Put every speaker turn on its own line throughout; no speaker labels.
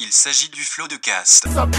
Il s'agit du flot de cast.
Hop,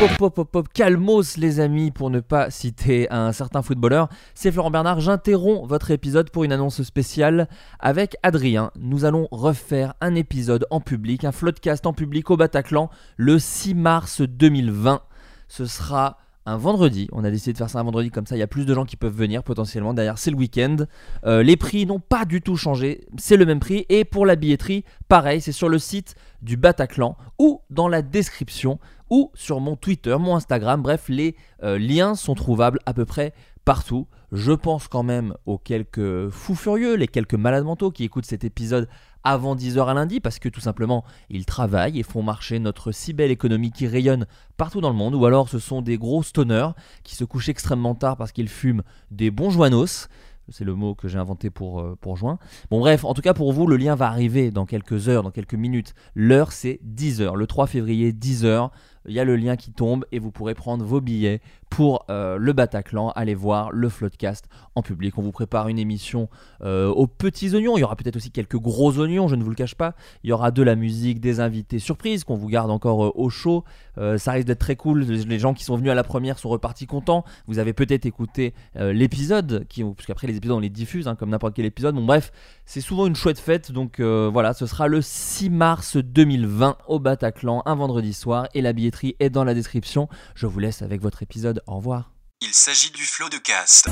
hop, hop, hop, hop, calmos les amis, pour ne pas citer un certain footballeur. C'est Florent Bernard, j'interromps votre épisode pour une annonce spéciale avec Adrien. Nous allons refaire un épisode en public, un floodcast en public au Bataclan le 6 mars 2020. Ce sera un vendredi. On a décidé de faire ça un vendredi, comme ça il y a plus de gens qui peuvent venir potentiellement. Derrière, c'est le week-end. Euh, les prix n'ont pas du tout changé, c'est le même prix. Et pour la billetterie, pareil, c'est sur le site du Bataclan ou dans la description ou sur mon Twitter, mon Instagram. Bref, les euh, liens sont trouvables à peu près partout. Je pense quand même aux quelques fous furieux, les quelques malades mentaux qui écoutent cet épisode avant 10h à lundi parce que tout simplement ils travaillent et font marcher notre si belle économie qui rayonne partout dans le monde ou alors ce sont des gros stoners qui se couchent extrêmement tard parce qu'ils fument des bons joanos. C'est le mot que j'ai inventé pour, euh, pour juin. Bon bref, en tout cas pour vous, le lien va arriver dans quelques heures, dans quelques minutes. L'heure c'est 10h, le 3 février 10h. Il y a le lien qui tombe et vous pourrez prendre vos billets pour euh, le Bataclan, aller voir le Floodcast en public. On vous prépare une émission euh, aux petits oignons. Il y aura peut-être aussi quelques gros oignons, je ne vous le cache pas. Il y aura de la musique, des invités surprises qu'on vous garde encore euh, au chaud. Euh, ça risque d'être très cool. Les gens qui sont venus à la première sont repartis contents. Vous avez peut-être écouté euh, l'épisode, qui, puisqu'après les épisodes on les diffuse, hein, comme n'importe quel épisode. Bon, bref, c'est souvent une chouette fête. Donc euh, voilà, ce sera le 6 mars 2020 au Bataclan, un vendredi soir. Et la billetterie est dans la description. Je vous laisse avec votre épisode. Au revoir.
Il s'agit du flot de cast.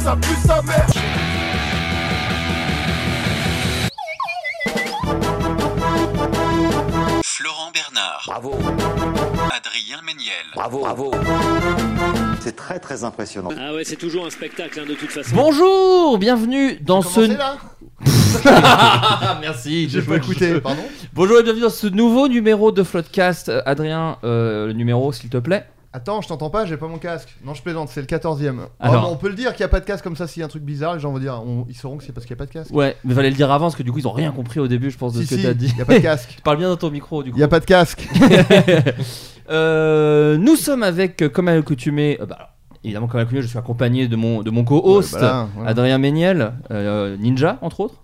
Florent Bernard,
Bravo,
Adrien Méniel.
bravo, bravo. C'est très très impressionnant.
Ah ouais, c'est toujours un spectacle hein, de toute façon.
Bonjour, bienvenue dans ce.
Commencez là
Ah, merci,
J'ai pas écouté, pardon
Bonjour et bienvenue dans ce nouveau numéro de Floodcast. Euh, Adrien, euh, le numéro s'il te plaît.
Attends, je t'entends pas, j'ai pas mon casque. Non, je plaisante, c'est le 14 e
Alors.
On peut le dire qu'il y a pas de casque comme ça, s'il y a un truc bizarre, les gens vont dire, on- ils sauront que c'est parce qu'il y a pas de casque.
Ouais, mais fallait le dire avant parce que du coup ils ont rien compris au début, je pense, de
si,
ce que
si,
t'as dit.
il y a pas de casque.
Parle bien dans ton micro du coup.
Il y a pas de casque.
Euh, nous sommes avec, euh, comme à l'accoutumée, euh, bah, alors, évidemment comme à l'accoutumée, je suis accompagné de mon, de mon co-host,
Ouais, bah là,
Hein.
voilà.
Adrien Méniel, euh, Ninja entre autres.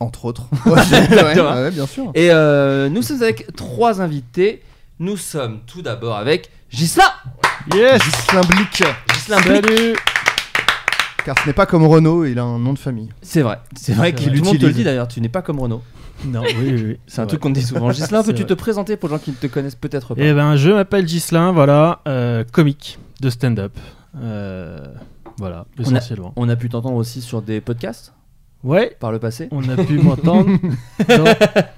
Entre autres. Ouais, ouais,
Exactement.
ouais, bien sûr.
Et euh, nous sommes avec trois invités. Nous sommes tout d'abord avec Gisla
Yes Gislain Blic.
Gislin Blic.
Car ce n'est pas comme Renault, il a un nom de famille.
C'est vrai, c'est vrai que tout le monde te le dit d'ailleurs, tu n'es pas comme Renaud.
Non, oui, oui, oui.
C'est un truc qu'on te dit souvent. Gislin,
C'est
peux-tu
vrai.
te présenter pour les gens qui ne te connaissent peut-être pas
Eh ben, je m'appelle Gislin, voilà, euh, comique de stand-up. Euh, voilà, essentiellement.
On a pu t'entendre aussi sur des podcasts
Ouais,
par le passé.
on a pu m'entendre dans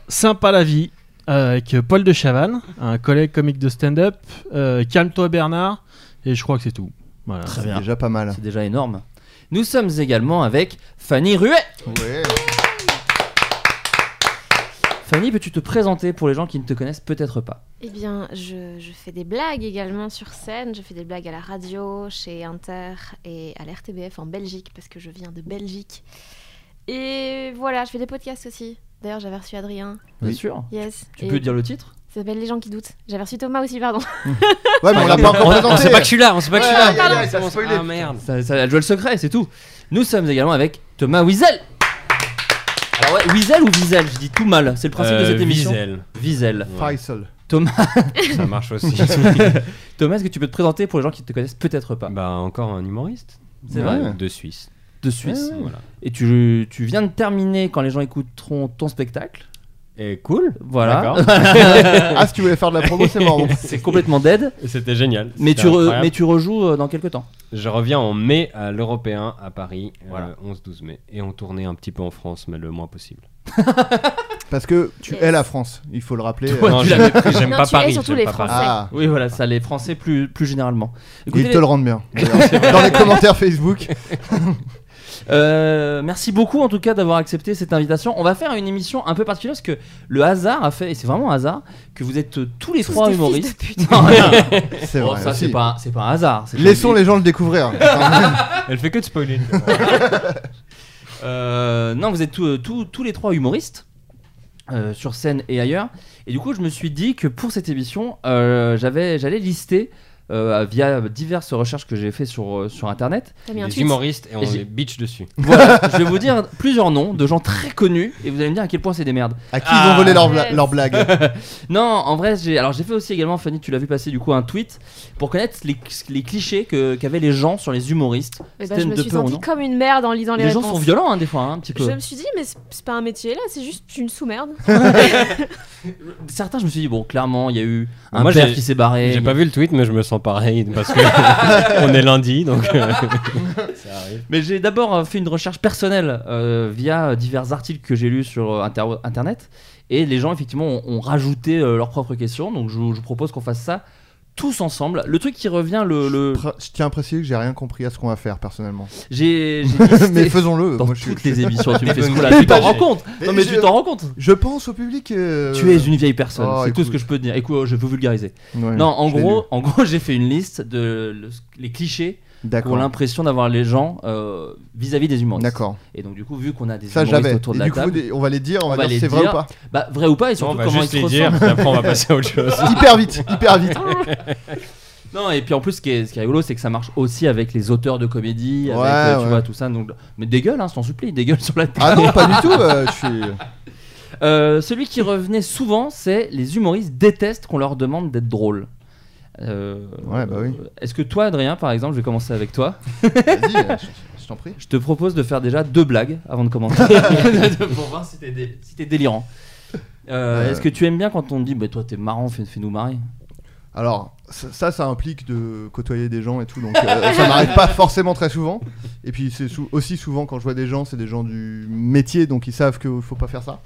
Sympa la vie euh, avec Paul de Chavannes, un collègue comique de stand-up. euh, Calme-toi Bernard, et je crois que c'est tout. Voilà.
Très
C'est
bien.
déjà pas mal.
C'est déjà énorme. Nous sommes également avec Fanny Ruet.
Ouais.
Fanny, peux-tu te présenter pour les gens qui ne te connaissent peut-être pas
Eh bien, je, je fais des blagues également sur scène. Je fais des blagues à la radio, chez Inter et à l'RTBF en Belgique, parce que je viens de Belgique. Et voilà, je fais des podcasts aussi. D'ailleurs, j'avais reçu Adrien.
Bien
Oui.
sûr.
Yes.
Tu
Et
peux dire le titre
Ça s'appelle Les gens qui doutent. J'avais reçu Thomas aussi, pardon.
Ouais, mais on l'a pas encore
On- on
présenté.
sait pas que je suis là, on sait pas que je suis
Ouais,
là.
aïe, aïe, aïe, t'as spoilé.
Ah merde.
Ça, ça, elle joue le secret, c'est tout. Nous sommes également avec Thomas Wiesel. Alors ouais, Wiesel ou Wiesel Je dis tout mal, c'est le principe de
Euh,
cette émission.
Wiesel.
Wiesel.
Faisal.
Ça marche aussi.
Thomas, est-ce que tu peux te présenter pour les gens qui ne te connaissent peut-être pas
bah, encore un humoriste.
C'est
Ouais,
vrai
De Suisse.
De Suisse.
Voilà.
Et tu, tu viens de terminer quand les gens écouteront ton spectacle.
Et cool.
Voilà. Oh,
Ah, si tu voulais faire de la promo, c'est mort.
c'est complètement dead.
C'était génial.
Mais
C'était
tu, re-
incroyable.
mais tu rejoues euh, dans quelques temps.
Je reviens en mai à l'Européen à Paris, euh,
Voilà.
11-12 mai. Et on tournait un petit peu en France, mais le moins possible.
Parce que tu es la France, il faut le rappeler. Euh,
Toi,
non,
tu
j'aime j'aime
Non,
pas
tu es
Paris.
surtout
j'aime
les
pas Paris.
Ah,
Oui, voilà, ça les Français plus, plus généralement. Écoutez,
ils te le rendent bien. d'ailleurs. Dans les commentaires Facebook.
Oh, euh, merci beaucoup en tout cas d'avoir accepté cette invitation. On va faire une émission un peu particulière parce que le hasard a fait, et c'est vraiment un hasard, que vous êtes euh, tous les trois
des fils de
humoristes. Non, non.
C'est
Oh,
vrai.
ça, c'est
aussi.
pas, Ah. c'est pas un hasard. c'est
Laissons
une-
les gens le découvrir.
Elle fait que de spoiler.
Euh, non, vous êtes tous, tous- tous les trois humoristes. euh, sur scène et ailleurs. Et du coup, je me suis dit que pour cette émission, euh, j'avais, j'allais lister euh, via diverses recherches que j'ai fait sur, euh, sur internet.
T'as mis un
Des
tweet.
humoristes et on
Et j'ai-
les bitch dessus.
Voilà, je vais vous dire plusieurs noms de gens très connus et vous allez me dire à quel point c'est des merdes.
À qui ils
Ah.
vont voler leur, bla-
Yes.
leur blague
Non, en vrai, j'ai alors j'ai fait aussi également Fanny, tu l'as vu passer du coup un tweet pour connaître les, les clichés que qu'avaient les gens sur les humoristes.
Eh ben,
C'était
je
une
me
de
suis
peur,
sentie
non
comme une merde en lisant les,
les gens
réponses.
sont violents hein, des fois hein, un petit peu.
Je me suis dit, mais c'est c'est pas un métier là, c'est juste une sous-merde.
Certains, je me suis dit bon, clairement, il y a eu un
Moi,
père
j'ai-
qui s'est barré.
J'ai pas vu le tweet, mais je me sens pareil parce que on est lundi, donc euh, ça arrive.
Mais j'ai d'abord euh, fait une recherche personnelle euh, via divers articles que j'ai lus sur euh, inter- internet. Et les gens, effectivement, ont, ont rajouté euh, leurs propres questions. Donc je, vous- je vous propose qu'on fasse ça tous ensemble. Le truc qui revient, le. le-
Pr- Je tiens à préciser que j'ai rien compris à ce qu'on va faire personnellement.
J'ai. j'ai listé
Mais faisons-le.
Dans
Moi, je, suis-
toutes les émissions, tu me fais ce
Mais
coup-là.
je-
Tu t'en
mais
rends compte Non, mais
je-
tu t'en rends compte
je pense au public. euh,
Tu es une vieille personne,
oh,
c'est tout
écoute.
ce que je peux te dire. Écoute, je veux vulgariser.
Ouais,
non, en
je l'ai
gros,
lu.
en gros, j'ai fait une liste de le- les clichés pour
D'accord.
l'impression d'avoir les gens euh, vis-à-vis des humoristes.
D'accord.
Et donc du coup, vu qu'on a des
Ça, je
humoristes
l'avais.
autour de
Et
la
du coup,
table,
des- on va les dire, on,
on
va
va
dire
les
c'est vrai
dire.
ou pas.
bah vrai ou pas, et
Non, on
surtout
va
comment
juste
ils se
les dire,
ressentent.
puis après on va passer à autre chose.
Hyper vite, hyper vite.
Non, et puis en plus, ce qui est, ce qui est rigolo, c'est que ça marche aussi avec les auteurs de comédie, avec
Ouais,
euh, tu
ouais.
vois tout ça. Donc, mais dégueule, hein, je t'en supplie, dégueule sur la table.
Ah non, pas du tout. euh, je suis.
Euh, celui qui revenait souvent, c'est les humoristes détestent qu'on leur demande d'être drôle. Euh,
Ouais, bah oui.
euh, Est-ce que toi, Adrien, par exemple, je vais commencer avec toi.
Vas-y, euh, je, je t'en prie.
Je te propose de faire déjà deux blagues avant de commencer. pour voir si t'es dé- si t'es délirant. Euh,
Euh.
Est-ce que tu aimes bien quand on te dit, bah toi t'es marrant, fais- fais-nous marrer
Alors, ça, ça, ça implique de côtoyer des gens et tout, donc euh, ça m'arrive pas forcément très souvent. Et puis, c'est sou- aussi souvent quand je vois des gens, c'est des gens du métier, donc ils savent qu'il faut pas faire ça.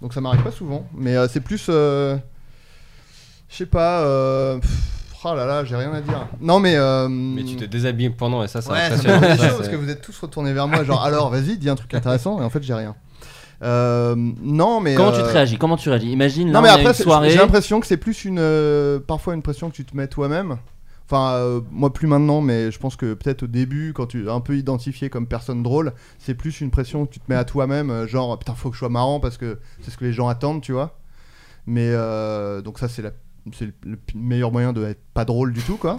Donc ça m'arrive pas souvent, mais euh, c'est plus. euh, je sais pas. Euh, pff, oh là là, j'ai rien à dire. Non, mais. euh,
Mais tu te déhabilles pendant et ça, c'est
Ouais, ça me
impressionnant.
rend
ça,
des choses, parce
c'est-
que vous êtes tous retournés vers moi, genre alors vas-y, dis un truc intéressant, et en fait j'ai rien. Euh, non, mais.
Comment
euh,
tu te réagis Comment tu réagis Imagine, là,
Non, mais
on a
après,
une
c'est-
soirée.
j'ai l'impression que c'est plus une. euh, parfois une pression que tu te mets toi-même. Enfin, euh, moi plus maintenant, mais je pense que peut-être au début, quand tu es un peu identifié comme personne drôle, c'est plus une pression que tu te mets à toi-même, euh, genre putain, faut que je sois marrant parce que c'est ce que les gens attendent, tu vois. Mais euh, donc, ça, c'est la- C'est le- le p- meilleur moyen de être pas drôle du tout, quoi.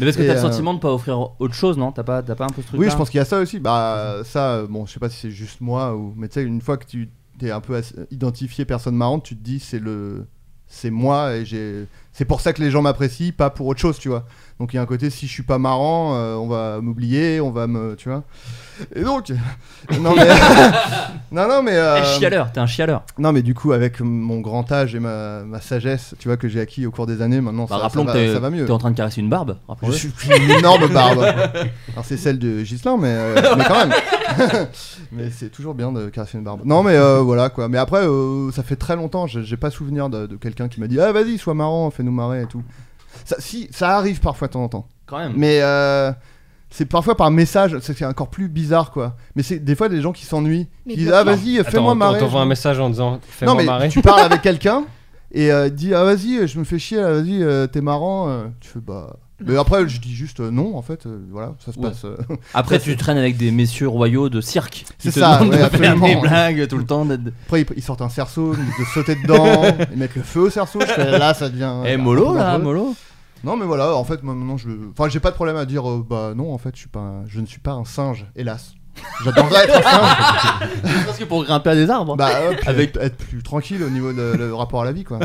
Mais parce que
Et,
t'as le
euh,
sentiment de pas offrir autre chose, non T'as pas, t'as pas un peu ce truc
Oui, je pense qu'il y a ça aussi. Bah, ça, euh, bon, je sais pas si c'est juste moi ou. Mais tu sais, une fois que tu t'es un peu as- identifié personne marrante, tu te dis c'est le. C'est moi et j'ai. C'est pour ça que les gens m'apprécient, pas pour autre chose, tu vois. Donc il y a un côté, si je suis pas marrant, euh, on va m'oublier, on va me. Tu vois. Et donc. non, mais. non, non, mais. euh,
Eh, chialeur, t'es un chialeur.
non, mais du coup, avec mon grand âge et ma, ma sagesse, tu vois, que j'ai acquis au cours des années, maintenant, ça,
Bah, rappelons
ça
que
va,
t'es-
ça va mieux.
t'es en train de caresser une barbe.
Je
rappelons-le.
suis j'ai une énorme barbe. Alors c'est celle de Gislain, mais, euh, mais quand même. mais c'est toujours bien de caresser une barbe. Non, mais euh, voilà quoi. Mais après, euh, ça fait très longtemps. je- J'ai pas souvenir de, de quelqu'un qui m'a dit Ah, vas-y, sois marrant, fais-nous marrer et tout. Ça, si, ça arrive parfois de temps en temps.
Quand
Mm.
même.
Mais euh, c'est parfois par message. C'est c'est encore plus bizarre quoi. Mais c'est des fois des gens qui s'ennuient.
Mais
Qui disent Ah,
pourquoi
vas-y,
Attends,
fais-moi
on-
marrer.
On t'envoie un message en disant fais-moi
Non, mais
marrer.
tu parles avec quelqu'un et euh, il dit Ah, vas-y, je me fais chier, là, vas-y, euh, t'es marrant. euh. tu fais Bah. Mais après, je dis juste euh, non, en fait, euh, voilà, ça se
Ouais.
passe. euh.
Après,
ça,
tu traînes avec des messieurs royaux de cirque. qui
C'est
te
ça,
demandent
ouais,
de faire
absolument.
des blagues tout le temps. d'être-
Après, ils, ils sortent un cerceau, ils de sauter dedans, ils mettent le feu au cerceau, je fais, là, ça devient. euh,
Eh,
un
mollo
peu
là,
dangereux.
mollo.
Non, mais voilà, en fait, moi, maintenant, je. Enfin, j'ai pas de problème à dire euh, Bah, non, en fait, je, suis pas un- je ne suis pas un singe, hélas. J'adorerais être un singe.
Parce que pour grimper à des arbres.
Bah, euh, puis
Avec-
être, être plus tranquille au niveau de le rapport à la vie, quoi.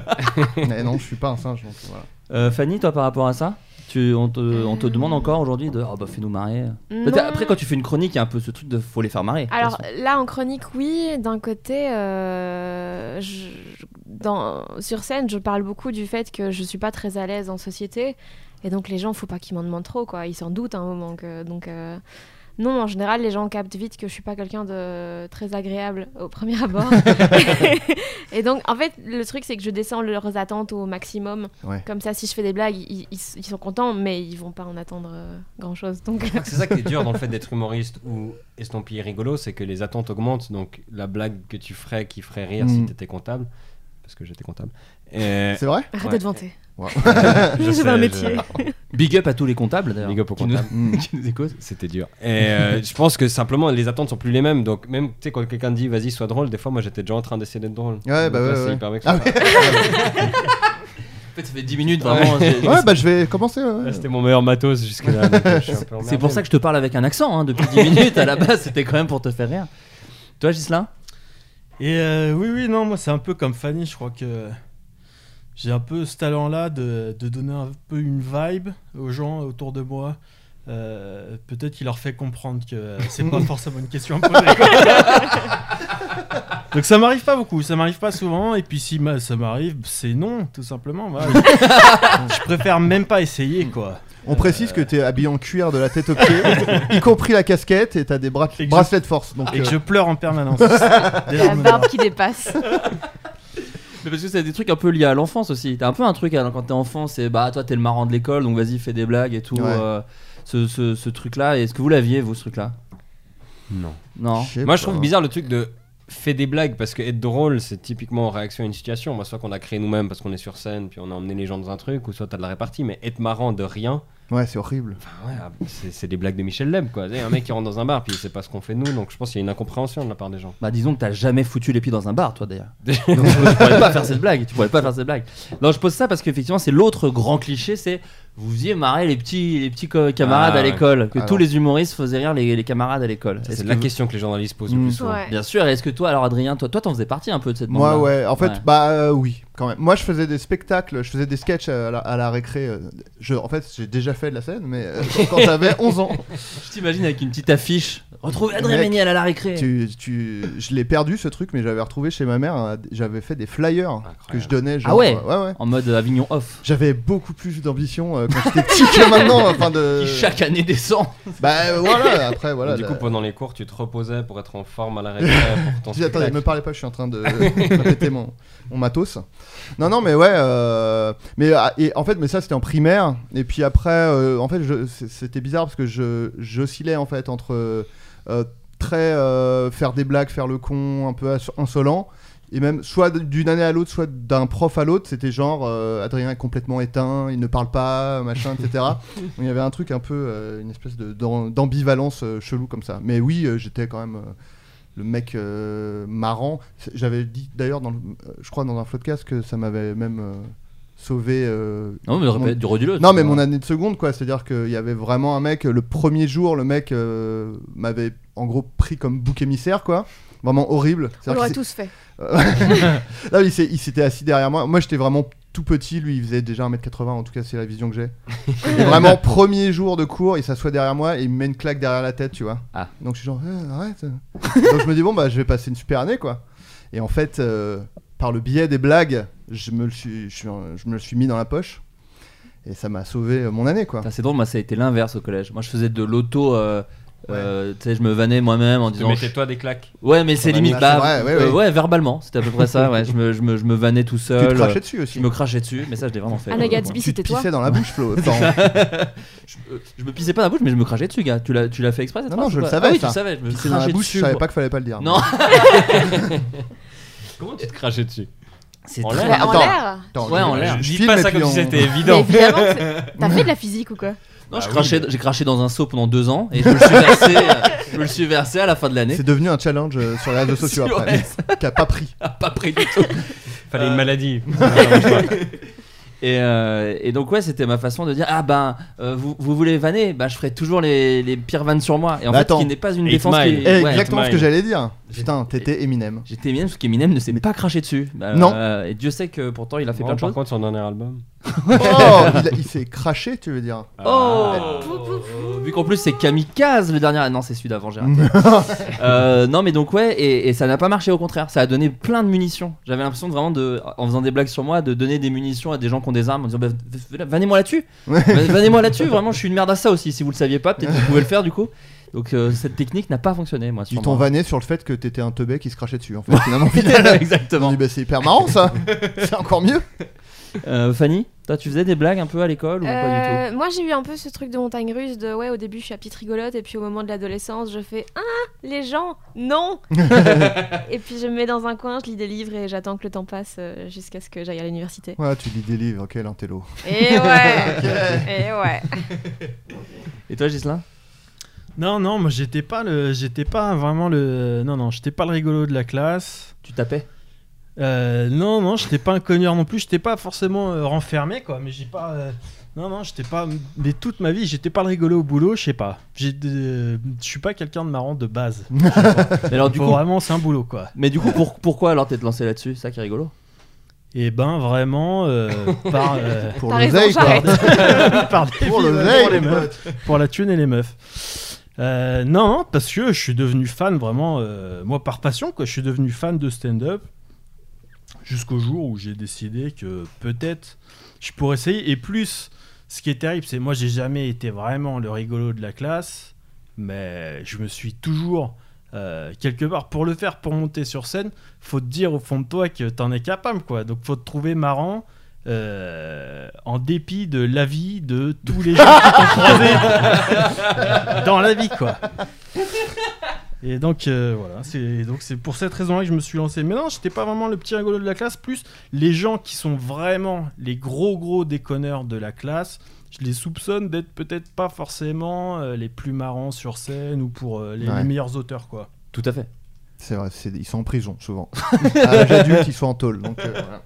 mais non, je suis pas un singe, donc voilà.
Euh, Fanny, toi, par rapport à ça tu, on, te, on te demande encore aujourd'hui de. Oh bah fais-nous marrer.
Non.
Après, quand tu fais une chronique, il y a un peu ce truc de faut les faire marrer. de toute
Alors
façon.
là, en chronique, oui. D'un côté, euh, je- dans, sur scène, je parle beaucoup du fait que je suis pas très à l'aise en société. Et donc, les gens, faut pas qu'ils m'en demandent trop, quoi. Ils s'en doutent à un moment. Que, donc, euh, non, en général, les gens captent vite que je suis pas quelqu'un de très agréable au premier abord. et donc, en fait, le truc, c'est que je descends leurs attentes au maximum.
Ouais.
Comme ça, si je fais des blagues, ils, ils- ils sont contents, mais ils vont pas en attendre euh, grand-chose. Donc,
Je crois que C'est ça qui est dur dans le fait d'être humoriste ou estampillé rigolo, c'est que les attentes augmentent. Donc la blague que tu ferais qui ferait rire si
Mm.
t'étais comptable, parce que j'étais comptable.
Eh.
euh,
C'est vrai
arrête
Ouais.
de te vanter.
je
J'ai
sais,
un
je-
métier.
Big up à tous les comptables d'ailleurs.
Big up aux
qui nous-
comptables.
Mm.
qui nous écoutent.
C'était dur. Et euh, je pense que simplement les attentes sont plus les mêmes. Donc même tu sais quand quelqu'un dit vas-y sois drôle, des fois moi j'étais déjà en train d'essayer d'être drôle.
Ouais, bah
Donc là,
ouais,
c'est
ouais.
hyper vexant.
Ah ouais.
fait, ça fait 10 minutes vraiment. j'ai-
Ouais, bah je vais commencer. ouais.
Là, c'était mon meilleur matos jusque-là. donc, euh, je suis un peu
bah, C'est pour ça que je te parle avec un accent hein, depuis 10 minutes. À la base, c'était quand même pour te faire rire. Toi, Gislain
Et euh, oui, oui, non, moi c'est un peu comme Fanny, je crois que j'ai un peu ce talent-là de, de donner un peu une vibe aux gens autour de moi. Euh, Peut-être qu'il leur fait comprendre que euh, c'est pas forcément une question à poser. Donc ça m'arrive pas beaucoup, ça m'arrive pas souvent, et puis si ma- ça m'arrive, c'est non, tout simplement. voilà. je préfère même pas essayer, quoi.
On précise que t'es habillé en cuir de la tête aux pieds, y compris la casquette, et t'as des bras-
Et que
bracelets de force. Donc,
Et que
euh,
je pleure en permanence. Des
La
larmes
barbe qui dépasse.
Mais parce que c'est des trucs un peu liés à l'enfance aussi. T'as un peu un truc hein, quand t'es enfant, c'est bah toi t'es le marrant de l'école, donc vas-y fais des blagues et tout.
Ouais.
euh, ce ce, ce truc-là, est-ce que vous l'aviez vous ce truc-là
Non.
Non.
euh, sais
Moi, je trouve
pas.
bizarre le truc de fais des blagues parce que être drôle, c'est typiquement en réaction à une situation. Moi, soit qu'on a créé nous-mêmes parce qu'on est sur scène, puis on a emmené les gens dans un truc, ou soit t'as de la répartie, mais être marrant de rien,
Ouais, c'est horrible.
enfin, ouais, ah, c'est c'est des blagues de Michel Leb, quoi. Tu sais, Un mec qui rentre dans un bar, puis il sait pas ce qu'on fait nous, donc je pense qu'il y a une incompréhension de la part des gens.
Bah disons que t'as jamais foutu les pieds dans un bar, toi d'ailleurs. Donc, tu pourrais pas faire cette blague. Tu pourrais pas faire cette blague. Non, je pose ça parce qu'effectivement c'est l'autre grand cliché, c'est vous faisiez marrer les petits les petits co- camarades
Ah,
à
ouais.
l'école, que
Alors.
tous les humoristes faisaient rire les, les camarades à l'école.
Ça,
Est-ce
C'est
que
la
vous-
question que les journalistes posent
Mm.
le plus souvent.
Ouais.
Bien sûr. Est-ce que toi alors Adrien, toi toi t'en faisais partie un peu de cette
Moi,
bande-là
ouais. En fait,
Ouais.
bah euh, oui, quand même. Moi, je faisais des spectacles, je faisais des sketchs à la, à la récré. euh, Je, en fait, j'ai déjà fait de la scène, mais euh, quand- quand j'avais 11 ans.
Je t'imagine avec une petite affiche. Retrouve Adrien
Mec,
Méniel à la récré.
Tu, tu- je l'ai perdu ce truc, mais j'avais retrouvé chez ma mère. un- J'avais fait des flyers que je donnais. Genre,
Ah ouais
euh, ouais, ouais.
En mode Avignon off.
J'avais beaucoup plus d'ambition euh, quand j'étais petit que maintenant. Enfin de.
Qui chaque année descend.
Bah euh, voilà. Après
Et
voilà.
du
la-
coup, pendant les cours, tu te reposais pour être en forme à la récré pour ton
Dis, attendez,
spectacle.
me parlez pas, je suis en train de répéter mon, mon matos. Non, non, mais ouais. euh, mais ah, et, en fait, mais ça c'était en primaire. Et puis après, euh, en fait, je- c'est- c'était bizarre parce que je j'oscillais en fait entre euh, très euh, faire des blagues, faire le con, un peu asso- insolent. Et même, soit d'une année à l'autre, soit d'un prof à l'autre, c'était genre euh, Adrien est complètement éteint, il ne parle pas, machin, etc. Donc, Il y avait un truc un peu, euh, une espèce de- d'am- d'ambivalence euh, chelou comme ça. Mais oui, euh, j'étais quand même euh, le mec euh, marrant. C'est- J'avais dit d'ailleurs, dans le- euh, je crois, dans un podcast que ça m'avait même euh, sauvé. euh,
Non mais
mon-
répète, du redis-le.
non, mais
tu vois.
mon année de seconde, quoi. C'est-à-dire qu'il y avait vraiment un mec, le premier jour, le mec euh, m'avait en gros pris comme bouc émissaire, quoi. Vraiment horrible.
On
C'est-à-dire
l'aurait
qu'il
tous fait.
s'est- Là, il s'est- il s'était assis derrière moi. Moi, j'étais vraiment tout petit. Lui, il faisait déjà 1m80, en tout cas, c'est la vision que j'ai. Et vraiment, premier jour de cours, il s'assoit derrière moi et il me met une claque derrière la tête, tu vois.
Ah.
Donc, je suis genre, Eh, arrête. Donc, je me dis, bon, bah, je vais passer une super année, quoi. Et en fait, euh, par le biais des blagues, je me le suis, je suis- je me le suis mis dans la poche. Et ça m'a sauvé euh, mon année, quoi.
Putain, C'est drôle, moi ça a été l'inverse au collège. Moi je faisais de l'auto. euh, euh, tu sais, je me vannais moi-même en
Tu
disant.
mettais-toi des claques.
Ouais, mais c'est
Ah,
limite.
c'est
Bah,
vrai, ouais,
euh,
ouais.
ouais, verbalement, c'était à peu près ça. Ouais, je me, je me, je me vannais tout
Tu te
seul.
crachais
euh,
dessus aussi.
Je me crachais dessus, mais ça je l'ai vraiment fait.
Anna
pour le
Gatsby,
Tu te
c'était toi.
pissais dans la bouche, Flo. Attends.
coup. Je, euh, je me pissais pas dans la bouche, mais je me crachais dessus, gars. Tu l'as, tu l'as fait exprès cette
Non, non,
phrase,
je
ou
le
pas
savais,
Ah oui, tu
ça.
le savais. Je me
Pisser dans la
crachais
bouche, je
dessus.
savais
quoi.
pas qu'il fallait pas le dire.
Non.
Comment tu te crachais dessus
C'est
En
très-
l'air.
en
Attends.
l'air
Attends,
Ouais, en
je-
l'air.
je
Dis
filme
pas
et
ça
puis
comme si
on-
c'était
Mais
évident.
évidemment, c'est- t'as fait de la physique ou quoi
Non, je
Bah
crachais- j'ai craché dans un seau pendant deux ans et je me le suis versé, euh, je me le suis versé à la fin de l'année.
C'est devenu un challenge euh, sur les réseaux sociaux
Sur-
après, mais qui a pas pris.
Ah, pas pris du tout.
Fallait
Euh,
une maladie.
Et, euh, et donc ouais, c'était ma façon de dire ah ben euh, vous, vous voulez vanner, bah je ferai toujours les, les pires vannes sur moi. Et en
Bah,
fait,
attends.
ce qui n'est pas une
Eight
défense. Qui...
Mile.
Eh,
ouais.
exactement ce que
Mine.
j'allais dire. Putain, t'étais Eminem.
J'étais Eminem parce qu'Eminem ne s'est pas craché dessus. Bah,
Non.
euh, et Dieu sait que pourtant il a fait
Bon,
plein de
par
choses.
contre, son dernier album.
Oh, il, a- il s'est craché, tu veux dire.
Ah. Euh,
Oh Vu qu'en plus c'est Kamikaze le dernier. Ah non, c'est celui d'avant, j'ai raté. Euh, non, mais donc ouais, et, et ça n'a pas marché au contraire. Ça a donné plein de munitions. J'avais l'impression de vraiment de, en faisant des blagues sur moi, de donner des munitions à des gens qui ont des armes en disant bah, v- v- vannez-moi là-dessus,
Ouais.
Va- vannez-moi là-dessus. Vraiment, je suis une merde à ça aussi. Si vous le saviez pas, peut-être que vous pouvez le faire du coup. Donc euh, cette technique n'a pas fonctionné, moi.
Ils
sur
t'ont
moi.
vanné sur le fait que t'étais un teubé qui se crachait dessus. En fait, finalement, finalement.
Exactement.
Ils ont dit, bah, c'est hyper marrant ça. C'est encore mieux.
Euh, Fanny, toi, tu faisais des blagues un peu à l'école ou pas du tout
Euh, Moi, j'ai eu un peu ce truc de montagne russe de ouais, au début, je suis la petite rigolote, et puis au moment de l'adolescence, je fais Ah, les gens, non Et puis je me mets dans un coin, je lis des livres et j'attends que le temps passe euh, jusqu'à ce que j'aille à l'université.
Ouais, tu lis des livres, quel intello.
Et ouais Et ouais
Et toi, Gislain
Non, non, moi j'étais pas le, j'étais pas vraiment le, non, non, j'étais pas le rigolo de la classe.
Tu tapais
Euh, non, non, j'étais pas un cogneur non plus. J'étais pas forcément euh, renfermé, quoi. Mais j'ai pas. euh, Non, non, j'étais pas. Mais toute ma vie, j'étais pas le rigolo au boulot, je sais pas. J'ai de- Je suis pas quelqu'un de marrant de base. Je sais pas.
Mais alors du
Faut
coup,
vraiment, c'est un boulot, quoi.
mais du coup pour- pourquoi alors t'es lancé là-dessus Ça qui est rigolo.
Et ben, vraiment, euh, par. euh,
Pour
T'as
l'oseille,
raison,
quoi.
j'arrête.
par des
Pour
filles,
l'oseille,
pour les
les
meufs. Pour la thune et les meufs. Euh, non, non, parce que je suis devenu fan vraiment, euh, moi par passion, quoi. Je suis devenu fan de stand-up jusqu'au jour où j'ai décidé que peut-être je pourrais essayer. Et plus, ce qui est terrible, c'est moi j'ai jamais été vraiment le rigolo de la classe, mais je me suis toujours euh, quelque part pour le faire, pour monter sur scène, faut te dire au fond de toi que t'en es capable, quoi. Donc faut te trouver marrant. euh, en dépit de l'avis de tous les gens qui t'ont croisé dans la vie quoi. Et donc euh, voilà, c'est donc c'est pour cette raison-là que je me suis lancé. Mais non, j'étais pas vraiment le petit rigolo de la classe. Plus les gens qui sont vraiment les gros gros déconneurs de la classe, je les soupçonne d'être peut-être pas forcément euh, les plus marrants sur scène ou pour euh, les,
Ouais.
les meilleurs auteurs quoi.
Tout à fait.
C'est vrai, c'est- ils sont en prison souvent. à l'âge adulte, ils sont en tôle. Donc, euh, voilà.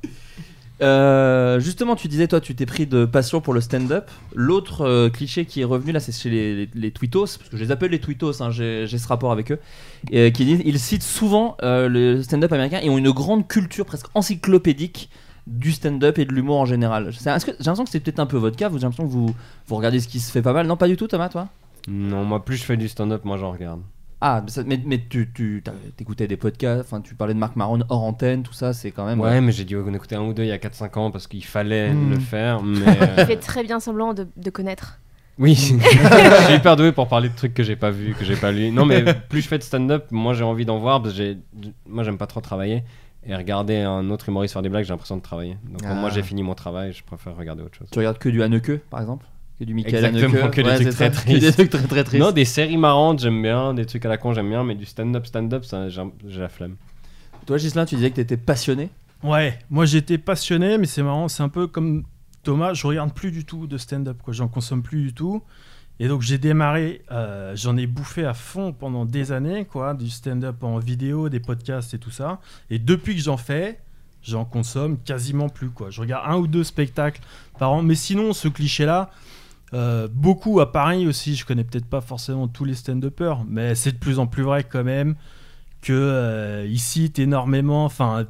Euh, justement, tu disais toi, tu t'es pris de passion pour le stand-up. L'autre euh, cliché qui est revenu là, c'est chez les, les, les twittos, parce que je les appelle les twittos, hein, j'ai j'ai ce rapport avec eux, et, euh, qui disent, ils citent souvent euh, le stand-up américain et ont une grande culture presque encyclopédique du stand-up et de l'humour en général. C'est- est-ce que- J'ai l'impression que c'est peut-être un peu votre cas. vous- J'ai l'impression que vous vous regardez ce qui se fait pas mal. Non, pas du tout, Thomas, toi.
Non, moi plus je fais du stand-up, moi j'en regarde.
Ah, mais, ça- mais, mais tu, tu t'as- t'écoutais des podcasts, enfin tu parlais de Marc Maron hors antenne, tout ça, c'est quand même.
Ouais, mais j'ai dû en écouter un ou deux il y a 4-5 ans parce qu'il fallait
Hmm.
le faire. Mais euh,
Il fait très bien semblant de, de connaître.
oui, je suis hyper doué pour parler de trucs que j'ai pas vu, que j'ai pas lu. Non, mais plus je fais de stand-up, moi j'ai envie d'en voir parce que j'ai- moi j'aime pas trop travailler. Et regarder un autre humoriste faire des blagues, j'ai l'impression de travailler. Donc
Ah.
moi j'ai fini mon travail, je préfère regarder autre chose.
Tu regardes que du Haneke, par exemple Que du Michael
Exactement,
Haneke
que des
Ouais,
trucs
c'est ça,
très
Que des
tristes.
trucs très très tristes.
Non, des séries marrantes, j'aime bien, des trucs à la con, j'aime bien, mais du stand-up, stand-up, ça, j'ai j'ai la flemme.
Toi, Gislain, tu disais que t'étais passionné.
Ouais, moi j'étais passionné, mais c'est marrant, c'est un peu comme Thomas, je regarde plus du tout de stand-up, quoi, j'en consomme plus du tout. Et donc j'ai démarré, euh, j'en ai bouffé à fond pendant des années, quoi, du stand-up en vidéo, des podcasts et tout ça. Et depuis que j'en fais, j'en consomme quasiment plus, quoi. Je regarde un ou deux spectacles par an, mais sinon ce cliché-là, euh, beaucoup à Paris aussi, je connais peut-être pas forcément tous les stand-uppers, mais c'est de plus en plus vrai quand même que euh, ils citent énormément, enfin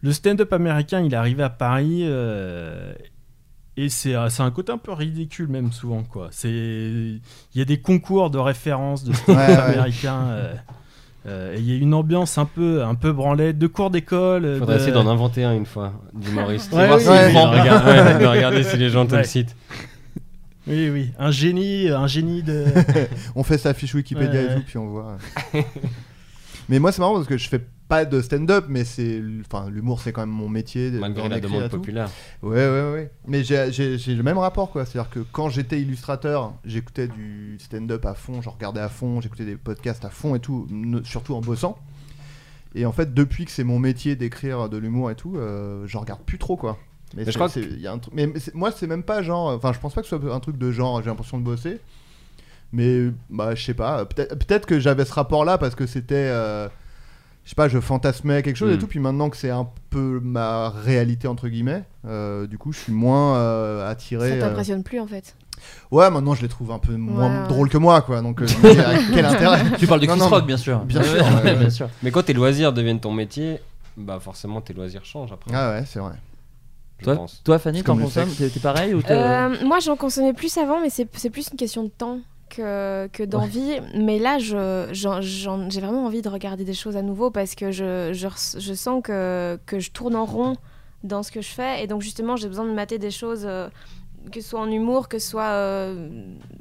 le stand-up américain, il est arrivé à Paris euh, et c'est euh, c'est un côté un peu ridicule même souvent quoi. C'est il y a des concours de référence de stand-up
Ouais, ouais.
américain. euh, euh, et il y a une ambiance un peu un peu branlette de cours d'école. euh,
Faudrait
de-
essayer d'en inventer un une fois, d'humoriste.
Ouais,
voir
oui,
si
oui.
il en regarde- ouais, de regarder si les gens te
Ouais.
le citent.
Oui oui, un génie, un génie de.
On fait sa fiche Wikipédia
Ouais,
et
ouais.
tout, puis on voit. mais moi, c'est marrant parce que je fais pas de stand-up, mais c'est, l- enfin, l'humour, c'est quand même mon métier. de- d'en
Malgré la
écrire
demande
et tout.
populaire.
Ouais, ouais, ouais. Mais j'ai- j'ai j'ai le même rapport, quoi. C'est-à-dire que quand j'étais illustrateur, j'écoutais du stand-up à fond, j'en regardais à fond, j'écoutais des podcasts à fond et tout, ne- surtout en bossant. Et en fait, depuis que c'est mon métier d'écrire de l'humour et tout, euh, j'en regarde plus trop, quoi. Mais,
je
c'est-
crois
c'est- il y a un truc- mais- mais c'est- moi, c'est même pas genre. Enfin, je pense pas que ce soit un truc de genre, j'ai l'impression de bosser. Mais bah, je sais pas, peut-être peut-être que j'avais ce rapport-là parce que c'était. euh, je sais pas, je fantasmais quelque chose et
Hmm.
Mm.
tout. Puis maintenant que c'est un peu ma réalité, entre guillemets, euh, du coup, je suis moins euh,
Ça
attiré. euh,
t'impressionne plus en fait.
Ouais, maintenant je les trouve un peu moins
ouais.
drôles que moi, quoi. Donc, euh, je me dis, à quel intérêt
Tu parles de Chris
Non, non,
Rock, bien sûr.
bien
Ouais,
sûr, ouais, ouais.
ouais, bien sûr.
Mais quand tes loisirs deviennent ton métier, bah forcément tes loisirs changent après.
Ah ouais, c'est vrai.
je
Toi,
pense.
toi, Fanny,
C'est
t'en
comme le
consommes
sexe.
T'es t'es pareil ou t'es-
Euh, moi, j'en consommais plus avant, mais c'est c'est plus une question de temps que, que d'envie. Mais là, je- j'en- j'en- j'ai vraiment envie de regarder des choses à nouveau parce que je, je, res- je sens que, que je tourne en rond dans ce que je fais. Et donc, justement, j'ai besoin de mater des choses, euh, que ce soit en humour, que ce soit euh,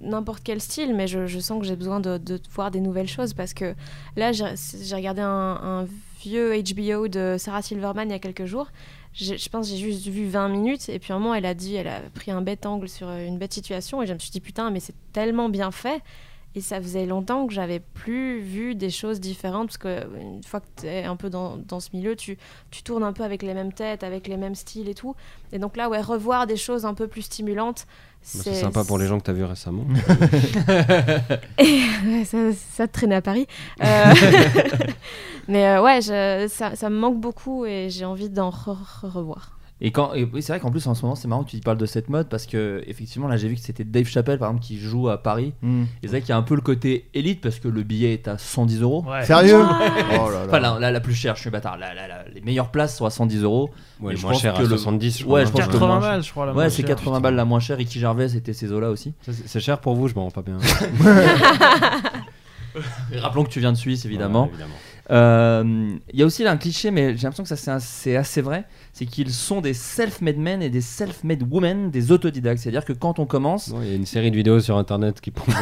n'importe quel style. Mais je, je sens que j'ai besoin de, de voir des nouvelles choses parce que là, j'ai j'ai regardé un, un vieux HBO de Sarah Silverman il y a quelques jours. J'ai- je pense que j'ai juste vu 20 minutes et puis à un moment elle a dit elle a pris un bête angle sur euh, une bête situation et je me suis dit putain mais c'est tellement bien fait Et ça faisait longtemps que j'avais plus vu des choses différentes, parce qu'une fois que tu es un peu dans, dans ce milieu, tu, tu tournes un peu avec les mêmes têtes, avec les mêmes styles et tout. Et donc là, ouais, revoir des choses un peu plus stimulantes,
Bah, c'est sympa pour les gens que t'as vu récemment.
Ouais, ça, ça traînait à Paris. Euh, Mais euh, ouais, je- ça, ça me manque beaucoup et j'ai envie d'en re- re- revoir.
Et quand et oui, c'est vrai qu'en plus en ce moment c'est marrant que tu y parles de cette mode parce que effectivement là j'ai vu que c'était Dave Chappelle par exemple qui joue à Paris.
Hmm.
Et c'est vrai qu'il y a un peu le côté élite parce que le billet est à 110 euros.
Ouais.
Sérieux
What
Oh là là.
Enfin là, là, la plus chère, je suis bâtard. Là, là, là, les meilleures places sont à 110 euros.
Ouais,
Et
le
je
moins
pense
cher
que
à
le-
70, je
Ouais, je
crois.
pense que le
80
moins
balles, je crois. la
Ouais,
moins
c'est
chère.
80 balles la moins chère. Ricky Gervais c'était ces eaux-là aussi.
Ça, c'est- C'est cher pour vous, je m'en rends pas bien.
Et rappelons que tu viens de Suisse évidemment.
Ouais, évidemment.
Euh, Il y a aussi là un cliché, mais j'ai l'impression que ça c'est un- c'est assez vrai, c'est qu'ils sont des self-made men et des self-made women, des autodidactes. C'est-à-dire que quand on commence,
Non, Il y a une série de vidéos sur internet qui Bah, prouve.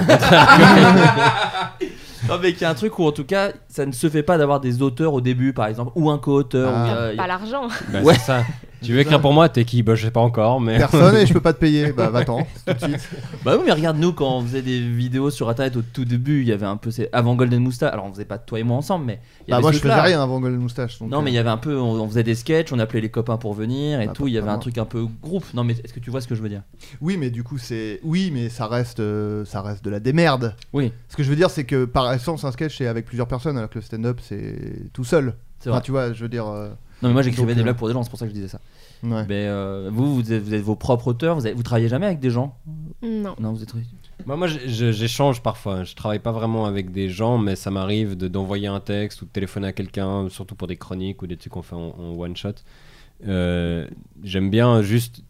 non mais qu'il y a un truc où en tout cas ça ne se fait pas d'avoir des auteurs au début, par exemple, ou un co-auteur.
Ah.
ou, euh, y a-
Pas l'argent.
Bah,
Ouais.
c'est ça. Tu veux écrire pour moi, t'es qui Bah, je sais pas encore, mais.
Personne et je peux pas te payer. Bah, va-t'en, tout de suite.
Bah oui, mais regarde, nous, quand on faisait des vidéos sur Internet au tout début, il y avait un peu. ces- Avant Golden Moustache, alors on faisait pas toi et moi ensemble, mais. il y
Bah,
avait
moi,
ce
je faisais
truc-là.
rien avant Golden Moustache. donc, euh,
Non, mais il y avait un peu. On, on faisait des sketchs, on appelait les copains pour venir et
Bah,
tout. Il y avait
pas
un
moi.
truc un peu groupe. Non, mais est-ce que tu vois ce que je veux dire
Oui, mais du coup, c'est. Oui, mais ça reste, euh, ça reste de la démerde.
Oui.
Ce que je veux dire, c'est que par essence, un sketch, c'est avec plusieurs personnes, alors que le stand-up, c'est tout seul.
C'est vrai.
Enfin, tu vois, je veux dire. euh,
Non, mais moi, j'écrivais
Donc,
des
euh,
blagues pour des gens, c'est pour ça que je disais ça.
ouais.
Mais euh, vous, vous êtes, vous êtes vos propres auteurs, vous, avez- vous travaillez jamais avec des gens
Non.
Non, vous êtes.
Bah, moi, je- je- j'échange parfois. Je travaille pas vraiment avec des gens, mais ça m'arrive de- d'envoyer un texte ou de téléphoner à quelqu'un, surtout pour des chroniques ou des trucs qu'on fait en, en one shot. Euh, J'aime bien juste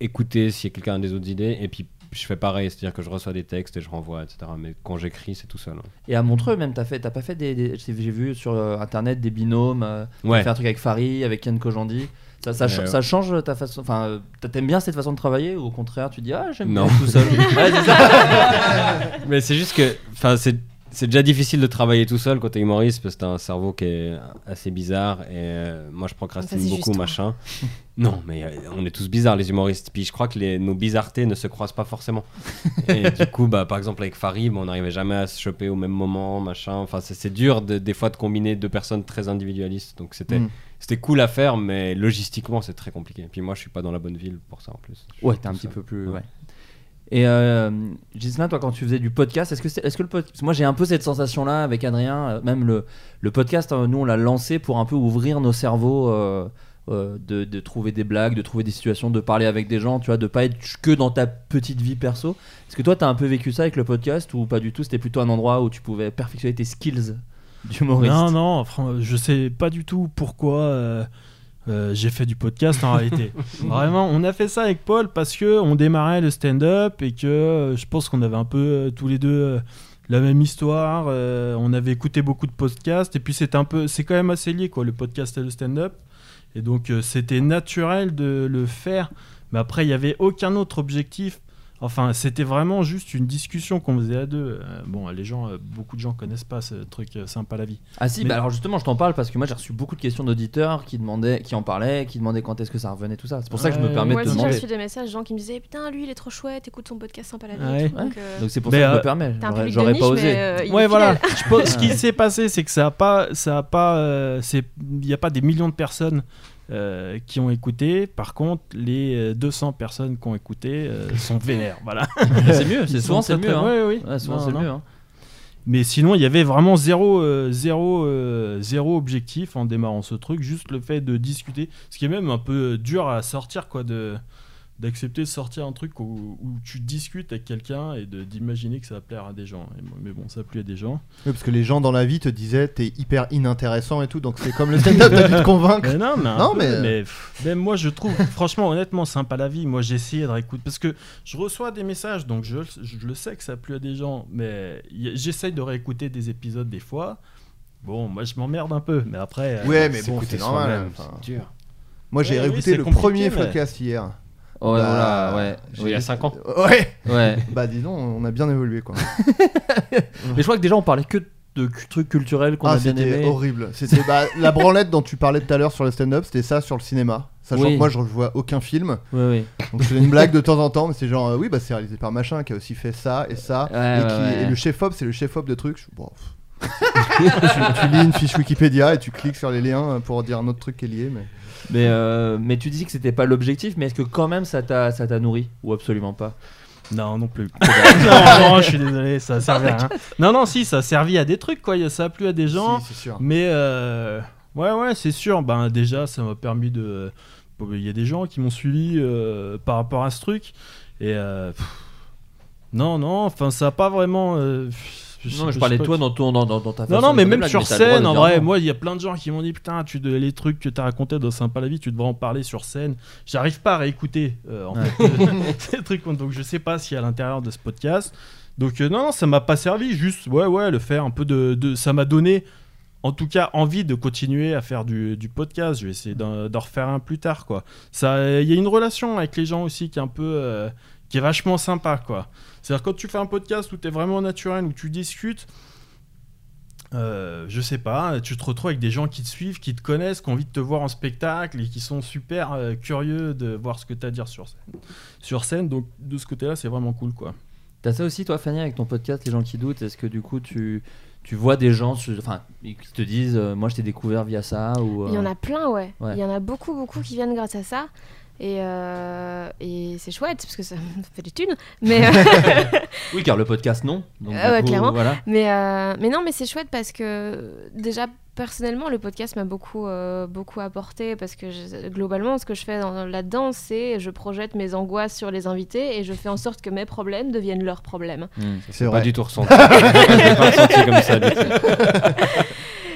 écouter si quelqu'un a des autres idées, et puis je fais pareil, c'est-à-dire que je reçois des textes et je renvoie, etc. Mais quand j'écris, c'est tout seul. hein.
Et à Montreux, même, t'as fait- t'as pas fait des. des- J'ai j'ai vu sur euh, Internet des binômes. euh, t'as
Ouais.
fait un truc avec Farid, avec Ken Kojandi. Ça, ça, cha-
Euh,
ça change ta façon. Enfin, euh, t'aimes bien cette façon de travailler ou au contraire, tu dis Ah, j'aime bien
Non.
tout seul Ouais, c'est ça.
Mais c'est juste que, enfin, c'est c'est déjà difficile de travailler tout seul quand t'es humoriste parce que t'as un cerveau qui est assez bizarre et euh, moi je procrastine
Ça, c'est
beaucoup
juste toi.
machin. non mais euh, on est tous bizarres les humoristes puis je crois que les, nos bizarretés ne se croisent pas forcément. et du coup bah par exemple avec Farid on n'arrivait jamais à se choper au même moment machin. Enfin c'est- c'est dur de- des fois de combiner deux personnes très individualistes donc c'était
Mm.
c'était cool à faire mais logistiquement c'est très compliqué. Puis moi je suis pas dans la bonne ville pour ça en plus. Je suis
Ouais,
tout
t'es un petit
seul.
peu plus.
Ouais.
Ouais. Et euh, Ghislain, toi, quand tu faisais du podcast, est-ce que, c'est- est-ce que le podcast. Moi, j'ai un peu cette sensation-là avec Adrien. euh, Même le, le podcast, euh, nous, on l'a lancé pour un peu ouvrir nos cerveaux, euh, euh, de, de trouver des blagues, de trouver des situations, de parler avec des gens, tu vois, de pas être que dans ta petite vie perso. Est-ce que toi, t'as un peu vécu ça avec le podcast ou pas du tout C'était plutôt un endroit où tu pouvais perfectionner tes skills d'humoriste
Non, non, fran- je sais pas du tout pourquoi euh, euh, j'ai fait du podcast en réalité. Vraiment, on a fait ça avec Paul parce que on démarrait le stand-up et que euh, je pense qu'on avait un peu euh, tous les deux euh, la même histoire. euh, on avait écouté beaucoup de podcasts et puis c'était un peu, c'est quand même assez lié quoi, le podcast et le stand-up. Et donc euh, c'était naturel de le faire, mais après il y avait aucun autre objectif. Enfin, c'était vraiment juste une discussion qu'on faisait à deux. Euh, bon, les gens, euh, beaucoup de gens connaissent pas ce truc euh, sympa la vie.
Ah si,
Mais-
bah alors justement, je t'en parle parce que moi j'ai reçu beaucoup de questions d'auditeurs qui demandaient, qui en parlaient, qui demandaient quand est-ce que ça revenait, tout ça. C'est pour ça que je me
Ouais.
permets
Moi
de te
aussi, j'ai
demander.
reçu des messages de gens qui me disaient Putain, lui, il est trop chouette, écoute son podcast sympa la vie.
Ouais.
et tout. Donc, euh,
Donc c'est pour
Mais,
ça que je
euh,
me permets.
t'as un
J'aurais-
public
J'aurais
de
pas
niche,
osé.
mais, euh, il est
ouais, voilà.
fidèle.
Je pense- ce qui s'est passé, c'est que ça a pas, ça a pas, euh, c'est, il n'y a pas des millions de personnes euh, qui ont écouté. Par contre, les euh, 200 personnes qui ont écouté euh, sont vénères, voilà.
c'est mieux. C'est
Ils
souvent
sont
c'est
très,
mieux.
très-
hein.
ouais, oui.
Ouais, souvent
Non,
c'est
non.
mieux. hein.
Mais sinon, il y avait vraiment zéro, euh, zéro, euh, zéro objectif en démarrant ce truc, juste le fait de discuter, ce qui est même un peu euh, dur à sortir, quoi, de d'accepter de sortir un truc où, où tu discutes avec quelqu'un et de, d'imaginer que ça va plaire à des gens. Et bon- Mais bon, ça a plu à des gens.
Oui, parce que les gens dans la vie te disaient t'es hyper inintéressant et tout, donc c'est comme le stand-up, t'as dû te convaincre.
Mais non, mais, un
Non,
peu,
mais- euh,
mais pff, même moi, je trouve, franchement, honnêtement, sympa la vie. Moi, j'ai essayé de réécouter parce que je reçois des messages, donc je, je le sais que ça plu à des gens, mais y- j'essaye de réécouter des épisodes des fois. Bon, moi, je m'emmerde un peu, mais après. euh,
Ouais, mais
C'est
bon,
écouter
c'est normal.
soi-même,
enfin.
c'est dur.
Moi, j'ai
Ouais, oui,
réécouté
c'est
le
compliqué,
premier
mais-
podcast hier.
Ouais,
Bah,
voilà, Oh ouais.
j'ai-
Oui, il y a 5 ans.
Ouais.
Ouais.
Bah, dis donc, on a bien évolué quoi.
Mais je crois que déjà on parlait que de cu- trucs culturels qu'on
ah,
a bien
c'était
aimé.
horrible. C'était bah, la branlette dont tu parlais tout à l'heure sur le stand-up, c'était ça sur le cinéma. Sachant
Oui.
que moi, je vois aucun film.
Ouais, ouais.
Donc, je fais une blague de temps en temps, mais c'est genre, euh, oui, bah, c'est réalisé par machin qui a aussi fait ça et ça.
Ouais,
et, qui-
ouais, ouais.
et le chef-op, c'est le chef-op de trucs. Je- bon, pff. tu, tu lis une fiche Wikipédia et tu cliques sur les liens pour dire un autre truc qui est lié. Mais...
Mais, euh, mais tu dis que c'était pas l'objectif, mais est-ce que quand même ça t'a ça t'a nourri Ou absolument pas
Non, non plus. non, non, je suis désolé, ça a servi à rien. hein. Non, non, si, ça a servi à des trucs, quoi. y a- Ça a plu à des gens.
Si, c'est sûr.
Mais euh, ouais, ouais, c'est sûr. Ben déjà, ça m'a permis de. bon, ben, Il y a des gens qui m'ont suivi euh, par rapport à ce truc. Et euh, pff, non, non. Enfin, ça a pas vraiment. euh, pff,
Non, mais je
sais
parlais de
pas.
toi dans, ton, dans, dans, dans ta façon
Non, non,
de
mais
faire
même
des
sur
blagues, mais t'as le droit
scène,
de
en
dire
vrai,
non.
moi, il y a plein de gens qui m'ont dit Putain, tu devais- les trucs que t'as raconté dans Sympa la vie, tu devrais en parler sur scène. J'arrive pas à réécouter, euh, en fait, euh, ces trucs. Donc, je sais pas si à l'intérieur de ce podcast. Donc, euh, non, non, ça m'a pas servi. Juste, ouais, ouais, le faire un peu de. de- ça m'a donné, en tout cas, envie de continuer à faire du, du podcast. Je vais essayer d'en d'en refaire un plus tard, quoi. Ça- Il y a une relation avec les gens aussi qui est un peu. euh, qui est vachement sympa, quoi. C'est-à-dire, quand tu fais un podcast où t'es vraiment naturel, où tu discutes. Euh, je sais pas, tu te retrouves avec des gens qui te suivent, qui te connaissent, qui ont envie de te voir en spectacle et qui sont super euh, curieux de voir ce que tu as à dire sur scène. Sur scène, donc de ce côté-là, c'est vraiment cool quoi.
T'as ça aussi, toi, Fanny, avec ton podcast, les gens qui doutent Est-ce que du coup, tu, tu vois des gens sur- enfin, qui te disent euh, Moi, je t'ai découvert via ça ou, euh,
Il y en a plein, ouais.
Ouais.
Il y en a beaucoup, beaucoup qui viennent grâce à ça. Et, euh, et c'est chouette, parce que ça me fait des thunes. Mais, euh,
Oui, car le podcast, non. Donc,
Ah
du
ouais,
coup,
clairement.
Voilà.
mais, euh, mais non, mais c'est chouette parce que déjà, personnellement, le podcast m'a beaucoup, euh, beaucoup apporté. Parce que je- globalement, ce que je fais dans- là-dedans, c'est je projette mes angoisses sur les invités et je fais en sorte que mes problèmes deviennent leurs problèmes.
C'est
Pas
vrai.
du tout ressenti. J'ai pas ressenti comme ça. du tout.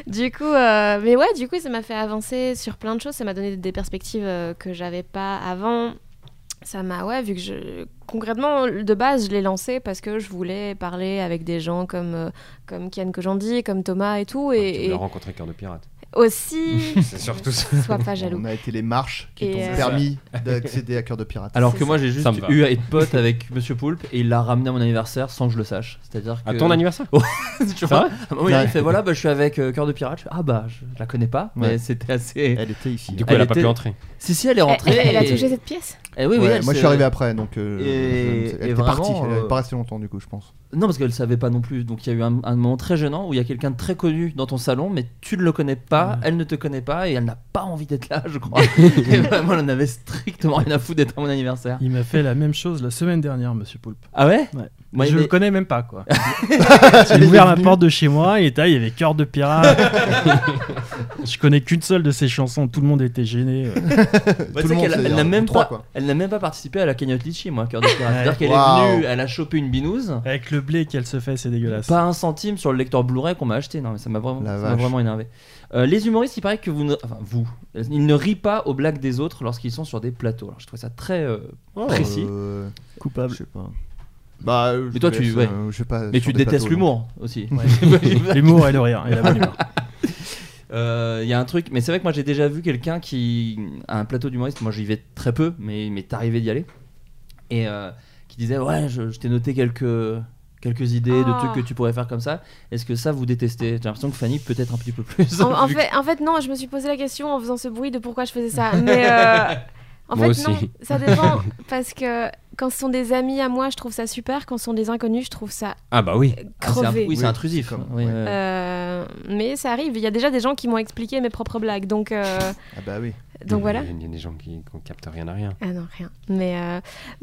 Du coup, euh, mais ouais, du coup, ça m'a fait avancer sur plein de choses. Ça m'a donné des perspectives euh, que j'avais pas avant. Ça m'a, ouais, vu que je. Concrètement, de base, je l'ai lancé parce que je voulais parler avec des gens comme, euh, comme Kian Kojandi, comme Thomas et tout.
Tu
Et,
l'as
et
rencontré cœur de pirate.
aussi.
C'est surtout ça.
Sois
Ah,
pas jaloux.
On a été les marches qui
Et,
t'ont
euh,
permis d'accéder à Cœur de Pirate.
Alors
C'est
que moi, j'ai juste
Ça me va.
eu à être pote avec Monsieur Poulpe et il l'a ramené à mon anniversaire sans que je le sache. C'est-à-dire que.
À ton anniversaire
tu vois Oui,
Ouais.
il fait Voilà, bah, je suis avec euh, Cœur de Pirate. Je fais, ah, bah, je, je la connais pas, mais
Ouais.
c'était assez.
Elle était ici.
Du coup,
Elle
elle, a pas
était-
pu entrer.
Si, si, elle est rentrée.
Elle, elle a
et-
touché cette pièce
Eh oui, oui,
Ouais,
elle
moi je
s'est-
suis arrivé après, donc euh,
Et-
je-
et
elle était partie.
vraiment,
Elle
euh,
avait pas resté longtemps du coup, je pense.
Non, parce qu'elle savait pas non plus. Donc il y a eu un, un moment très gênant où il y a quelqu'un de très connu dans ton salon, mais tu ne le connais pas, elle ne te connaît pas et elle n'a pas envie d'être là, je crois. et bah, vraiment, elle en avait strictement rien à foutre d'être à mon anniversaire.
Il m'a fait la même chose la semaine dernière, monsieur Poulpe.
Ah ouais
Ouais.
Moi,
je
mais-
le connais même pas quoi. J'ai ouvert la porte de chez moi, il était là, il y avait cœur de pirate. je connais qu'une seule de ses chansons, tout le monde était gêné. ouais.
Bah,
Tout
tu
le
sais
monde, ah,
qu'elle- elle
c'est-à-dire
n'a même,
trois,
pas-
quoi.
elle n'a même pas participé à la cagnotte Litchi, moi, cœur de pirate. C'est-à-dire qu'elle est
Waouh.
venue, elle a chopé une binouse,
Avec le blé qu'elle se fait, c'est dégueulasse.
pas un centime sur le lecteur Blu-ray qu'on m'a acheté. Non, mais ça m'a vraiment,
La
ça m'a
vache.
vraiment énervé. Euh, les humoristes, il paraît que vous ne... Enfin, vous. Ils ne rient pas aux blagues des autres lorsqu'ils sont sur des plateaux. Alors, je trouve ça très euh,
Oh.
précis. Ah,
Euh,
Coupable.
Je sais pas. Bah, euh, je
Mais toi,
te
tu-
laisse,
ouais.
euh, je sais pas.
Mais
sur
tu
des plateaux,
détestes
donc.
l'humour aussi.
Ouais. L'humour et le rire et la bonne humeur.
Euh, Il y a un truc, mais c'est vrai que moi j'ai déjà vu quelqu'un qui à un plateau d'humoriste, moi j'y vais très peu, mais il m'est arrivé d'y aller, et euh, qui disait ouais, je, je t'ai noté quelques quelques idées de
Ah.
trucs que tu pourrais faire comme ça. Est-ce que ça vous détestez J'ai l'impression que Fanny peut-être un petit peu plus.
en, en
vu que-
fait, en fait, non, je me suis posé la question en faisant ce bruit de pourquoi je faisais ça. Mais euh, en
Moi
fait,
aussi.
non, ça dépend. Parce que quand ce sont des amis à moi, je trouve ça super. Quand ce sont des inconnus, je trouve ça
Ah bah oui.
Ah, c'est un-
crevé.
oui, c'est
Oui,
intrusif.
c'est comme-
oui,
ouais.
ouais.
Euh, mais ça arrive. Il y a déjà des gens qui m'ont expliqué mes propres blagues, donc euh,
Ah bah oui.
donc voilà.
Il y a- il y a des gens qui qui captent rien à rien.
Ah non rien. Mais euh,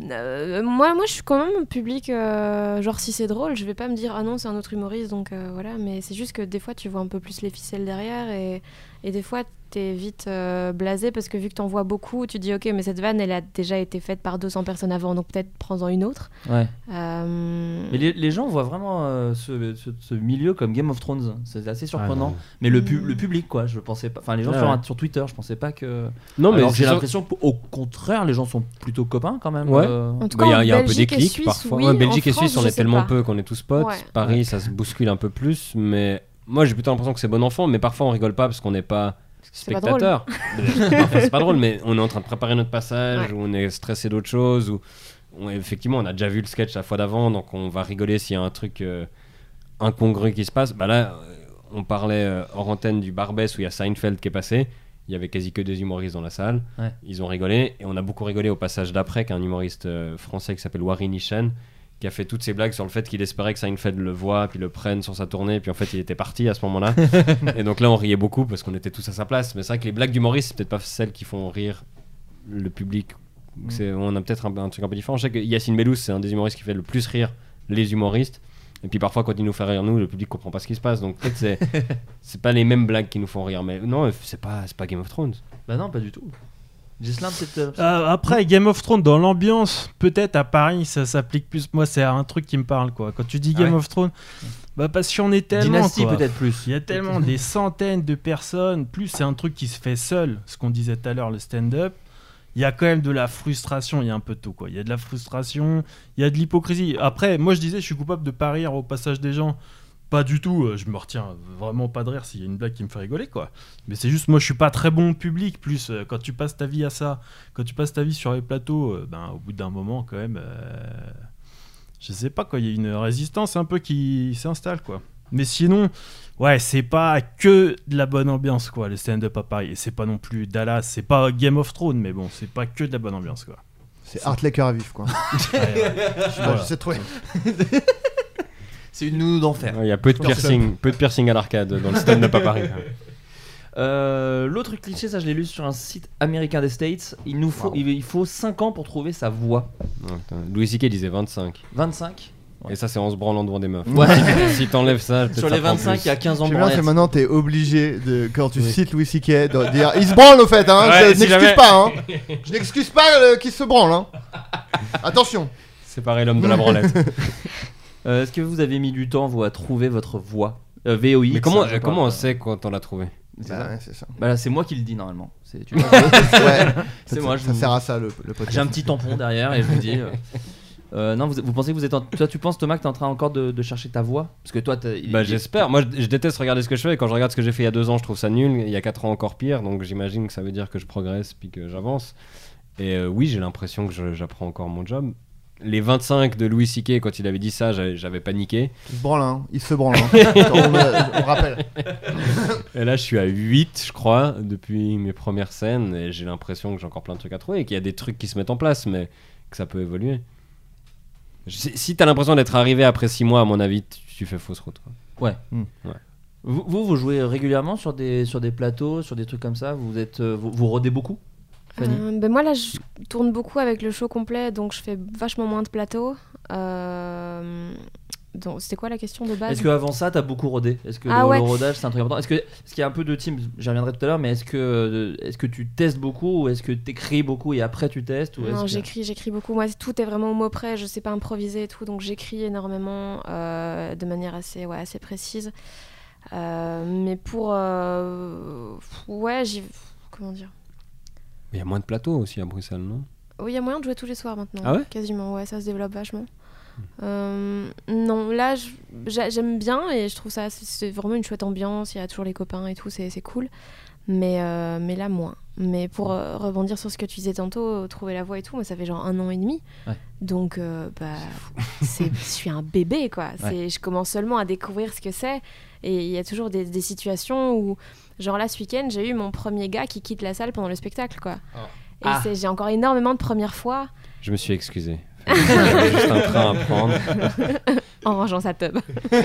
euh, moi, moi, je suis quand même un public. euh, genre si c'est drôle, je vais pas me dire ah non c'est un autre humoriste, donc euh, voilà. Mais c'est juste que des fois tu vois un peu plus les ficelles derrière et, et des fois t'es vite euh, blasé parce que vu que t'en vois beaucoup, tu dis ok mais cette vanne elle a déjà été faite par 200 personnes avant, donc peut-être prends-en une autre.
Ouais.
Euh,
Mais les, les gens voient vraiment euh, ce, ce- ce milieu comme Game of Thrones. C'est assez surprenant.
Ah, non.
mais le, pu-
Mm.
le public, quoi, je pensais pas. Enfin, les gens
Ah
sur,
ouais.
un- sur Twitter, je pensais pas que.
Non,
Alors, j'ai
c'est sûr-
l'impression qu'au contraire, les gens sont plutôt copains quand même.
Ouais.
euh.
En tout
Bah,
cas,
il y a,
en
il y a un peu des
Belgique et
clics
Suisse,
parfois.
oui,
Ouais,
en
Belgique et
France,
Suisse, on
je
est
sais
tellement
pas.
peu qu'on est tous potes.
Ouais.
Paris, ça se bouscule un peu plus, mais moi j'ai plutôt l'impression que c'est bon enfant, mais parfois on rigole pas parce qu'on n'est pas
c'est pas drôle.
spectateur. Parfois, c'est pas drôle, mais on est en train de préparer notre passage,
Ouais.
ou on est stressé d'autre chose, ou on- effectivement on a déjà vu le sketch la fois d'avant, donc on va rigoler s'il y a un truc euh, incongru qui se passe. Bah là, euh, on parlait euh, hors antenne du Barbès où il y a Seinfeld qui est passé. Il y avait quasi que des humoristes dans la salle.
Ouais.
Ils ont rigolé et on a beaucoup rigolé au passage d'après qu'un humoriste euh, français qui s'appelle Warren Ishen qui a fait toutes ses blagues sur le fait qu'il espérait que Seinfeld le voie, puis le prenne sur sa tournée, puis en fait il était parti à ce moment-là. et donc là on riait beaucoup parce qu'on était tous à sa place. Mais c'est vrai que les blagues d'humoristes, c'est peut-être pas celles qui font rire le public. Donc, c'est- On a peut-être un, un truc un peu différent. Je sais que Yacine Bellous, c'est un des humoristes qui fait le plus rire les humoristes. Et puis parfois, quand il nous fait rire, nous, le public comprend pas ce qui se passe. Donc peut-être c'est c'est pas les mêmes blagues qui nous font rire. Mais non, c'est pas, c'est pas Game of Thrones.
Bah non, pas du tout. Gislain, peut-être.
Ah,
euh,
Euh, après, Game of Thrones, dans l'ambiance, peut-être à Paris, ça s'applique plus. Moi, c'est un truc qui me parle, quoi. Quand tu dis
Ah
Game
ouais
of Thrones, bah parce qu'il y en est tellement.
Dynastie,
quoi.
peut-être plus.
Il y a tellement des centaines de personnes, plus c'est un truc qui se fait seul, ce qu'on disait tout à l'heure, le stand-up. Il y a quand même de la frustration, il y a un peu de tout quoi. Il y a de la frustration, il y a de l'hypocrisie. Après, moi je disais, je suis coupable de pas rire au passage des gens. Pas du tout, euh, je me retiens vraiment pas de rire s'il y a une blague qui me fait rigoler quoi. Mais c'est juste, moi je suis pas très bon public, plus euh, quand tu passes ta vie à ça, quand tu passes ta vie sur les plateaux, euh, ben au bout d'un moment quand même, euh, je sais pas quoi, il y a une résistance un peu qui s'installe quoi. Mais sinon, Ouais, c'est pas que de la bonne ambiance, quoi, le stand-up à Paris. Et c'est pas non plus Dallas, c'est pas Game of Thrones, mais bon, c'est pas que de la bonne ambiance, quoi.
C'est Art Laker à vif, quoi.
Ouais, ouais.
Voilà. Je sais trouver.
C'est une nounou d'enfer.
Il y a peu de
Personne.
piercing, peu de piercing à l'arcade dans le stand-up à Paris.
Euh, L'autre cliché, ça je l'ai lu sur un site américain des States. Il nous faut,
Wow.
il, il faut 5 ans pour trouver sa voix.
Oh, putain. Louis C.K. disait 25.
25 Ouais.
Et ça, c'est en se branlant devant des meufs.
Ouais.
si t'enlèves ça, peut-être
Sur
ça
les
prend
25,
plus.
il y a 15 ans
J'aime bien
branlette.
que maintenant t'es obligé de quand tu
Oui.
cites Louis C.K. de dire il se branle au fait hein,
Ouais,
je
si
n'excuse
jamais.
pas hein. Je n'excuse pas euh, qu'il se branle hein. Attention.
Séparer l'homme de la branlette.
Euh, Est-ce que vous avez mis du temps vous à trouver votre voix euh, VOX
Mais comment,
hein, je
comment
parle.
on sait quand on l'a trouvé
C'est
Bah
ça.
ouais, c'est ça.
Bah là, c'est moi qui le dis normalement. C'est tu vois,
Ouais.
c'est
Ça-
moi. je
Ça
vous-
sert à ça le, le podcast.
J'ai un petit tampon derrière et je vous dis. euh, euh, non, vous, vous pensez que vous êtes. En... Toi, tu penses Thomas que t'es en train encore de, de chercher ta voix Parce que toi, t'as- il-
Bah
il-
j'espère. Moi je, je déteste regarder ce que je fais et quand je regarde ce que j'ai fait il y a deux ans, je trouve ça nul. Il y a quatre ans encore pire. Donc j'imagine que ça veut dire que je progresse puis que j'avance. Et euh, oui, j'ai l'impression que je- j'apprends encore mon job. Les 25 de Louis Siquet, quand il avait dit ça, j'avais j'avais paniqué.
Il se branle hein. Il se branle hein. on, me- on rappelle.
Et là, je suis à 8, je crois, depuis mes premières scènes. Et j'ai l'impression que j'ai encore plein de trucs à trouver et qu'il y a des trucs qui se mettent en place, mais que ça peut évoluer. Je sais- si t'as l'impression d'être arrivé après 6 mois, à mon avis, tu, tu fais fausse route. quoi.
Vous, vous, vous jouez régulièrement sur des, sur des plateaux, sur des trucs comme ça Vous êtes, euh, vous, vous rodez beaucoup Fanny
Euh, ben moi là je tourne beaucoup avec le show complet donc je fais vachement moins de plateaux. Euh, donc, C'était quoi la question de base
Est-ce qu'avant ça, t'as beaucoup rodé Est-ce que
Ah
le,
ouais.
le rodage, c'est un truc important Est-ce que- est-ce qu'il y a un peu de team J'y reviendrai tout à l'heure, mais est-ce que, est que tu testes beaucoup ou est-ce que t'écris beaucoup et après tu testes ou est-ce
Non,
que-
j'écris, j'écris beaucoup. Moi, tout est vraiment au mot près. Je sais pas improviser et tout, donc j'écris énormément euh, de manière assez, ouais, assez précise. Euh, mais pour, euh, ouais, j'y, comment dire
Mais il y a moins de plateaux aussi à Bruxelles, non
Oui, il y a moyen de jouer tous les soirs maintenant.
Ah ouais
Quasiment, ouais, ça se développe vachement. Euh, non, là, je- j'a- j'aime bien et je trouve ça, c'est- c'est vraiment une chouette ambiance. Il y a toujours les copains et tout, c'est c'est cool. Mais, euh, mais là, moins. Mais pour euh, rebondir sur ce que tu disais tantôt, euh, trouver la voix et tout, moi, ça fait genre un an et demi.
Ouais.
Donc, euh, bah, c'est- je suis un bébé, quoi. C'est- Je commence seulement à découvrir ce que c'est. Et il y a toujours des, des situations où, genre là, ce week-end, j'ai eu mon premier gars qui quitte la salle pendant le spectacle, quoi. Et
Ah.
c'est- j'ai encore énormément de premières fois
Je me suis excusé. J'avais juste un train à prendre.
en rangeant sa tub.
Et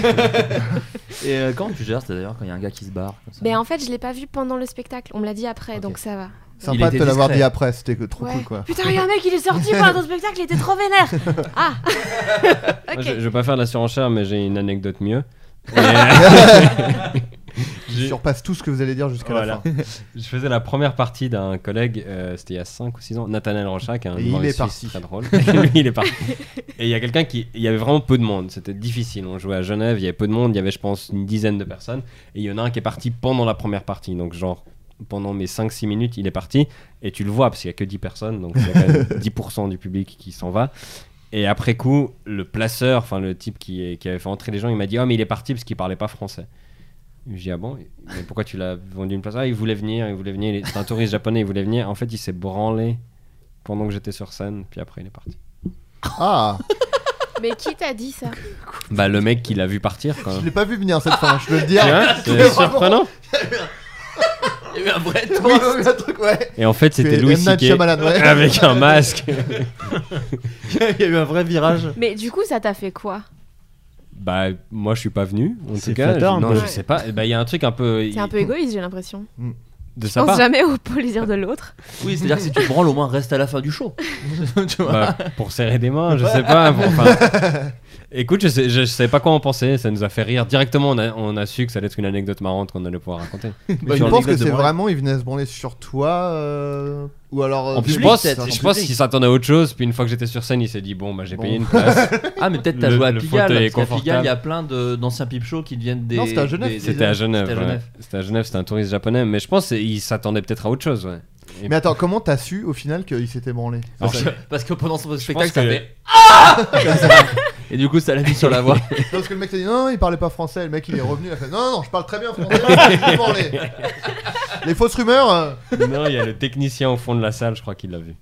euh, comment tu gères, c'est d'ailleurs, quand il y a un gars qui se barre comme ça
Mais Ben, en fait, je l'ai pas vu pendant le spectacle. On me l'a dit après,
Ok.
donc ça va.
Il
Sympa
était
de te l'avoir
discret.
dit après, c'était que trop cool quoi.
Putain, il y a un mec, il est sorti pendant ton spectacle, il était trop vénère. Ah
Moi,
Ok.
je, je vais pas faire de la surenchère, mais j'ai une anecdote mieux. Et-
Je surpasse tout ce que vous allez dire jusqu'à la
Voilà.
fin.
Je faisais la première partie d'un collègue, euh, c'était il y a 5 ou 6 ans, Nathanaël Rocha, qui est un
Et il
humoriste
est parti.
suisse très drôle. Lui, il est parti. Et il y a quelqu'un qui. Il y avait vraiment peu de monde, c'était difficile. On jouait à Genève, il y avait peu de monde, il y avait, je pense, une dizaine de personnes. Et il y en a un qui est parti pendant la première partie. Donc, genre, pendant mes 5-6 minutes, il est parti. Et tu le vois, parce qu'il y a que 10 personnes, donc il y a quand même 10% du public qui s'en va. Et après coup, le placeur, enfin le type qui, est- qui avait fait entrer les gens, il m'a dit Oh, mais il est parti parce qu'il parlait pas français. J'ai dit Ah bon Mais pourquoi tu l'as vendu une place Ah, il voulait venir, il voulait venir. il est- C'est un touriste japonais, il voulait venir. En fait, il s'est branlé pendant que j'étais sur scène, puis après, il est parti.
Ah,
Mais qui t'a dit ça
Bah, le mec qui l'a vu partir quand
je
même.
l'ai pas vu venir cette fin, je veux le dire.
Tu vois, C'est surprenant.
Il y a eu un vrai
Oui, oui, un truc, ouais.
Et en fait, c'était
Tu es
Louis
M. Night
C.K.
Shyamalan, ouais.
avec un masque.
Il y a eu un vrai virage.
Mais du coup, ça t'a fait quoi
bah, moi, je suis pas venu. En
C'est
tout cas,
flatteur, un
non,
peu.
je sais pas. Eh ben, Il y a un truc un peu.
C'est un peu égoïste, j'ai l'impression.
De
Je
sa
pense
part.
jamais au plaisir de l'autre.
Oui, c'est-à-dire que si tu te branles, au moins reste à la fin du show.
Tu vois.
Bah, pour serrer des mains, je sais pas. pour- enfin, Écoute, je sais, je savais pas quoi en penser. Ça nous a fait rire directement. On a, on a su que ça allait être une anecdote marrante qu'on allait pouvoir raconter.
Bah, je
sur
pense
l'anecdote
que
de
c'est
Branle.
vraiment, il venait se branler sur toi. euh, Ou alors. euh,
En plus, je
public,
pense,
peut-être, en
je
public.
pense qu'il s'attendait à autre chose. Puis une fois que j'étais sur scène, il s'est dit bon, bah j'ai
Bon.
payé une place.
Ah, mais peut-être t'as
Le-
joué à
le
Pigalle.
fauteuil est
Parce qu'à Pigalle,
confortable.
il y a plein de- d'anciens pipe shows qui deviennent des.
Non, c'était à Genève,
des- des-
C'était à Genève.
C'était à
ouais.
Genève.
C'était à Genève. C'était un touriste japonais. Mais je pense qu'il s'attendait peut-être à autre chose. Ouais. Et-
Mais attends, comment t'as su au final qu'il s'était branlé
Alors, je-
Parce que pendant son
pense
spectacle, ça
que-
fait. Ah Et du coup, ça l'a mis sur la voie.
Non, Parce que le mec t'a dit non, non, il parlait pas français. Le mec il est revenu, il a fait non, non, non, je parle très bien français. je suis branlé. Les fausses rumeurs. euh,
non, il y a le technicien au fond de la salle. Je crois qu'il l'a vu.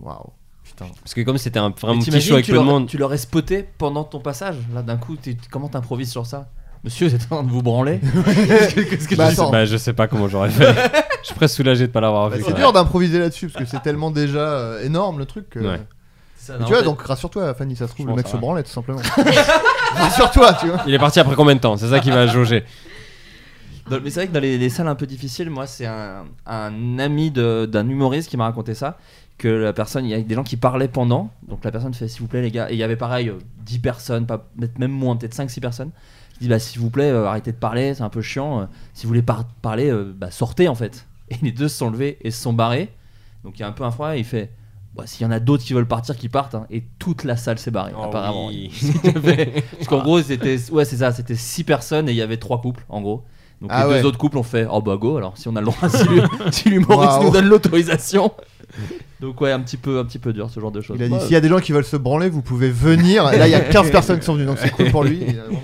Waouh. Putain.
Parce que comme c'était un vraiment
Mais
petit
t'imagines,
show avec
tu
peu de
l'aurais-
monde.
Tu l'aurais spoté pendant ton passage. Là, d'un coup, t'es- comment t'improvises sur ça Monsieur, vous êtes en train de vous branler. Qu'est-ce que
Bah,
je, sais,
attends.
bah, je sais pas comment j'aurais fait. je suis presque soulagé de pas l'avoir
Bah,
vu.
c'est
quand
dur d'improviser là-dessus parce que c'est tellement déjà euh, énorme le truc. que-
Ouais.
Ça,
Mais
non,
tu vois,
peut-être-
donc rassure-toi, Fanny, ça se trouve, le
Je pense,
mec
ça
se
va.
branlait tout simplement. rassure-toi, tu vois.
Il est parti après combien de temps C'est ça qui va jauger.
Dans- mais c'est vrai que dans les, les salles un peu difficiles, moi, c'est un, un ami de- d'un humoriste qui m'a raconté ça. Que la personne, il y a des gens qui parlaient pendant. Donc la personne fait, s'il vous plaît, les gars. Et il y avait pareil, euh, 10 personnes, pas, peut-être même moins, peut-être 5-6 personnes. Qui dit, bah, s'il vous plaît, euh, arrêtez de parler, c'est un peu chiant. Euh, si vous voulez par- parler, euh, bah, sortez en fait. Et les deux se sont levés et se sont barrés. Donc il y a un peu un froid et il fait. Bah, S'il y en a d'autres qui veulent partir, qui partent. hein. Et toute la salle s'est barrée,
Ah
apparemment. Parce
Ah.
qu'en gros, c'était ouais, c'est ça, c'était 6 personnes et il y avait 3 couples en gros. Donc
Ah
les
ouais.
deux autres couples ont fait oh bah go alors si on a le droit si lui- si l'humoriste
Waouh.
nous donne l'autorisation. Donc ouais, un petit peu un petit peu dur ce genre de choses.
Il a dit
Ouais.
s'il y a des gens qui veulent se branler, vous pouvez venir. Et là, il y a 15 personnes qui sont venues, donc c'est cool pour lui. Il a vraiment-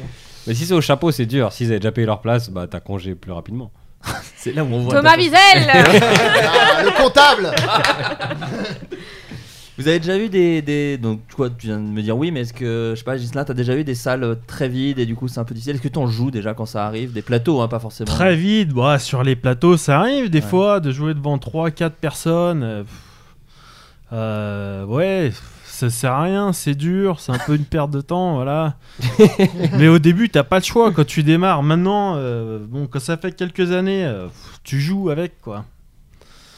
Mais si c'est au chapeau, c'est dur. S'ils avaient déjà payé leur place, bah t'as congé plus rapidement.
c'est là où on voit
Thomas Wiesel
Ah, le comptable
Vous avez déjà eu des, des donc toi tu viens de me dire oui, mais est-ce que je sais pas Gislain, t'as déjà eu des salles très vides et du coup c'est un peu difficile. Est-ce que t'en joues déjà quand ça arrive des plateaux hein, pas forcément.
Très
vite, bah, sur les plateaux, ça arrive des
Ouais.
fois de jouer devant 3-4 personnes. euh, pff. Euh, ouais, ça sert à rien, c'est dur, c'est un peu une perte de temps, voilà. Mais au début, t'as pas le choix quand tu démarres. Maintenant, euh, bon, quand ça fait quelques années, euh, pff, tu joues avec quoi.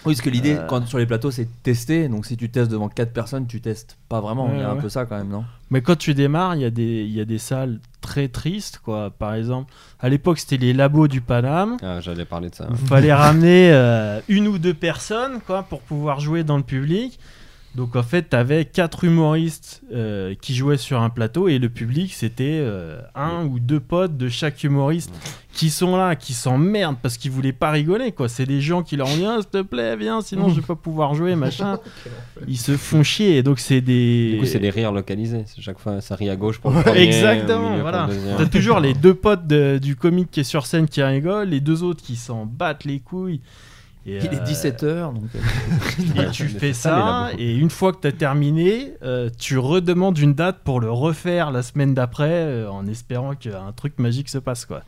Oui, parce que l'idée
Euh.
quand sur les plateaux c'est de tester. Donc si tu testes devant quatre personnes, tu testes pas vraiment. Il y a
Ouais,
un
ouais.
peu ça quand même, non
Mais quand tu démarres, il y, a des- il y a des salles très tristes, quoi. Par exemple, à l'époque, c'était les labos du Paname.
Ah, J'allais parler de ça.
Il fallait ramener euh, une ou deux personnes quoi, pour pouvoir jouer dans le public. Donc en fait, tu avais quatre humoristes euh, qui jouaient sur un plateau et le public, c'était euh, un ou deux potes de chaque humoriste qui sont là, qui s'emmerdent parce qu'ils voulaient pas rigoler. quoi. C'est des gens qui leur ont dit Ah, s'il te plaît, viens, sinon je vais pas pouvoir jouer, machin. Ils se font chier. Et donc c'est des...
Du coup, c'est des rires localisés. C'est Chaque fois, ça rit à gauche pour le premier, au
Exactement,
milieu
voilà.
pour le deuxième.
T'as toujours les deux potes de- du comique qui est sur scène qui rigolent, les deux autres qui s'en battent les couilles. Et,
Il est
euh,
17h, donc.
et tu
Mais
fais
ça, il y en a
ça,
beaucoup.
et une fois que t'as terminé, euh, tu redemandes une date pour le refaire la semaine d'après euh, en espérant qu'un truc magique se passe. quoi.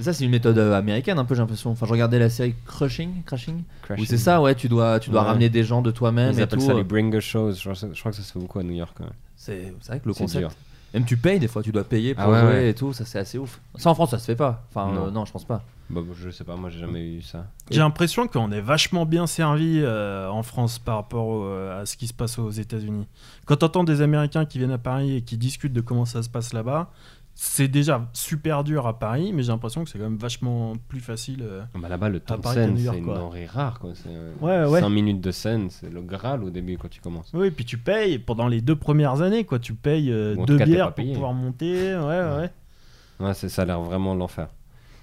Ça, c'est une méthode euh, américaine, un peu, j'ai l'impression. Enfin, je regardais la série Crushing, Crashing, où
Crashing.
c'est
hein,
ça, ouais, tu dois, tu dois
Ouais.
ramener des gens de toi-même
Ils
et
appellent
tout.
euh,
euh,
ça les bringer shows. Je crois, je crois que ça se fait beaucoup à New York. hein, ouais.
C'est c'est vrai que le
C'est dur.
concept. Même tu payes des fois, tu dois payer pour
Ah ouais,
jouer
ouais.
et tout, ça c'est assez ouf. Ça en France, ça se fait pas. Enfin, euh, non,
Non.
je pense pas.
Bah, je sais pas, moi j'ai jamais eu ça.
J'ai l'impression qu'on est vachement bien servi euh, en France par rapport au- euh, à ce qui se passe aux États-Unis. Quand t'entends des Américains qui viennent à Paris et qui discutent de comment ça se passe là-bas, c'est déjà super dur à Paris, mais j'ai l'impression que c'est quand même vachement plus facile. euh.
Bah, Là-bas, le temps de
Paris qu'à
scène,
New York,
c'est une
quoi.
denrée rare. Quoi. C'est, euh,
Ouais, ouais.
5 minutes de scène, c'est le Graal au début quand tu commences.
Oui, puis tu payes pendant les deux premières années, quoi. Tu payes euh,
Ou en tout
deux
cas, t'es pas
bières pour
payé.
pouvoir monter. Ouais, ouais. ouais.
Ouais, c'est- ça a l'air vraiment l'enfer.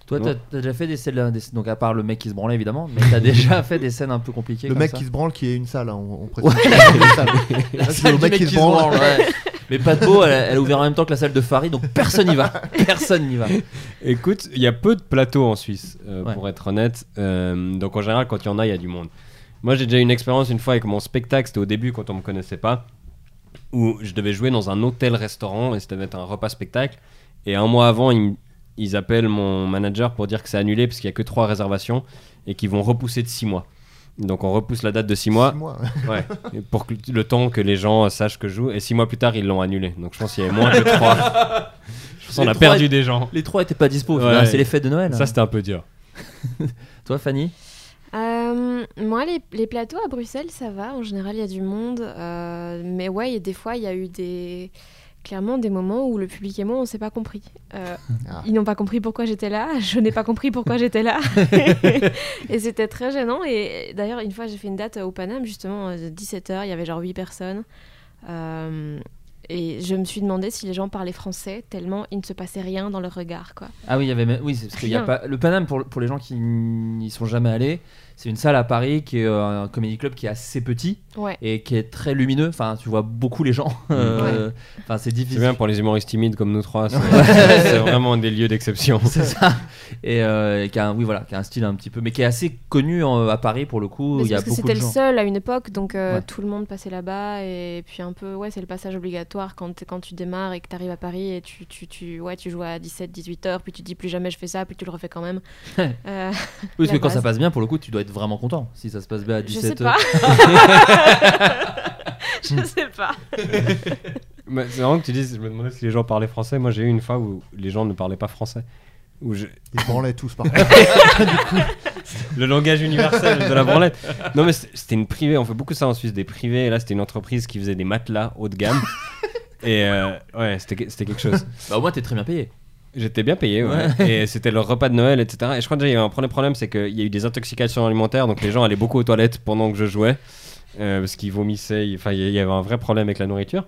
Toi,
Non.
t'as t'as déjà fait des scènes, des- donc à part le mec qui se branlait évidemment, mais t'as déjà fait des scènes un peu compliquées.
Le
comme
mec
ça
qui se branle, qui est une salle, hein, on, on précise. C'est une salle.
La
c'est
salle
le
du
mec qui se branle.
ouais. Mais pas de beau, elle, a- elle a ouvert en même temps que la salle de Farid, donc personne n'y va. Personne n'y va.
Écoute, il y a peu de plateaux en Suisse, euh,
Ouais.
pour être honnête. Euh, donc en général, quand il y en a, il y a du monde. Moi, j'ai déjà eu une expérience une fois avec mon spectacle, c'était au début quand on me connaissait pas, où je devais jouer dans un hôtel-restaurant et c'était un repas spectacle. Et un mois avant, il me- ils appellent mon manager pour dire que c'est annulé parce qu'il n'y a que trois réservations et qu'ils vont repousser de six mois. Donc on repousse la date de six mois
Six mois.
Ouais, et pour que- le temps que les gens sachent que je joue. Et six mois plus tard, ils l'ont annulé. Donc je pense qu'il y avait moins que trois. je pense qu'on
Les
a
trois Ah
perdu des gens.
Les trois étaient pas dispo, au final,
Ouais.
c'est les fêtes de Noël. hein.
Ça, c'était un peu dur.
Toi, Fanny
Euh, moi, les, les plateaux à Bruxelles, ça va. En général, il y a du monde. Euh, mais ouais, et des fois, il y a eu des. Clairement, des moments où le public et moi, on s'est pas compris. Euh,
Ah.
Ils n'ont pas compris pourquoi j'étais là. Je n'ai pas compris pourquoi j'étais là. et c'était très gênant. Et d'ailleurs, une fois, j'ai fait une date au Paname, justement, euh, de 17h. Il y avait genre 8 personnes. Euh, et je me suis demandé si les gens parlaient français, tellement il ne se passait rien dans leur regard, quoi.
Ah oui, il y avait même- oui, c'est parce qu'il y a
Rien.
pas le Paname pour, pour les gens qui n'y sont jamais allés, c'est une salle à Paris qui est euh, un comédie club qui est assez petit
Ouais.
et qui est très lumineux. Enfin, tu vois beaucoup les gens. Euh, Enfin, c'est
C'est
difficile.
bien pour les humoristes timides comme nous trois. C'est c'est vraiment des lieux d'exception.
C'est ça. Et euh, qui a un, oui voilà, qui a un style un petit peu, mais qui est assez connu en- à Paris pour le coup.
Mais
Il
c'est
y a
parce que
beaucoup
c'était
de
le
gens.
seul à une époque, donc euh,
Ouais.
tout le monde passait là-bas. Et puis un peu, ouais, c'est le passage obligatoire quand, t'es- quand tu démarres et que tu arrives à Paris et tu, tu, tu, ouais, tu joues à 17, 18 heures, puis tu dis plus jamais je fais ça, puis tu le refais quand même. Euh,
Oui, parce que
la
quand ça
base.
passe bien, pour le coup, tu dois être vraiment content si ça se passe bien à 17
je sais pas. je sais pas.
Mais C'est vraiment que tu dises, je me demandais si les gens parlaient français. Moi, j'ai eu une fois où les gens ne parlaient pas français. Où je-
Ils branlaient tous par contre.
Le langage universel de la branlette. Non, mais c'était c'était une privée. On fait beaucoup ça en Suisse, des privés. Et là, c'était une entreprise qui faisait des matelas haut de gamme. Et euh, ouais, c'était c'était quelque chose.
Bah, au moins, t'es très bien payé.
J'étais bien payé, ouais. Et c'était leur repas de Noël, etc. Et je crois déjà, il y avait un premier problème, c'est qu'il y a eu des intoxications alimentaires, donc les gens allaient beaucoup aux toilettes pendant que je jouais, euh, parce qu'ils vomissaient, il- enfin, il y avait un vrai problème avec la nourriture.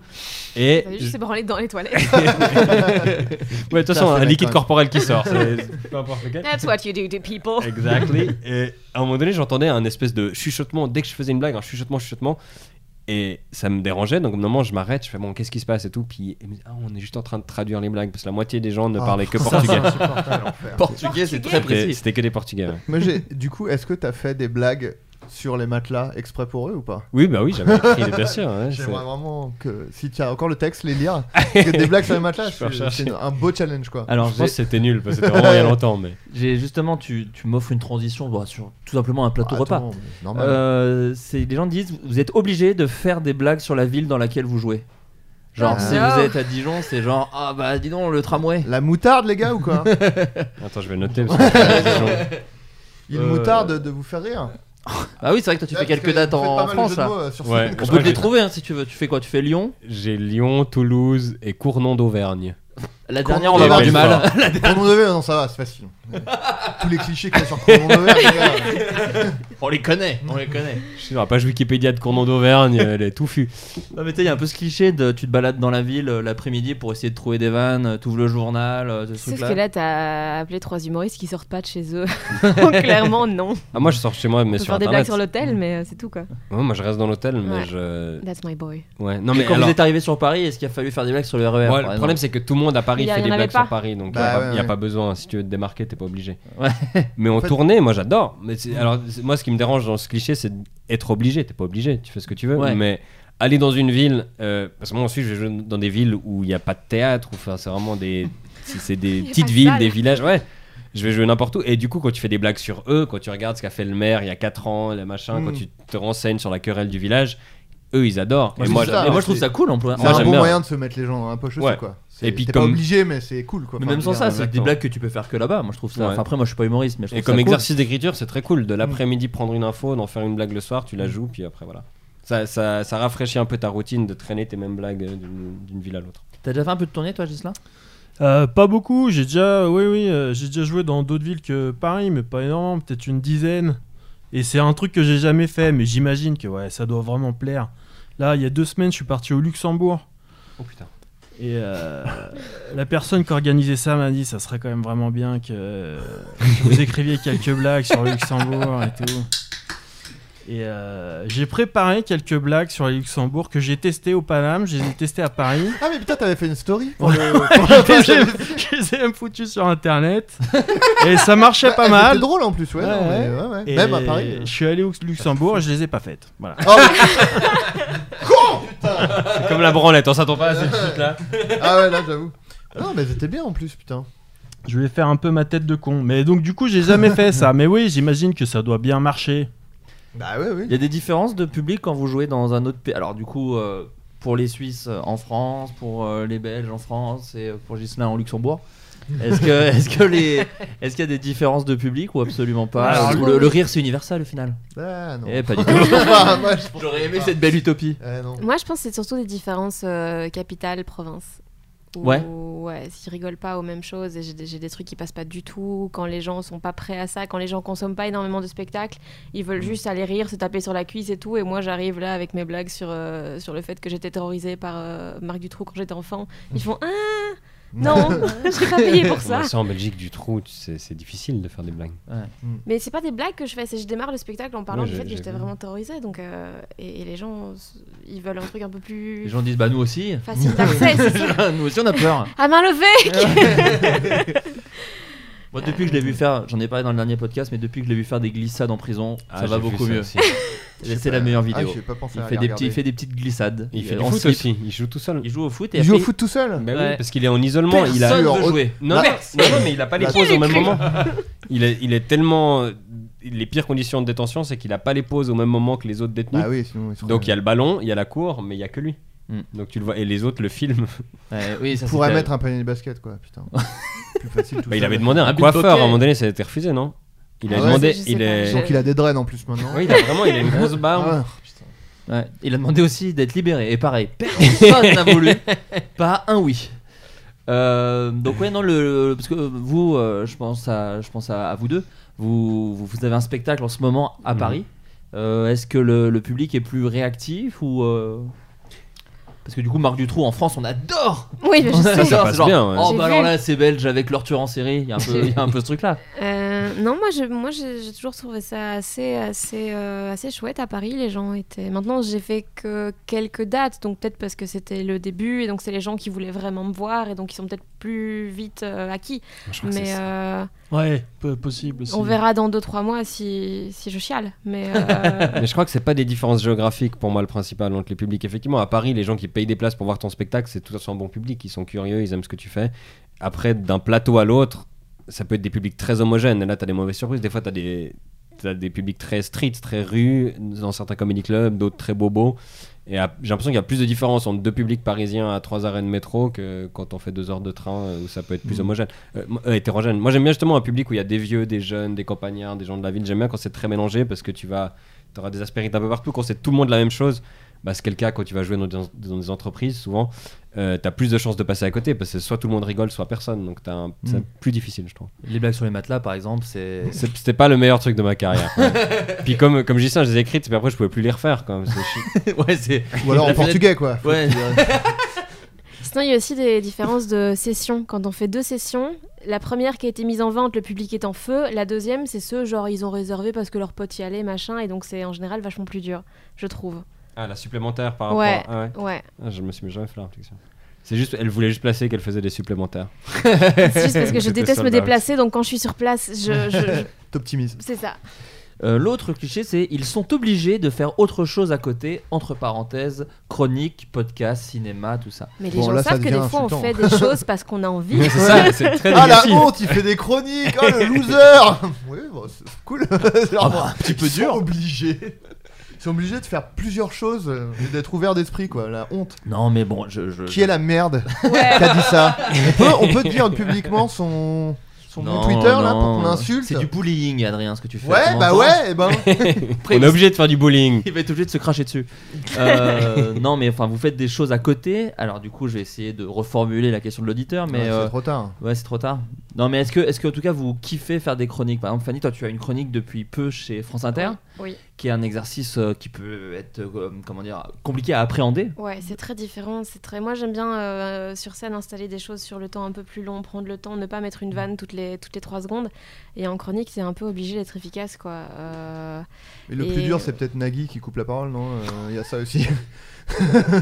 Et.
T'as vu, Ah, Je sais branler dans les toilettes.
Ouais, de toute façon,
Putain, ce
un
mec,
liquide
ouais.
corporel qui sort, c'est- peu importe lequel.
That's what you do to people.
Exactly. Et à un moment donné, j'entendais un espèce de chuchotement. Dès que je faisais une blague, un chuchotement, chuchotement. Et ça me dérangeait. Donc, au moment, je m'arrête. Je fais, bon, qu'est-ce qui se passe et tout. Puis, elle me dit, ah, on est juste en train de traduire les blagues. Parce que la moitié des gens ne
Ah,
parlaient que
ça,
portugais.
c'est insupportable, l'enfer.
Portugais, c'est très
C'était-
précis.
C'était que des portugais. hein. ouais.
Moi, j'ai- du coup, est-ce que t'as fait des blagues sur les matelas exprès pour eux ou pas
Oui, bah oui, j'avais écrit, bien sûr. ouais, c'est-
J'aimerais vraiment que si tu as encore le texte, les lire. Parce que des blagues sur les matelas,
Je peux
c'est
rechercher.
c'est un beau challenge quoi.
Alors,
je
j'ai-
pense que c'était nul, parce que c'était vraiment il y a longtemps. Mais...
j'ai justement, tu, tu m'offres une transition bon, sur tout simplement un plateau
Bah, Attends,
repas.
mais Normal.
Euh, c'est- les gens disent vous êtes obligé de faire des blagues sur la ville dans laquelle vous jouez. Genre
Ah.
si vous
Ah.
êtes à Dijon, c'est genre ah bah dis donc le tramway.
La moutarde, les gars, ou quoi
Attends, je vais noter. Parce que...
Il
Euh,
moutarde de vous faire rire.
Ah oui, c'est vrai que toi tu
Ouais,
fais
parce
quelques
que
dates
vous faites pas
en
mal de
France
jeux de
là.
mots, euh, sur
Ouais.
scène.
On
Je
peut
crois
te les
que-
trouver hein, si tu veux. Tu fais quoi Tu fais Lyon
J'ai Lyon, Toulouse et Cournon d'Auvergne.
La
Quand
dernière,
on
on va
est
avoir
belle
du mal.
fort.
Cordon de verre, non, ça va, c'est facile. Ouais. Tous les clichés qu'il y a sur Cordon de verre, les gars.
on les connaît, on les connaît.
Je suis sur la page Wikipédia de Cournon d'Auvergne, elle est touffue.
Non mais tu sais, il y a un peu ce cliché de tu te balades dans la ville euh, l'après-midi pour essayer de trouver des vannes, euh, t'ouvres le journal, euh, ce
Sauf
truc
que là, t'as appelé trois humoristes qui sortent pas de chez eux. Donc clairement, non.
Ah, moi, je sors chez moi, mais
On peut
sur
faire des blagues
Internet.
sur
Mm.
l'hôtel, mais euh, c'est tout quoi.
Ouais, moi, je reste dans l'hôtel, mais
Ouais.
je.
That's my boy.
Ouais, non,
Mais
mais
quand
alors-
vous êtes arrivé sur Paris, est-ce qu'il a fallu faire des blagues sur le RER
Ouais,
par
le
exemple
problème, c'est que tout le monde à Paris
Il y a-
fait
il y
des
en avait
blagues
pas.
sur Paris, donc il
Bah
n'y a,
ouais, ouais.
pas besoin. Si tu veux te démarquer, t'es pas obligé.
Ouais.
Mais en,
fait-
tournée, moi j'adore. Mais c'est- alors c'est- moi, ce qui me dérange dans ce cliché, c'est d'être obligé. T'es pas obligé, tu fais ce que tu veux.
Ouais.
Mais aller dans une ville, euh, parce que moi ensuite, je joue dans des villes où il n'y a pas de théâtre, ou enfin, c'est vraiment des, c'est- c'est des
a
petites
pas de
villes,
salle.
des villages, ouais. Je vais jouer n'importe où. Et du coup, quand tu fais des blagues sur eux, quand tu regardes ce qu'a fait le maire il y a 4 ans, les machins,
Mm.
Hmm.
quand tu te renseignes sur la querelle du village, eux, ils adorent.
Moi,
et
c'est
moi,
ça.
j'adore.
Et moi je trouve ça cool en plus.
C'est
Moi,
un
j'aime
bon
bien.
moyen de se mettre les gens dans la poche aussi,
Ouais.
quoi. C'est-
Et puis
t'es pas
comme-
obligé, mais c'est cool, quoi.
Mais
Enfin,
même
je
sans
veux
ça,
dire,
c'est des
exactement.
blagues que tu peux faire que là-bas. Moi, je trouve ça.
Ouais.
Enfin, après, moi, je suis pas humoriste, mais je trouve
Et
ça
comme
cool. Mm.
exercice d'écriture, c'est très cool. De l'après-midi, prendre une info, d'en faire une blague le soir, tu la joues, puis après, voilà. Ça, ça, ça rafraîchit un peu ta routine de traîner tes mêmes blagues euh, d'une d'une ville à l'autre.
T'as déjà fait un peu de tournée, toi, Gislain
Euh, pas beaucoup, j'ai déjà, oui, oui, euh, j'ai déjà joué dans d'autres villes que Paris, mais pas énorme, peut-être une dizaine. Et c'est un truc que j'ai jamais fait, mais j'imagine que ouais, ça doit vraiment plaire. Là, il y a deux semaines, je suis parti au Luxembourg.
Oh putain.
Et euh, la personne qui organisait ça m'a dit ça serait quand même vraiment bien que, euh, que vous écriviez quelques blagues sur le Luxembourg et tout. Et euh, j'ai préparé quelques blagues sur le Luxembourg que j'ai testées au Paname, je les ai testées à Paris.
Ah, mais putain, t'avais fait une story pour Ah, le-
Je les ai- je les ai même foutus sur internet. Et ça marchait pas
Elle était
mal.
drôle en plus, ouais.
Ouais,
non, mais
ouais.
ouais, ouais.
Et
Même à Paris. euh.
Je suis allé au Luxembourg et je les ai pas faites. Voilà.
Oh,
C'est hein, comme la branlette, on s'attend pas à cette chute là.
mais- ah ouais, là, j'avoue. Non, mais c'était bien en plus, putain.
Je vais faire un peu ma tête de con. Mais donc, du coup, j'ai jamais fait ça. Mais oui, j'imagine que ça doit bien marcher.
Bah ouais, oui.
Il y a des différences de public quand vous jouez dans un autre pays. Alors du coup, euh, pour les Suisses euh, en France, pour euh, les Belges en France et euh, pour Gislain en Luxembourg. Est-ce que, est-ce que les, est-ce qu'il y a des différences de public ou absolument pas
Alors,
Parce que le, le rire c'est universel au final.
Ah non.
Eh, pas du tout.
Ah, moi, je-
J'aurais aimé cette belle utopie.
Eh, non.
Moi, je pense que c'est surtout des différences euh, capitale-province. Où,
Ouais.
Ouais, s'ils rigolent pas aux mêmes choses, et j'ai des, j'ai des trucs qui passent pas du tout, quand les gens sont pas prêts à ça, quand les gens consomment pas énormément de spectacles, ils
Mm.
veulent juste aller rire, se taper sur la cuisse et tout, et moi j'arrive là avec mes blagues sur, euh, sur le fait que j'étais terrorisée par euh, Marc Dutroux quand j'étais enfant. Ils font Ah Non Je n'ai pas payé pour ça
Ouais, en Belgique, du trou, tu sais, c'est difficile de faire des blagues.
Mais c'est pas des blagues que je fais, c'est je démarre le spectacle en parlant
Ouais,
du
j'ai-
fait que
j'ai
j'étais
vu.
vraiment terrorisée, donc, euh, et, et les gens, ils veulent un truc un peu
Les
plus
gens disent bah nous aussi.
facile d'accès, c'est ça
nous aussi on a peur.
À main levée
Moi
Euh,
depuis que je l'ai
mm.
vu faire, j'en ai parlé dans le dernier podcast, mais depuis que je l'ai vu faire des glissades en prison,
Ah,
ça va beaucoup mieux.
Je sais
C'est
pas.
la meilleure
Ah,
vidéo.
j'ai pas pensé
il,
à
fait des
regarder.
petits, il fait des petites glissades.
Il fait
Euh,
du
en
foot
slip.
aussi, il joue tout seul.
Il joue au foot et
Il joue au
après,
foot tout seul
Bah oui,
Ouais.
parce qu'il est en isolement, il a
personne
Alors,
veut
au-
jouer.
Non,
Là-
mais, non, non, mais il a pas les
Là-
pauses au même moment. Il est, il est tellement. Les pires conditions de détention, c'est qu'il a pas les pauses au même moment que les autres détenus.
Ah oui, sinon ils seraient-
Bah Donc il y a le ballon, il y a la cour, mais il y a que lui.
Hmm.
Donc tu le vois, et les autres le filment.
Ouais, oui, ça,
Il pourrait
c'était-
mettre un panier de basket, quoi, putain. Plus facile tout
Bah, il
seul.
avait demandé à
Un
un
but
coiffeur,
hockey.
à un moment donné, ça a été refusé, non Il a
Ah ouais,
demandé.
je sais
il
pas,
est...
je-
Donc il a des drains en plus maintenant.
Ouais, il a vraiment il a une grosse barbe.
Ah, putain.
Ouais, il a demandé aussi d'être libéré. Et pareil, personne n'a voulu. Pas un oui. Euh, donc ouais non le parce que vous euh, je pense à je pense à, à vous deux vous, vous vous avez un spectacle en ce moment à
Mhm.
Paris Euh, est-ce que le, le public est plus réactif ou euh, parce que du coup Marc Dutroux en France on adore
Oui, mais Eh ben, je
On adore,
sais.
ça passe
c'est genre,
bien, ouais.
oh
J'ai
bah
vu.
alors là c'est belge avec leur tueur en série il y a un peu il y a un peu ce truc là
Euh, non, moi, je, moi, j'ai j'ai toujours trouvé ça assez, assez, euh, assez chouette à Paris. Les gens étaient. Maintenant, j'ai fait que quelques dates, donc peut-être parce que c'était le début et donc c'est les gens qui voulaient vraiment me voir et donc ils sont peut-être plus vite euh, acquis.
Je crois que c'est
Mais
ça.
euh,
Ouais, peu- possible aussi.
on verra dans 2-3 mois si, si je chiale. Mais euh,
Mais je crois que c'est pas des différences géographiques pour moi le principal entre les publics. Effectivement, à Paris, les gens qui payent des places pour voir ton spectacle, c'est tout à fait un bon public. Ils sont curieux, ils aiment ce que tu fais. Après, d'un plateau à l'autre, ça peut être des publics très homogènes. Et là, t'as des mauvaises surprises. Des fois, t'as des t'as des publics très street, très rue, dans certains comedy clubs, d'autres très bobos. Et à- j'ai l'impression qu'il y a plus de différence entre deux publics parisiens à trois arrêts de métro que quand on fait deux heures de train euh, où ça peut être plus homogène, Euh, m- euh, hétérogène. Moi j'aime bien justement un public où il y a des vieux, des jeunes, des campagnards, des gens de la ville. J'aime bien quand c'est très mélangé parce que tu vas, auras des aspérités un peu partout. Quand c'est tout le monde la même chose, bah, c'est le cas quand tu vas jouer dans, des- dans des entreprises souvent. Euh, t'as plus de chances de passer à côté parce que soit tout le monde rigole, soit personne. Donc t'as un- c'est
Mm.
plus difficile, je trouve.
les blagues sur les matelas par exemple c'est
C'est- C'était pas le meilleur truc de ma carrière. Puis comme, comme je dis ça, je les ai écrites, mais après je pouvais plus les refaire. Quand même. parce que je-
ouais c'est
Ou alors en
La fenêtre-
portugais, quoi.
ouais
sinon, il y a aussi des différences de sessions. Quand on fait deux sessions, la première qui a été mise en vente, le public est en feu. La deuxième, c'est ceux genre ils ont réservé parce que leur pote y allait, machin, et donc c'est en général vachement plus dur, je trouve.
Ah, la supplémentaire par rapport
Ouais.
à- ah ouais.
Ouais.
Ah, je me suis jamais fait la réflexion. C'est juste, elle voulait juste placer qu'elle faisait des supplémentaires.
C'est juste parce que je
C'était
déteste me
sold out.
déplacer, donc quand je suis sur place, je, je- je-
T'optimises.
c'est ça.
Euh, L'autre cliché, c'est ils sont obligés de faire autre chose à côté, entre parenthèses, chronique, podcast, cinéma, tout ça.
Mais les
Bon,
gens
là, ça
savent que
devient
des fois, on
insultant.
fait des choses parce qu'on a envie.
C'est ça, c'est très
Ah la
négatif.
honte, il fait des chroniques, oh le loser Oui, bon, c'est c'est cool. C'est
Ah
vraiment-
bah, un petit peu
ils sont
dur.
obligés. Ils sont obligés de faire plusieurs choses euh, et d'être ouverts d'esprit, quoi. La honte.
Non, mais bon, je. Bah, je-
Qui est la merde
Ouais.
qui a dit ça on peut, on peut dire publiquement son, son
Non,
Twitter, là, pour
non.
qu'on l'insulte
C'est du bullying, Adrien, ce que tu fais.
Ouais,
Tu
bah
m'entends
ouais, et ben.
On est obligé de faire du bowling.
Il va être obligé de se cracher dessus. Euh, non, mais enfin, vous faites des choses à côté. Alors, du coup, je vais essayer de reformuler la question de l'auditeur, mais.
Ouais,
euh,
C'est trop tard.
Ouais, c'est trop tard. Non, mais est-ce que, est-ce que, en tout cas, vous kiffez faire des chroniques Par exemple, Fanny, toi, tu as une chronique depuis peu chez France Inter,
Oui,
qui est un exercice euh, qui peut être, euh, comment dire, compliqué à appréhender.
ouais, c'est très différent. C'est très. Moi, j'aime bien euh, sur scène installer des choses sur le temps un peu plus long, prendre le temps, ne pas mettre une vanne toutes les toutes les trois secondes. Et en chronique, c'est un peu obligé d'être efficace, quoi. Euh,
Mais le
Et-
plus dur, c'est peut-être Nagui qui coupe la parole, non Euh, Il y a ça aussi.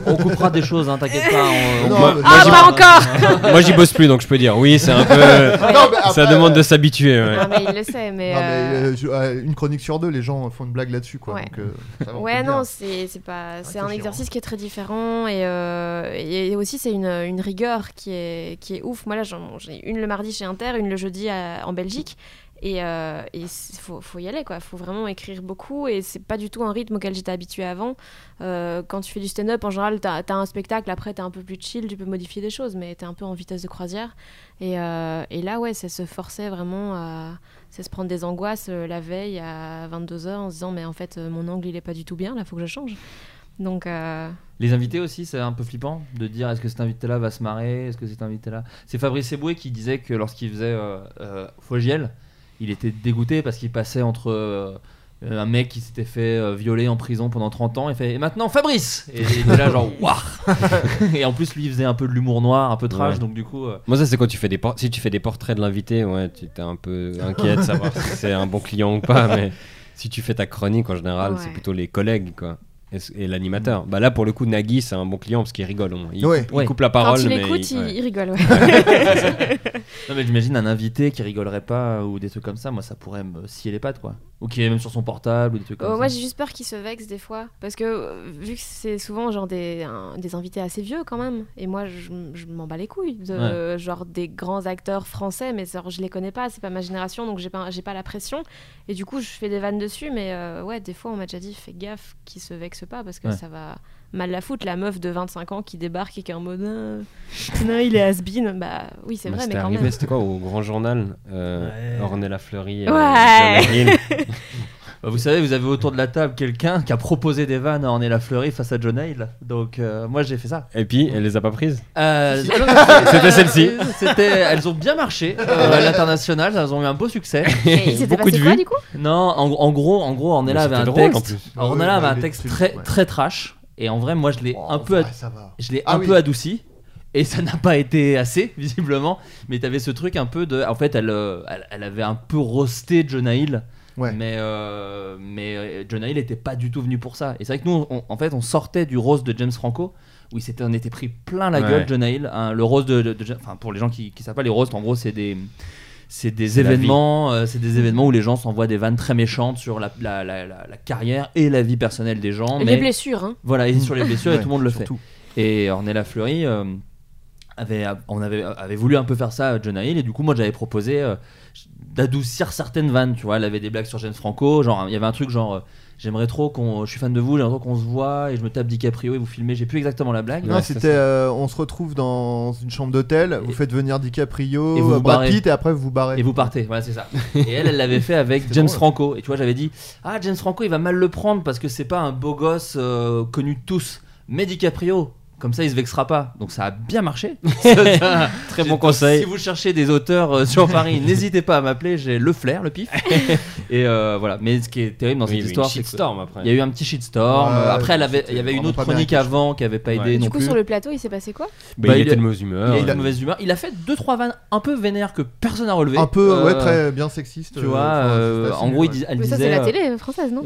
On coupera des choses, hein, t'inquiète pas. on- on-
Non,
moi-
mais-
moi,
Ah,
j'y-
pas encore
Moi, j'y bosse plus, donc je peux dire oui, c'est un peu.
Non, mais après, euh,
Ça demande de s'habituer. ouais.
Non, mais il le sait, mais.
Non, mais,
euh,
euh, je- euh, une chronique sur deux, les gens font une blague là-dessus, quoi.
Ouais.
donc, euh, ça va, on
Ouais,
peut le
non,
dire.
c'est c'est pas. C'est
c'est
un
chiant.
exercice qui est très différent et, euh, et aussi c'est une, une rigueur qui est, qui est ouf. Moi là, j'en- j'ai une le mardi chez Inter, une le jeudi à- en Belgique. Et il faut, faut y aller, quoi. faut vraiment écrire beaucoup. Et c'est pas du tout un rythme auquel j'étais habituée avant. Euh, quand tu fais du stand-up, en général, t'as as un spectacle, après t'es un peu plus chill, tu peux modifier des choses, mais t'es un peu en vitesse de croisière. Et, euh, et là, ouais, c'est se forcer vraiment à, c'est se prendre des angoisses euh, la veille à 22h en se disant mais en fait euh, mon angle il est pas du tout bien là faut que je change donc euh,
Les invités aussi, c'est un peu flippant de dire est-ce que cet invité-là va se marrer, est-ce que cet invité-là. C'est Fabrice Eboué qui disait que lorsqu'il faisait euh, euh, Fogiel, il était dégoûté parce qu'il passait entre euh, un mec qui s'était fait euh, violer en prison pendant 30 ans et fait et maintenant Fabrice Et il était là genre Wouah Et en plus, lui, il faisait un peu de l'humour noir, un peu trash,
Ouais.
donc du coup. euh,
Moi, ça, c'est quand tu fais des por- si tu fais des portraits de l'invité, ouais, tu t'es un peu inquiet de savoir si c'est un bon client ou pas. Mais si tu fais ta chronique en général, c'est
Ouais.
plutôt les collègues, quoi. Et, c- et l'animateur. Bah là, pour le coup, Nagui, c'est un bon client parce qu'il rigole au moins. Il,
Ouais.
il
Ouais.
coupe la
quand
parole,
il
mais
écoute
il-
il,
ouais.
il rigole ouais.
Non, mais j'imagine un invité qui rigolerait pas ou des trucs comme ça, moi ça pourrait me scier les pattes quoi. Ou qui est même sur son portable ou des trucs comme
Oh,
ça.
moi j'ai juste peur qu'il se vexe des fois parce que euh, vu que c'est souvent genre des, un- des invités assez vieux quand même et moi je, m- je m'en bats les couilles de genre des grands acteurs français mais genre, je les connais pas c'est pas ma génération donc j'ai pas j'ai pas la pression et du coup je fais des vannes dessus mais euh, ouais des fois on m'a déjà dit fais gaffe qu'il se vexe pas parce que
Ouais.
ça va mal la foutre la meuf de 25 ans qui débarque et qui est en mode euh, non il est has-been bah oui c'est
Moi,
vrai mais
C'était
quand
arrivé,
même
c'était quoi, au grand journal euh,
Ouais.
Ornella Fleury. et
Ouais.
John Hill.
Bah, vous savez, vous avez autour de la table quelqu'un qui a proposé des vannes à Ornella Fleury face à John Hale. Donc euh, moi j'ai fait ça.
Et puis, elle les a pas prises.
Euh, ah non, mais
C'était celle-ci.
C'était, elles ont bien marché euh, à l'international, elles ont eu un beau succès.
Et il s'était
Beaucoup
passé
de
quoi
vues.
du coup
Non, en, en gros, en gros, Ornella
Mais
avait
c'était
un
drôle, en
texte.
plus.
Ornella
Ouais,
avait
ouais,
un
les
texte
trucs,
très,
ouais.
très trash. Et en vrai, moi, je l'ai
Oh,
un peu, ad-
ouais, ça va.
je l'ai
Ah
un
oui.
peu adouci. Et ça n'a pas été assez, visiblement. Mais t'avais ce truc un peu de. En fait, elle, euh, elle, elle avait un peu roasté Jonah Hill.
Ouais.
Mais, euh, mais euh, Jonah Hill n'était pas du tout venu pour ça. Et c'est vrai que nous, on- en fait, on sortait du roast de James Franco, où il s'était, on était pris plein la
Ouais.
gueule, Jonah Hill. hein, le roast de. de- de- enfin, pour les gens qui ne savent pas, les roasts, en gros, c'est des. C'est des
la vie.
événements, euh, c'est des événements où les gens s'envoient des vannes très méchantes sur la, la- la- la- la carrière et la vie personnelle des gens.
les
mais-
blessures hein
voilà, et sur les blessures, et
Ouais,
tout le monde le
surtout.
fait. Et Ornella Fleury euh, avait, on avait, avait voulu un peu faire ça à Jonah Hill, et du coup, moi j'avais proposé euh, d'adoucir certaines vannes, tu vois. Elle avait des blagues sur James Franco, genre il y avait un truc genre euh, j'aimerais trop qu'on. Je suis fan de vous, j'aimerais trop qu'on se voit, et je me tape DiCaprio et vous filmez, j'ai plus exactement la blague.
Non,
Ouais, c'est
c'était
ça.
euh, on se retrouve dans une chambre d'hôtel, vous
Et-
faites venir DiCaprio,
et vous vous
euh, Brad
barrez.
Pitt et après vous vous barrez.
Et vous partez, voilà, c'est ça. Et elle, elle l'avait fait avec
C'était
James
drôle.
Franco. Et tu vois, j'avais dit Ah, James Franco, il va mal le prendre parce que c'est pas un beau gosse euh, connu de tous, mais DiCaprio. Comme ça, il se vexera pas. Donc ça a bien marché. Très
bon conseil.
Si vous cherchez des auteurs euh, sur Paris, n'hésitez pas à m'appeler. J'ai le flair, le pif. Et euh, voilà. Mais ce qui est terrible dans
Oui, il y
cette
avait une
histoire, c'est que-
shitstorm après.
il y a eu un petit shitstorm.
Ouais,
Euh, Après, elle avait,
c'était
il y avait une
vraiment
autre
pas bien
chronique
réfléchi.
avant qui avait pas aidé
Ouais.
non
du coup
plus.
sur le plateau il s'est passé quoi
Mais
Bah, il
il était
a-
de mauvaise
Il
humeur.
a eu de
euh,
mauvaise humeur. Il a fait deux trois vannes un peu vénères que personne n'a relevé.
Un peu ouais,
Euh,
très bien sexiste.
Tu
euh,
vois,
enfin,
euh,
c'est assez,
en gros,
ouais.
il dis- elle
mais ça
disait.
c'est la
euh,
télé française non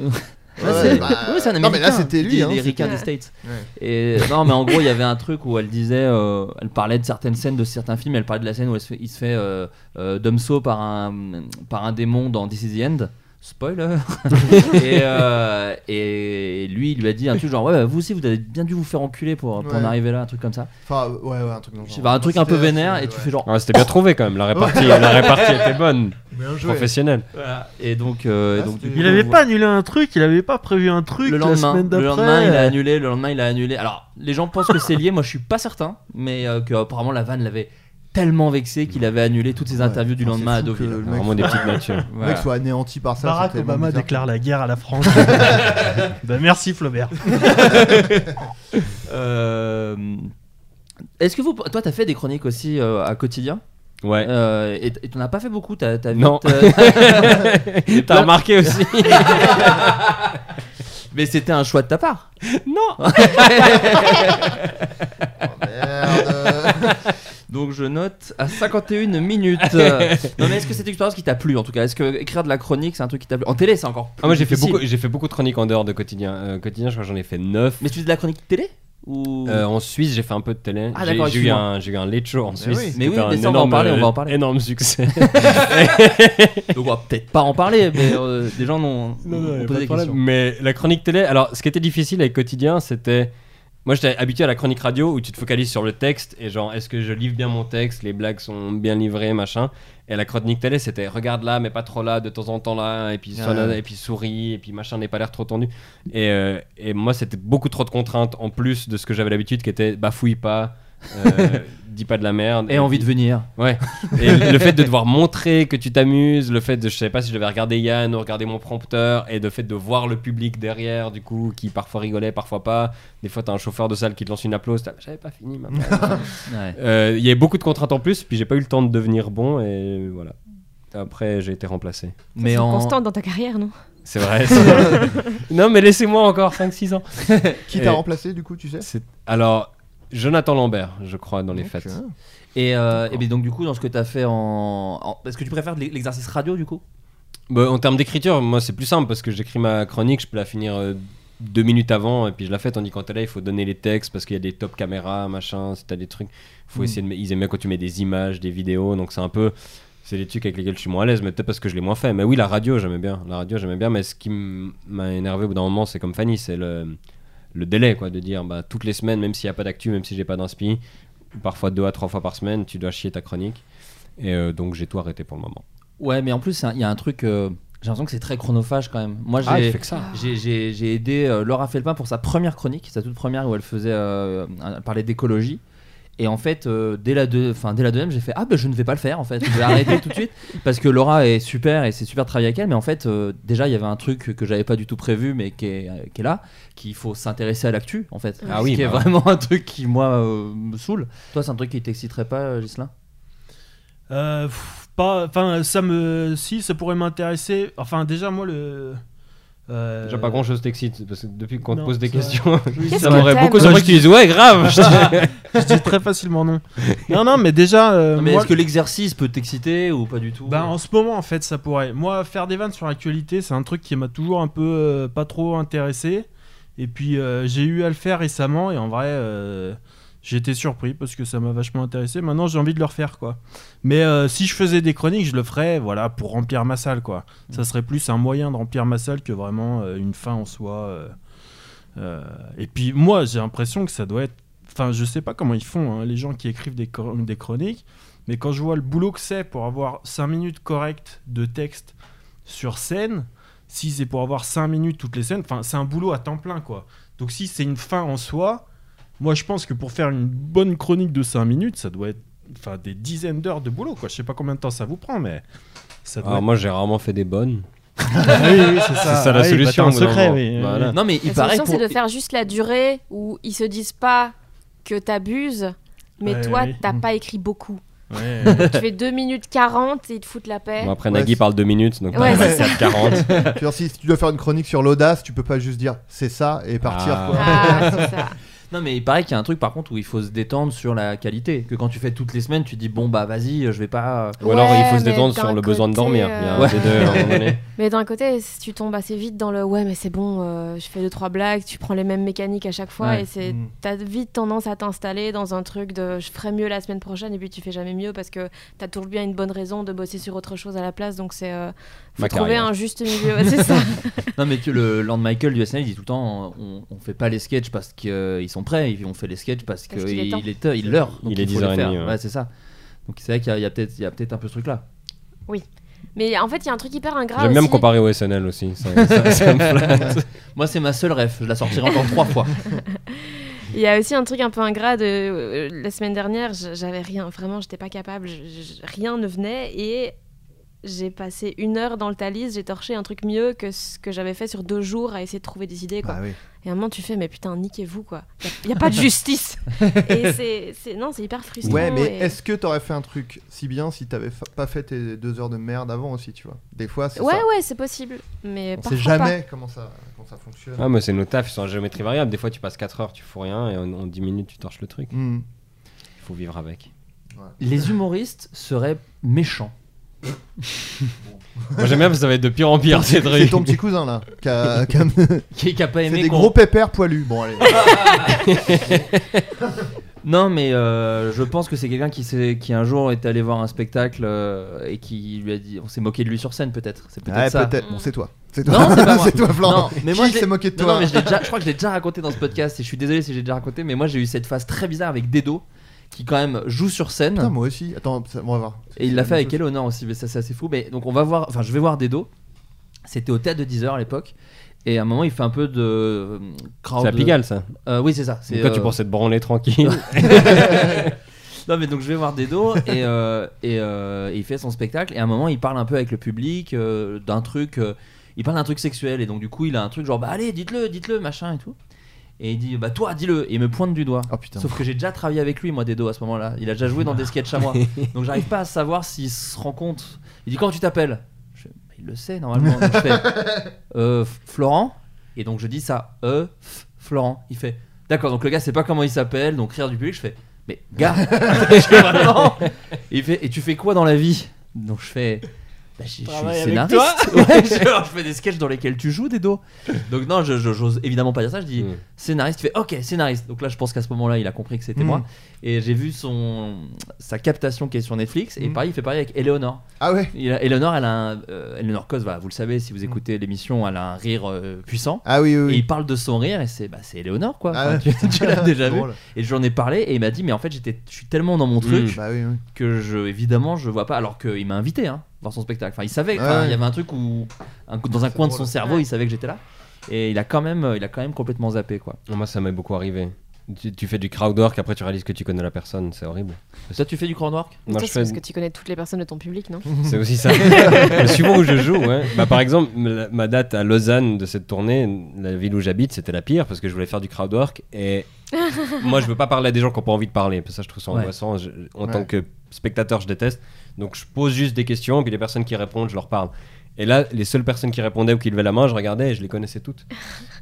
Ouais,
c'est-
bah,
ouais, c'est un
non, mais là,
Américain,
c'était lui,
des-
hein,
des
c'était-
Ricains des
Ouais.
States.
Ouais.
Et euh, non, mais en gros, il y avait un truc où elle disait, euh, elle parlait de certaines scènes de certains films. Elle parlait de la scène où elle se fait- il se fait euh, euh, domso par un par un démon dans This Is the End. Spoiler. et, euh, et lui, il lui a dit un truc genre ouais, bah, vous aussi, vous avez bien dû vous faire enculer pour, pour en
Ouais.
arriver là, un truc comme ça.
Enfin, ouais, ouais, un truc dans le
Je sais
genre.
pas, un truc un peu
C'était assez,
vénère, et tu
ouais.
fais genre.
ouais, c'était bien trouvé quand même. La répartie, la répartie était bonne,
Bien joué.
professionnelle.
Voilà. Et donc, euh, et
Ah,
donc du
c'était-
coup,
Il avait
voilà.
pas annulé un truc, il avait pas prévu un truc
le
la
lendemain,
semaine
le
d'après.
lendemain, il a annulé, le lendemain, il a annulé. Alors, les gens pensent que c'est lié, moi je suis pas certain, mais euh, que apparemment la vanne l'avait tellement vexé qu'il avait annulé toutes ses
Ouais,
interviews du
enfin,
lendemain
c'est
à
fou que
Deauville.
le mec
Vraiment des petites natures.
Le
Voilà.
mec soit anéanti par ça.
Barack
c'est tellement
Obama
bizarre.
déclare la guerre à la France. bah merci Flaubert.
Euh, Est-ce que vous, toi, t'as fait des chroniques aussi euh, à quotidien
Ouais.
Euh, et et t'en as pas fait beaucoup, t'as t'as vite,
Non.
euh,
T'as remarqué aussi
mais c'était un choix de ta part.
Non
Oh, merde.
Donc je note à 51 minutes. Euh, non mais est-ce que c'est une expérience qui t'a plu en tout cas Est-ce que écrire de la chronique c'est un truc qui t'a plu En télé c'est encore plus.
Ah, moi j'ai fait,
difficile.
beaucoup, j'ai fait beaucoup de chroniques en dehors de quotidien. Euh, quotidien, je crois que j'en ai fait 9.
Mais tu fais de la chronique télé ou
Euh, en Suisse, j'ai fait un peu de télé.
Ah,
j'ai
d'accord,
j'ai eu
excuse-moi.
un, j'ai eu un late show en Suisse.
oui.
c'était
Mais oui,
un
mais ça, on va en
énorme,
parler, on va en
euh,
parler.
Énorme succès.
Donc on va peut-être pas en parler, mais euh, des gens n'ont
Non,
ont
non, y
posé
a pas de
des
problème.
questions.
Mais la chronique télé, alors ce qui était difficile avec quotidien, c'était. Moi j'étais habitué à la chronique radio où tu te focalises sur le texte et genre est-ce que je livre bien mon texte, les blagues sont bien livrées, machin. Et la chronique télé c'était regarde là mais pas trop là, de temps en temps là, et puis, sois
Ouais.
là, et puis souris, et puis machin n'est pas l'air trop tendu. Et, euh, et moi c'était beaucoup trop de contraintes en plus de ce que j'avais l'habitude qui était bafouille pas, euh, dis pas de la merde.
Et envie de venir.
Ouais. Et le fait de devoir montrer que tu t'amuses, le fait de, je sais pas si je devais regarder Yann ou regarder mon prompteur, et le fait de voir le public derrière, du coup, qui parfois rigolait, parfois pas. Des fois, t'as un chauffeur de salle qui te lance une applause, t'as, j'avais pas fini, maman.
Ouais.
Euh, Il y avait beaucoup de contraintes en plus, puis j'ai pas eu le temps de devenir bon, et voilà. Après, j'ai été remplacé.
Mais
C'est
en
constante dans ta carrière, non
C'est vrai. c'est vrai. non, mais laissez-moi encore 5-6 ans.
Qui
Et-
t'a remplacé du coup, tu sais
C'est- Alors, Jonathan Lambert, je crois, dans les
Ok.
fêtes.
et, euh, et bien donc du coup dans ce que t'as fait en, en- est-ce que tu préfères de l'e- l'exercice radio du coup
Bah, en termes d'écriture, moi c'est plus simple parce que j'écris ma chronique, je peux la finir euh, deux minutes avant et puis je la fais. Tandis qu'en télé, il faut donner les textes parce qu'il y a des top caméras, machin, si t'as des trucs. Faut essayer de, ils aiment bien quand tu mets des images, des vidéos, donc c'est un peu. C'est des trucs avec lesquels je suis moins à l'aise, mais peut-être parce que je l'ai moins fait. Mais oui, la radio, j'aimais bien. La radio, j'aimais bien, mais ce qui m- m'a énervé au bout d'un moment, c'est comme Fanny, c'est le, le délai, quoi, de dire bah, toutes les semaines, même s'il n'y a pas d'actu, même si j'ai pas d'inspi, parfois deux à trois fois par semaine, tu dois chier ta chronique. Et euh, donc j'ai tout arrêté pour le moment.
Ouais, mais en plus il y a un truc, euh, j'ai l'impression que c'est très chronophage quand même. Moi j'ai
Ah, il fait que ça.
J'ai- J'ai j'ai aidé euh, Laura Felpin pour sa première chronique, sa toute première où elle faisait euh, un- elle parlait d'écologie. Et en fait, euh, dès, la deux, enfin, dès la deuxième, j'ai fait Ah, ben je ne vais pas le faire en fait, je vais arrêter tout de suite. Parce que Laura est super et c'est super de travailler avec elle, mais en fait, euh, déjà, il y avait un truc que j'avais pas du tout prévu, mais qui est, euh, qui est là, qu'il faut s'intéresser à l'actu en fait.
Ah
Ce
oui,
qui est
bah ouais.
vraiment un truc qui, moi, euh, me saoule. Toi, c'est un truc qui t'exciterait pas, Gislain
Euh, pff, pas, enfin, ça me, si, ça pourrait m'intéresser. Enfin, déjà moi le. euh,
Déjà pas grand chose t'excite parce que depuis qu'on te
non,
pose des
c'est vrai.
questions,
Qu'est-ce
ça
que
m'aurait
t'aimes
beaucoup
Non,
surpris
je
que tu dises ouais grave. je dis-
Je dis très facilement non. Non, non, mais déjà. euh,
Non, mais
moi-
est-ce que l'exercice peut t'exciter ou pas du tout
Bah, en ce moment, en fait, ça pourrait. Moi, faire des vannes sur l'actualité, c'est un truc qui m'a toujours un peu euh, pas trop intéressé. Et puis, euh, j'ai eu à le faire récemment, et en vrai, euh, j'ai été surpris parce que ça m'a vachement intéressé. Maintenant, j'ai envie de le refaire, quoi. Mais euh, si je faisais des chroniques, je le ferais, voilà, pour remplir ma salle, quoi. Ça serait plus un moyen de remplir ma salle que vraiment euh, une fin en soi. euh. Euh, et puis, moi, j'ai l'impression que ça doit être. Enfin, je sais pas comment ils font, hein, les gens qui écrivent des, chron- des chroniques. Mais quand je vois le boulot que c'est pour avoir 5 minutes correctes de texte sur scène, si c'est pour avoir 5 minutes toutes les scènes, enfin c'est un boulot à temps plein quoi. Donc si c'est une fin en soi, moi je pense que pour faire une bonne chronique de 5 minutes, ça doit être enfin des dizaines d'heures de boulot quoi. Je sais pas combien de temps ça vous prend mais ça doit
Alors moi j'ai rarement fait des bonnes. Ah,
être... oui, oui, c'est
C'est ça la
Ah oui, bah,
solution,
t'as
au
un
bout d'un
secret
moment.
oui.
Voilà.
Non, mais il
La
paraît
solution,
pour-
c'est de faire juste la durée où ils se disent pas que t'abuses, mais
Ouais,
toi,
oui.
t'as pas écrit beaucoup.
oui. Ouais.
tu fais 2 minutes 40 et ils te foutent la paix.
Bon, après
Ouais,
Nagui
c'est-
parle deux minutes donc
Ouais, c'est
40.
Tu vois, si tu dois faire une chronique sur l'audace, tu peux pas juste dire c'est ça et partir.
Ah.
quoi.
Ah, c'est ça.
Non mais il paraît qu'il y a un truc par contre où il faut se détendre sur la qualité. Que quand tu fais toutes les semaines, tu dis bon bah vas-y, je vais pas.
Ou alors il faut se
mais
détendre
d'un
sur le besoin de
côté,
dormir. Il y a un
euh,
des deux hein. à un moment donné.
Mais d'un côté, si tu tombes assez vite dans le ouais, mais c'est bon, euh, je fais deux trois blagues, tu prends les mêmes mécaniques à chaque fois
Ouais.
et c'est
Mm.
t'as vite tendance à t'installer dans un truc de je ferai mieux la semaine prochaine et puis tu fais jamais mieux parce que t'as toujours bien une bonne raison de bosser sur autre chose à la place donc c'est euh, faut
Ma
trouver
carrière.
un juste milieu, Ouais, c'est ça.
Non mais tu, le Land Michael du SNL il dit tout le temps on, on fait pas les sketchs parce qu'ils sont prêts, ils- on fait les sketchs parce
Parce qu'il est
qu'il
temps.
est, il l'heure. donc
Il est
faut les
10h30,
faire.
ouais.
Ouais, c'est ça. Donc c'est vrai qu'il y a- il y a, peut-être il y a peut-être un peu ce truc là.
Mais en fait, il y a un truc hyper ingrat.
J'aime bien me
aussi.
comparer au SNL aussi. ça- ça- ça me flatte.
Moi c'est ma seule ref, je la sortirai encore trois fois.
Il y a aussi un truc un peu ingrat de euh, la semaine dernière, je- j'avais rien, vraiment, j'étais pas capable, je- je- rien ne venait et j'ai passé une heure dans le Thalys, j'ai torché un truc mieux que ce que j'avais fait sur deux jours à essayer de trouver des idées quoi.
Bah oui.
Et à un moment tu fais mais putain niquez-vous quoi, il y, a pas de justice. et c'est, c'est- non c'est hyper frustrant.
Ouais, mais
et-
est-ce que t'aurais fait un truc si bien si t'avais fa- pas fait tes deux heures de merde avant aussi, tu vois Des fois, c'est
ouais
ça.
ouais c'est possible, mais
On
parfois
sait jamais comment ça, comment ça fonctionne.
Ah, mais c'est nos tafs, ils sont en géométrie variable. Des fois, tu passes 4 heures, tu fous rien, et en, en 10 minutes, tu torches le truc.
Hmm.
Il faut vivre avec.
les humoristes seraient méchants.
Moi j'aime bien parce que ça va être de pire en pire,
C'est
Cédric.
ton petit cousin là. qui a- qui a-
Qui qui a pas
C'est
aimé
des
qu'on-
gros pépères poilus. Bon, allez.
Non, mais euh, je pense que c'est quelqu'un qui, s'est- qui un jour est allé voir un spectacle euh, et qui lui a dit, on s'est moqué de lui sur scène peut-être. C'est peut-être
Ouais,
ça.
peut-être. Bon, c'est toi. C'est toi.
Non, c'est pas moi.
toi, Florent.
Non, mais moi,
Qui
je l'ai-
s'est moqué de
Non,
toi
non, mais je, l'ai déjà- je crois que je l'ai déjà raconté dans ce podcast et je suis désolé si j'ai déjà raconté, mais moi j'ai eu cette phase très bizarre avec Dedo qui quand même joue sur scène
Putain, moi aussi. Attends, ça- on va voir.
et il l'a fait avec Eleonore aussi, mais ça c'est assez fou. Mais donc on va voir, enfin je vais voir Dedo. C'était au théâtre de 10 heures à l'époque et à un moment il fait un peu de euh, crowd.
C'est à Pigalle ça.
Euh, oui, c'est ça. C'est
Toi tu
euh,
pensais te branler tranquille.
Non mais donc je vais voir Dedo et, euh, et, euh, et il fait son spectacle et à un moment il parle un peu avec le public euh, d'un truc, euh, il parle d'un truc sexuel et donc du coup il a un truc genre bah allez dites-le, dites-le machin et tout. Et il dit bah toi dis-le et il me pointe du doigt.
Oh putain.
Sauf que j'ai déjà travaillé avec lui moi Dedo à ce moment-là, il a déjà joué dans des sketchs à moi. Donc j'arrive pas à savoir s'il se rend compte. Il dit comment tu t'appelles Je fais, Bah, Il le sait normalement. Donc, je fais Euh, F- Florent et donc je dis ça euh, F- Florent. Il fait d'accord donc le gars sait pas comment il s'appelle donc rire du public je fais mais gars, je fais vraiment. Et il fait, et tu fais quoi dans la vie Donc je fais, bah, je, je suis scénariste. Ouais, je, alors, je fais des sketchs dans lesquels tu joues des dos. Donc non, je je- j'ose évidemment pas dire ça. Je dis
Mm.
scénariste. Il fait, ok, scénariste. Donc là, je pense qu'à ce moment-là, il a compris que c'était
Mm.
moi. Et j'ai vu son sa captation qui est sur Netflix. Et
Mm.
pareil, il fait pareil avec Eleonore.
Ah ouais.
Il a- Eleonore, elle a un, euh, Eleonore Cosva. Vous le savez, si vous écoutez l'émission, elle a un rire euh, puissant.
Ah oui, oui. Mm. oui.
Et il parle de son rire et c'est bah c'est Eleonore quoi.
Ah
Enfin, tu tu l'as déjà
C'est
vu.
drôle.
Et j'en ai parlé et il m'a dit mais en fait j'étais je suis tellement dans mon truc
Bah oui, oui.
que je évidemment je vois pas alors qu'il m'a invité hein, voir son spectacle. Enfin il savait enfin,
Ouais.
il y avait un truc où un coup- dans un
C'est
coin de
drôle.
son cerveau il savait que j'étais là et il a quand même il a quand même complètement zappé quoi.
Moi ça m'est beaucoup arrivé. Tu, tu fais du crowd work, après tu réalises que tu connais la personne, c'est horrible.
Bah, Toi tu fais du crowdwork
Moi,
Toi,
je
c'est
fais-
parce que tu connais toutes les personnes de ton public, non
C'est aussi ça. le suivant où je joue, ouais. Bah, par exemple, la- ma date à Lausanne de cette tournée, la ville où j'habite, c'était la pire parce que je voulais faire du crowdwork et moi je veux pas parler à des gens qui n'ont pas envie de parler parce que ça je trouve ça
Ouais.
angoissant. Je- en
Ouais.
tant que spectateur, je déteste. Donc je pose juste des questions puis les personnes qui répondent, je leur parle. Et là, les seules personnes qui répondaient ou qui levaient la main, je regardais et je les connaissais toutes.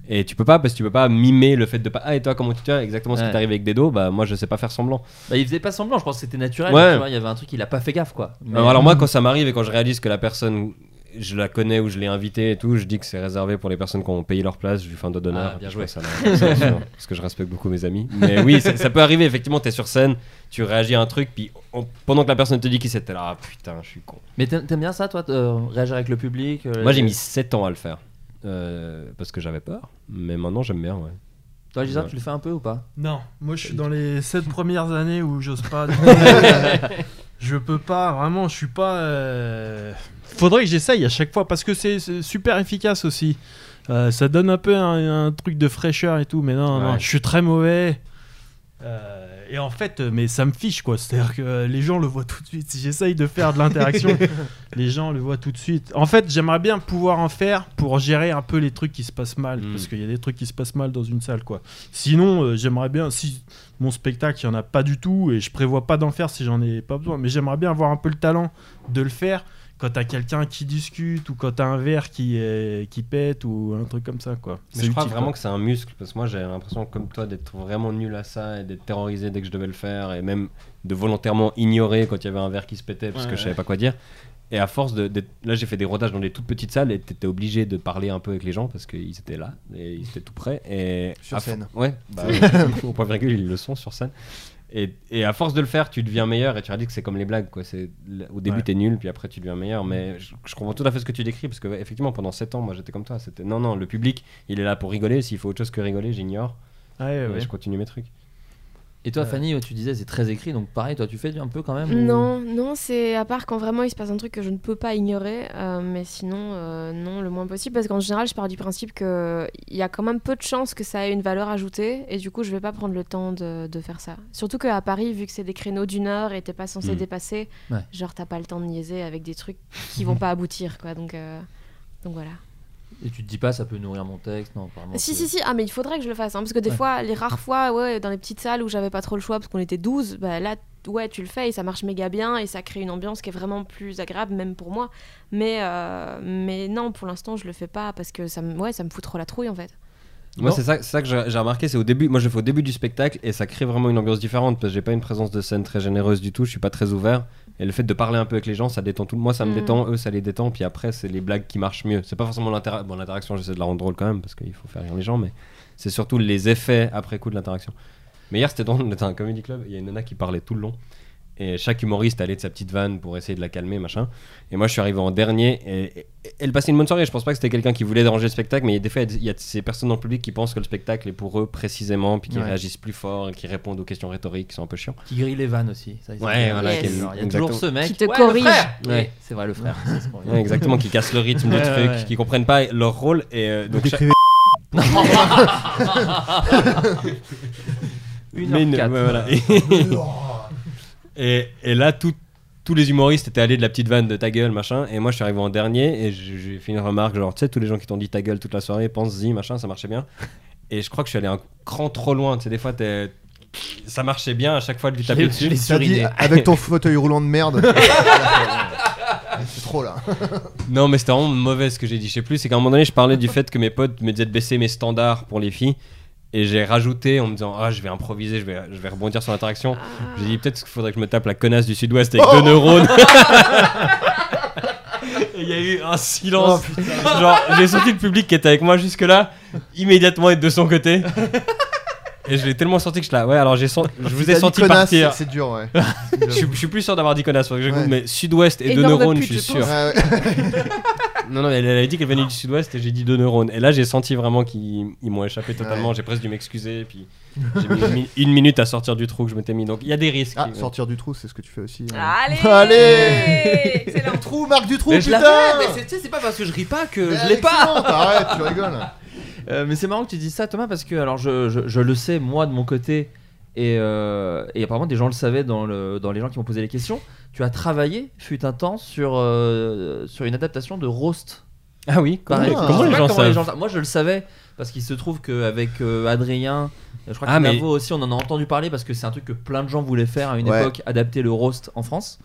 Et tu peux pas parce que tu peux pas mimer le fait de pas. Ah et toi comment tu te tiens Exactement ce
Ouais.
qui t'arrive avec des dos. Bah moi je sais pas faire semblant.
Bah il faisait pas semblant, je pense que c'était naturel,
Ouais.
tu vois, il y avait un truc il a pas fait gaffe quoi. Mais-
Alors, alors moi, quand ça m'arrive et quand je réalise que la personne, je la connais ou je l'ai invitée et tout, je dis que c'est réservé pour les personnes qui ont payé leur place. Je lui fais un doigt d'honneur.
Ah, bien
Je
joué.
pense à la- c'est sûr, parce que je respecte beaucoup mes amis. Mais oui, ça, ça peut arriver. Effectivement, t'es sur scène, tu réagis à un truc, puis on- pendant que la personne te dit qui c'était, là, ah, putain, je suis con.
Mais t'aimes t'aimes bien ça toi de réagir avec le public euh,
Moi, j'ai mis 7 ans à le faire. euh, parce que j'avais peur, mais maintenant j'aime bien. Ouais.
Toi Gisard
Ouais.
tu le fais un peu ou pas
Non, moi je suis dans les 7 premières années où j'ose pas. je peux pas, vraiment, je suis pas. euh, Faudrait que j'essaye à chaque fois parce que c'est c'est super efficace aussi. Euh, ça donne un peu un, un truc de fraîcheur et tout, mais non, non,
Ouais.
je suis très mauvais. Euh, et en fait, mais ça me fiche quoi. C'est-à-dire que euh, les gens le voient tout de suite. Si j'essaye de faire de l'interaction, les gens le voient tout de suite. En fait, j'aimerais bien pouvoir en faire pour gérer un peu les trucs qui se passent mal,
Mm.
parce qu'il y a des trucs qui se passent mal dans une salle quoi. Sinon, euh, j'aimerais bien si mon spectacle il y en a pas du tout et je prévois pas d'en faire si j'en ai pas besoin, mais j'aimerais bien avoir un peu le talent de le faire quand t'as quelqu'un qui discute ou quand t'as un verre qui est- qui pète ou un truc comme ça quoi.
Mais
C'est
je crois
utile,
vraiment
quoi.
que c'est un muscle parce que moi j'ai l'impression comme toi d'être vraiment nul à ça et d'être terrorisé dès que je devais le faire et même de volontairement ignorer quand il y avait un verre qui se pétait parce
Ouais,
que je
ouais.
savais pas quoi dire. Et à force de, d'être- là j'ai fait des rodages dans des toutes petites salles et t'étais obligé de parler un peu avec les gens parce qu'ils étaient là et ils étaient tout près et
Sur
à fo-
scène.
Ouais. bah, au point virgule ils le sont sur scène. Et, et à force de le faire, tu deviens meilleur et tu réalises que c'est comme les blagues. Quoi. C'est- Au début,
Ouais.
t'es nul, puis après, tu deviens meilleur. Mais je, je comprends tout à fait ce que tu décris, parce que ouais, effectivement, pendant 7 ans, moi, j'étais comme toi. C'était non, non, le public, il est là pour rigoler. S'il faut autre chose que rigoler, j'ignore.
Ah
Eh
Ouais, ouais,
Mais
ouais.
je continue mes trucs.
Et toi
Ouais.
Fanny tu disais c'est très écrit donc pareil toi tu fais un peu quand même ou-
Non, non, c'est à part quand vraiment il se passe un truc que je ne peux pas ignorer, euh, mais sinon, euh, non, le moins possible, parce qu'en général, je pars du principe qu'il y a quand même peu de chances que ça ait une valeur ajoutée, et du coup, je vais pas prendre le temps de, de faire ça. Surtout qu'à Paris, vu que c'est des créneaux d'une heure et t'es pas censé
Mm.
dépasser,
Ouais.
genre t'as pas le temps de niaiser avec des trucs qui vont pas aboutir, quoi, donc, euh, donc voilà.
Et tu te dis pas ça peut nourrir mon texte non apparemment,
Si,
c'est-
si, si, ah, mais il faudrait que je le fasse. hein, parce que des
Ouais.
fois, les rares fois, ouais, dans les petites salles où j'avais pas trop le choix parce qu'on était 12, bah, là, t- ouais, tu le fais et ça marche méga bien et ça crée une ambiance qui est vraiment plus agréable, même pour moi. Mais, euh, mais non, pour l'instant, je le fais pas parce que ça me, ouais, ça me fout trop la trouille en fait.
Moi,
Non.
c'est ça, c'est ça que j'ai j'ai remarqué, c'est au début. Moi, je le fais au début du spectacle et ça crée vraiment une ambiance différente parce que j'ai pas une présence de scène très généreuse du tout. Je suis pas très ouvert et le fait de parler un peu avec les gens, ça détend tout. Moi, ça me
Mm.
détend, eux, ça les détend. Puis après, c'est les blagues qui marchent mieux. C'est pas forcément l'interaction. Bon, l'interaction, j'essaie de la rendre drôle quand même parce qu'il faut faire rire les gens, mais c'est surtout les effets après coup de l'interaction. Mais hier, c'était drôle. On était à un comedy club. et Il y a une nana qui parlait tout le long. Et chaque humoriste allait de sa petite vanne pour essayer de la calmer, machin. Et moi, je suis arrivé en dernier. Et, et- et elle passait une bonne soirée. Je pense pas que c'était quelqu'un qui voulait déranger le spectacle, mais des fois, il y a ces personnes dans le public qui pensent que le spectacle est pour eux précisément, puis qui
Ouais.
réagissent plus fort, et qui répondent aux questions rhétoriques qui sont un peu chiants.
Qui grille les vannes aussi. Ça, ils ont-
Ouais, voilà,
Il y a
quel-
toujours
exactement.
ce mec
Qui te
Ouais,
corrige.
Le frère
Ouais.
Ouais, c'est vrai, le frère. c'est ce qu'on dit.
Ouais, exactement, qui cassent le rythme du
Ouais,
truc,
ouais, ouais.
qui comprennent pas leur rôle. Et euh, donc, chaque-
Une
Mais
heure
une-
quatre.
ouais, voilà. et, et là, tout- tous les humoristes étaient allés de la petite vanne de ta gueule, machin. Et moi, je suis arrivé en dernier et j'ai j'ai fait une remarque genre, tu sais, tous les gens qui t'ont dit ta gueule toute la soirée, pense-y, machin, ça marchait bien. Et je crois que je suis allé un cran trop loin. Tu sais, des fois, t'es- ça marchait bien à chaque fois de lui taper
l'ai-
dessus.
je l'ai
T'as dit,
Suriné.
avec ton fauteuil roulant de merde. c'est trop là.
Non, mais c'était vraiment mauvais ce que j'ai dit. Je sais plus, c'est qu'à un moment donné, je parlais du fait que mes potes me disaient de baisser mes standards pour les filles. Et j'ai rajouté en me disant Ah, je vais improviser, je vais, je vais rebondir sur l'interaction. J'ai dit Peut-être qu'il faudrait que je me tape la connasse du sud-ouest avec
Oh
deux neurones. Et Il y a eu
Oh,
un silence. Genre, j'ai senti le public qui était avec moi jusque-là immédiatement être de son côté. Et je l'ai tellement senti que je l'ai. Ouais, alors j'ai senti- je vous
Ah, T'as
ai
dit
senti
connasse,
partir.
C'est dur, ouais.
Je suis, je suis plus sûr d'avoir dit connasse, faudrait que j'écoute,
Ouais.
mais sud-ouest et,
Et
deux
Nord de
neurones, je
Pute,
suis sûr.
je pense.
Ouais, ouais.
Non, non, elle elle avait dit qu'elle venait du sud-ouest et j'ai dit deux neurones. Et là, j'ai senti vraiment qu'ils ils m'ont échappé totalement. J'ai presque dû m'excuser. et Puis j'ai mis une mi- une minute à sortir du trou que je m'étais mis. Donc il y a des risques.
Ah,
Ouais.
sortir du trou, c'est ce que tu fais aussi. euh.
Allez
Allez
Ah, Excellent
Trou, marque du trou,
Ah,
Mais je
putain
la fais, mais c'est- tu sais, c'est pas parce que je ris pas que je l'ai pas.
Excellent, Arrête, tu rigoles.
Euh, mais c'est marrant que tu dises ça, Thomas, parce que alors je, je- je le sais moi de mon côté, et, euh, et apparemment des gens le savaient dans, le, dans les gens qui m'ont posé les questions. Tu as travaillé, fut un temps, sur, euh, sur une adaptation de Roast.
Ah oui,
par
comment,
exemple. Je
comment
sais
les
pas
gens
comment
savent
le savent. Moi, je le savais parce qu'il se trouve qu'avec Adrien, je crois
Ah,
que
mais-
Navo aussi, on en a entendu parler parce que c'est un truc que plein de gens voulaient faire à une
Ouais.
époque, adapter le roast en France.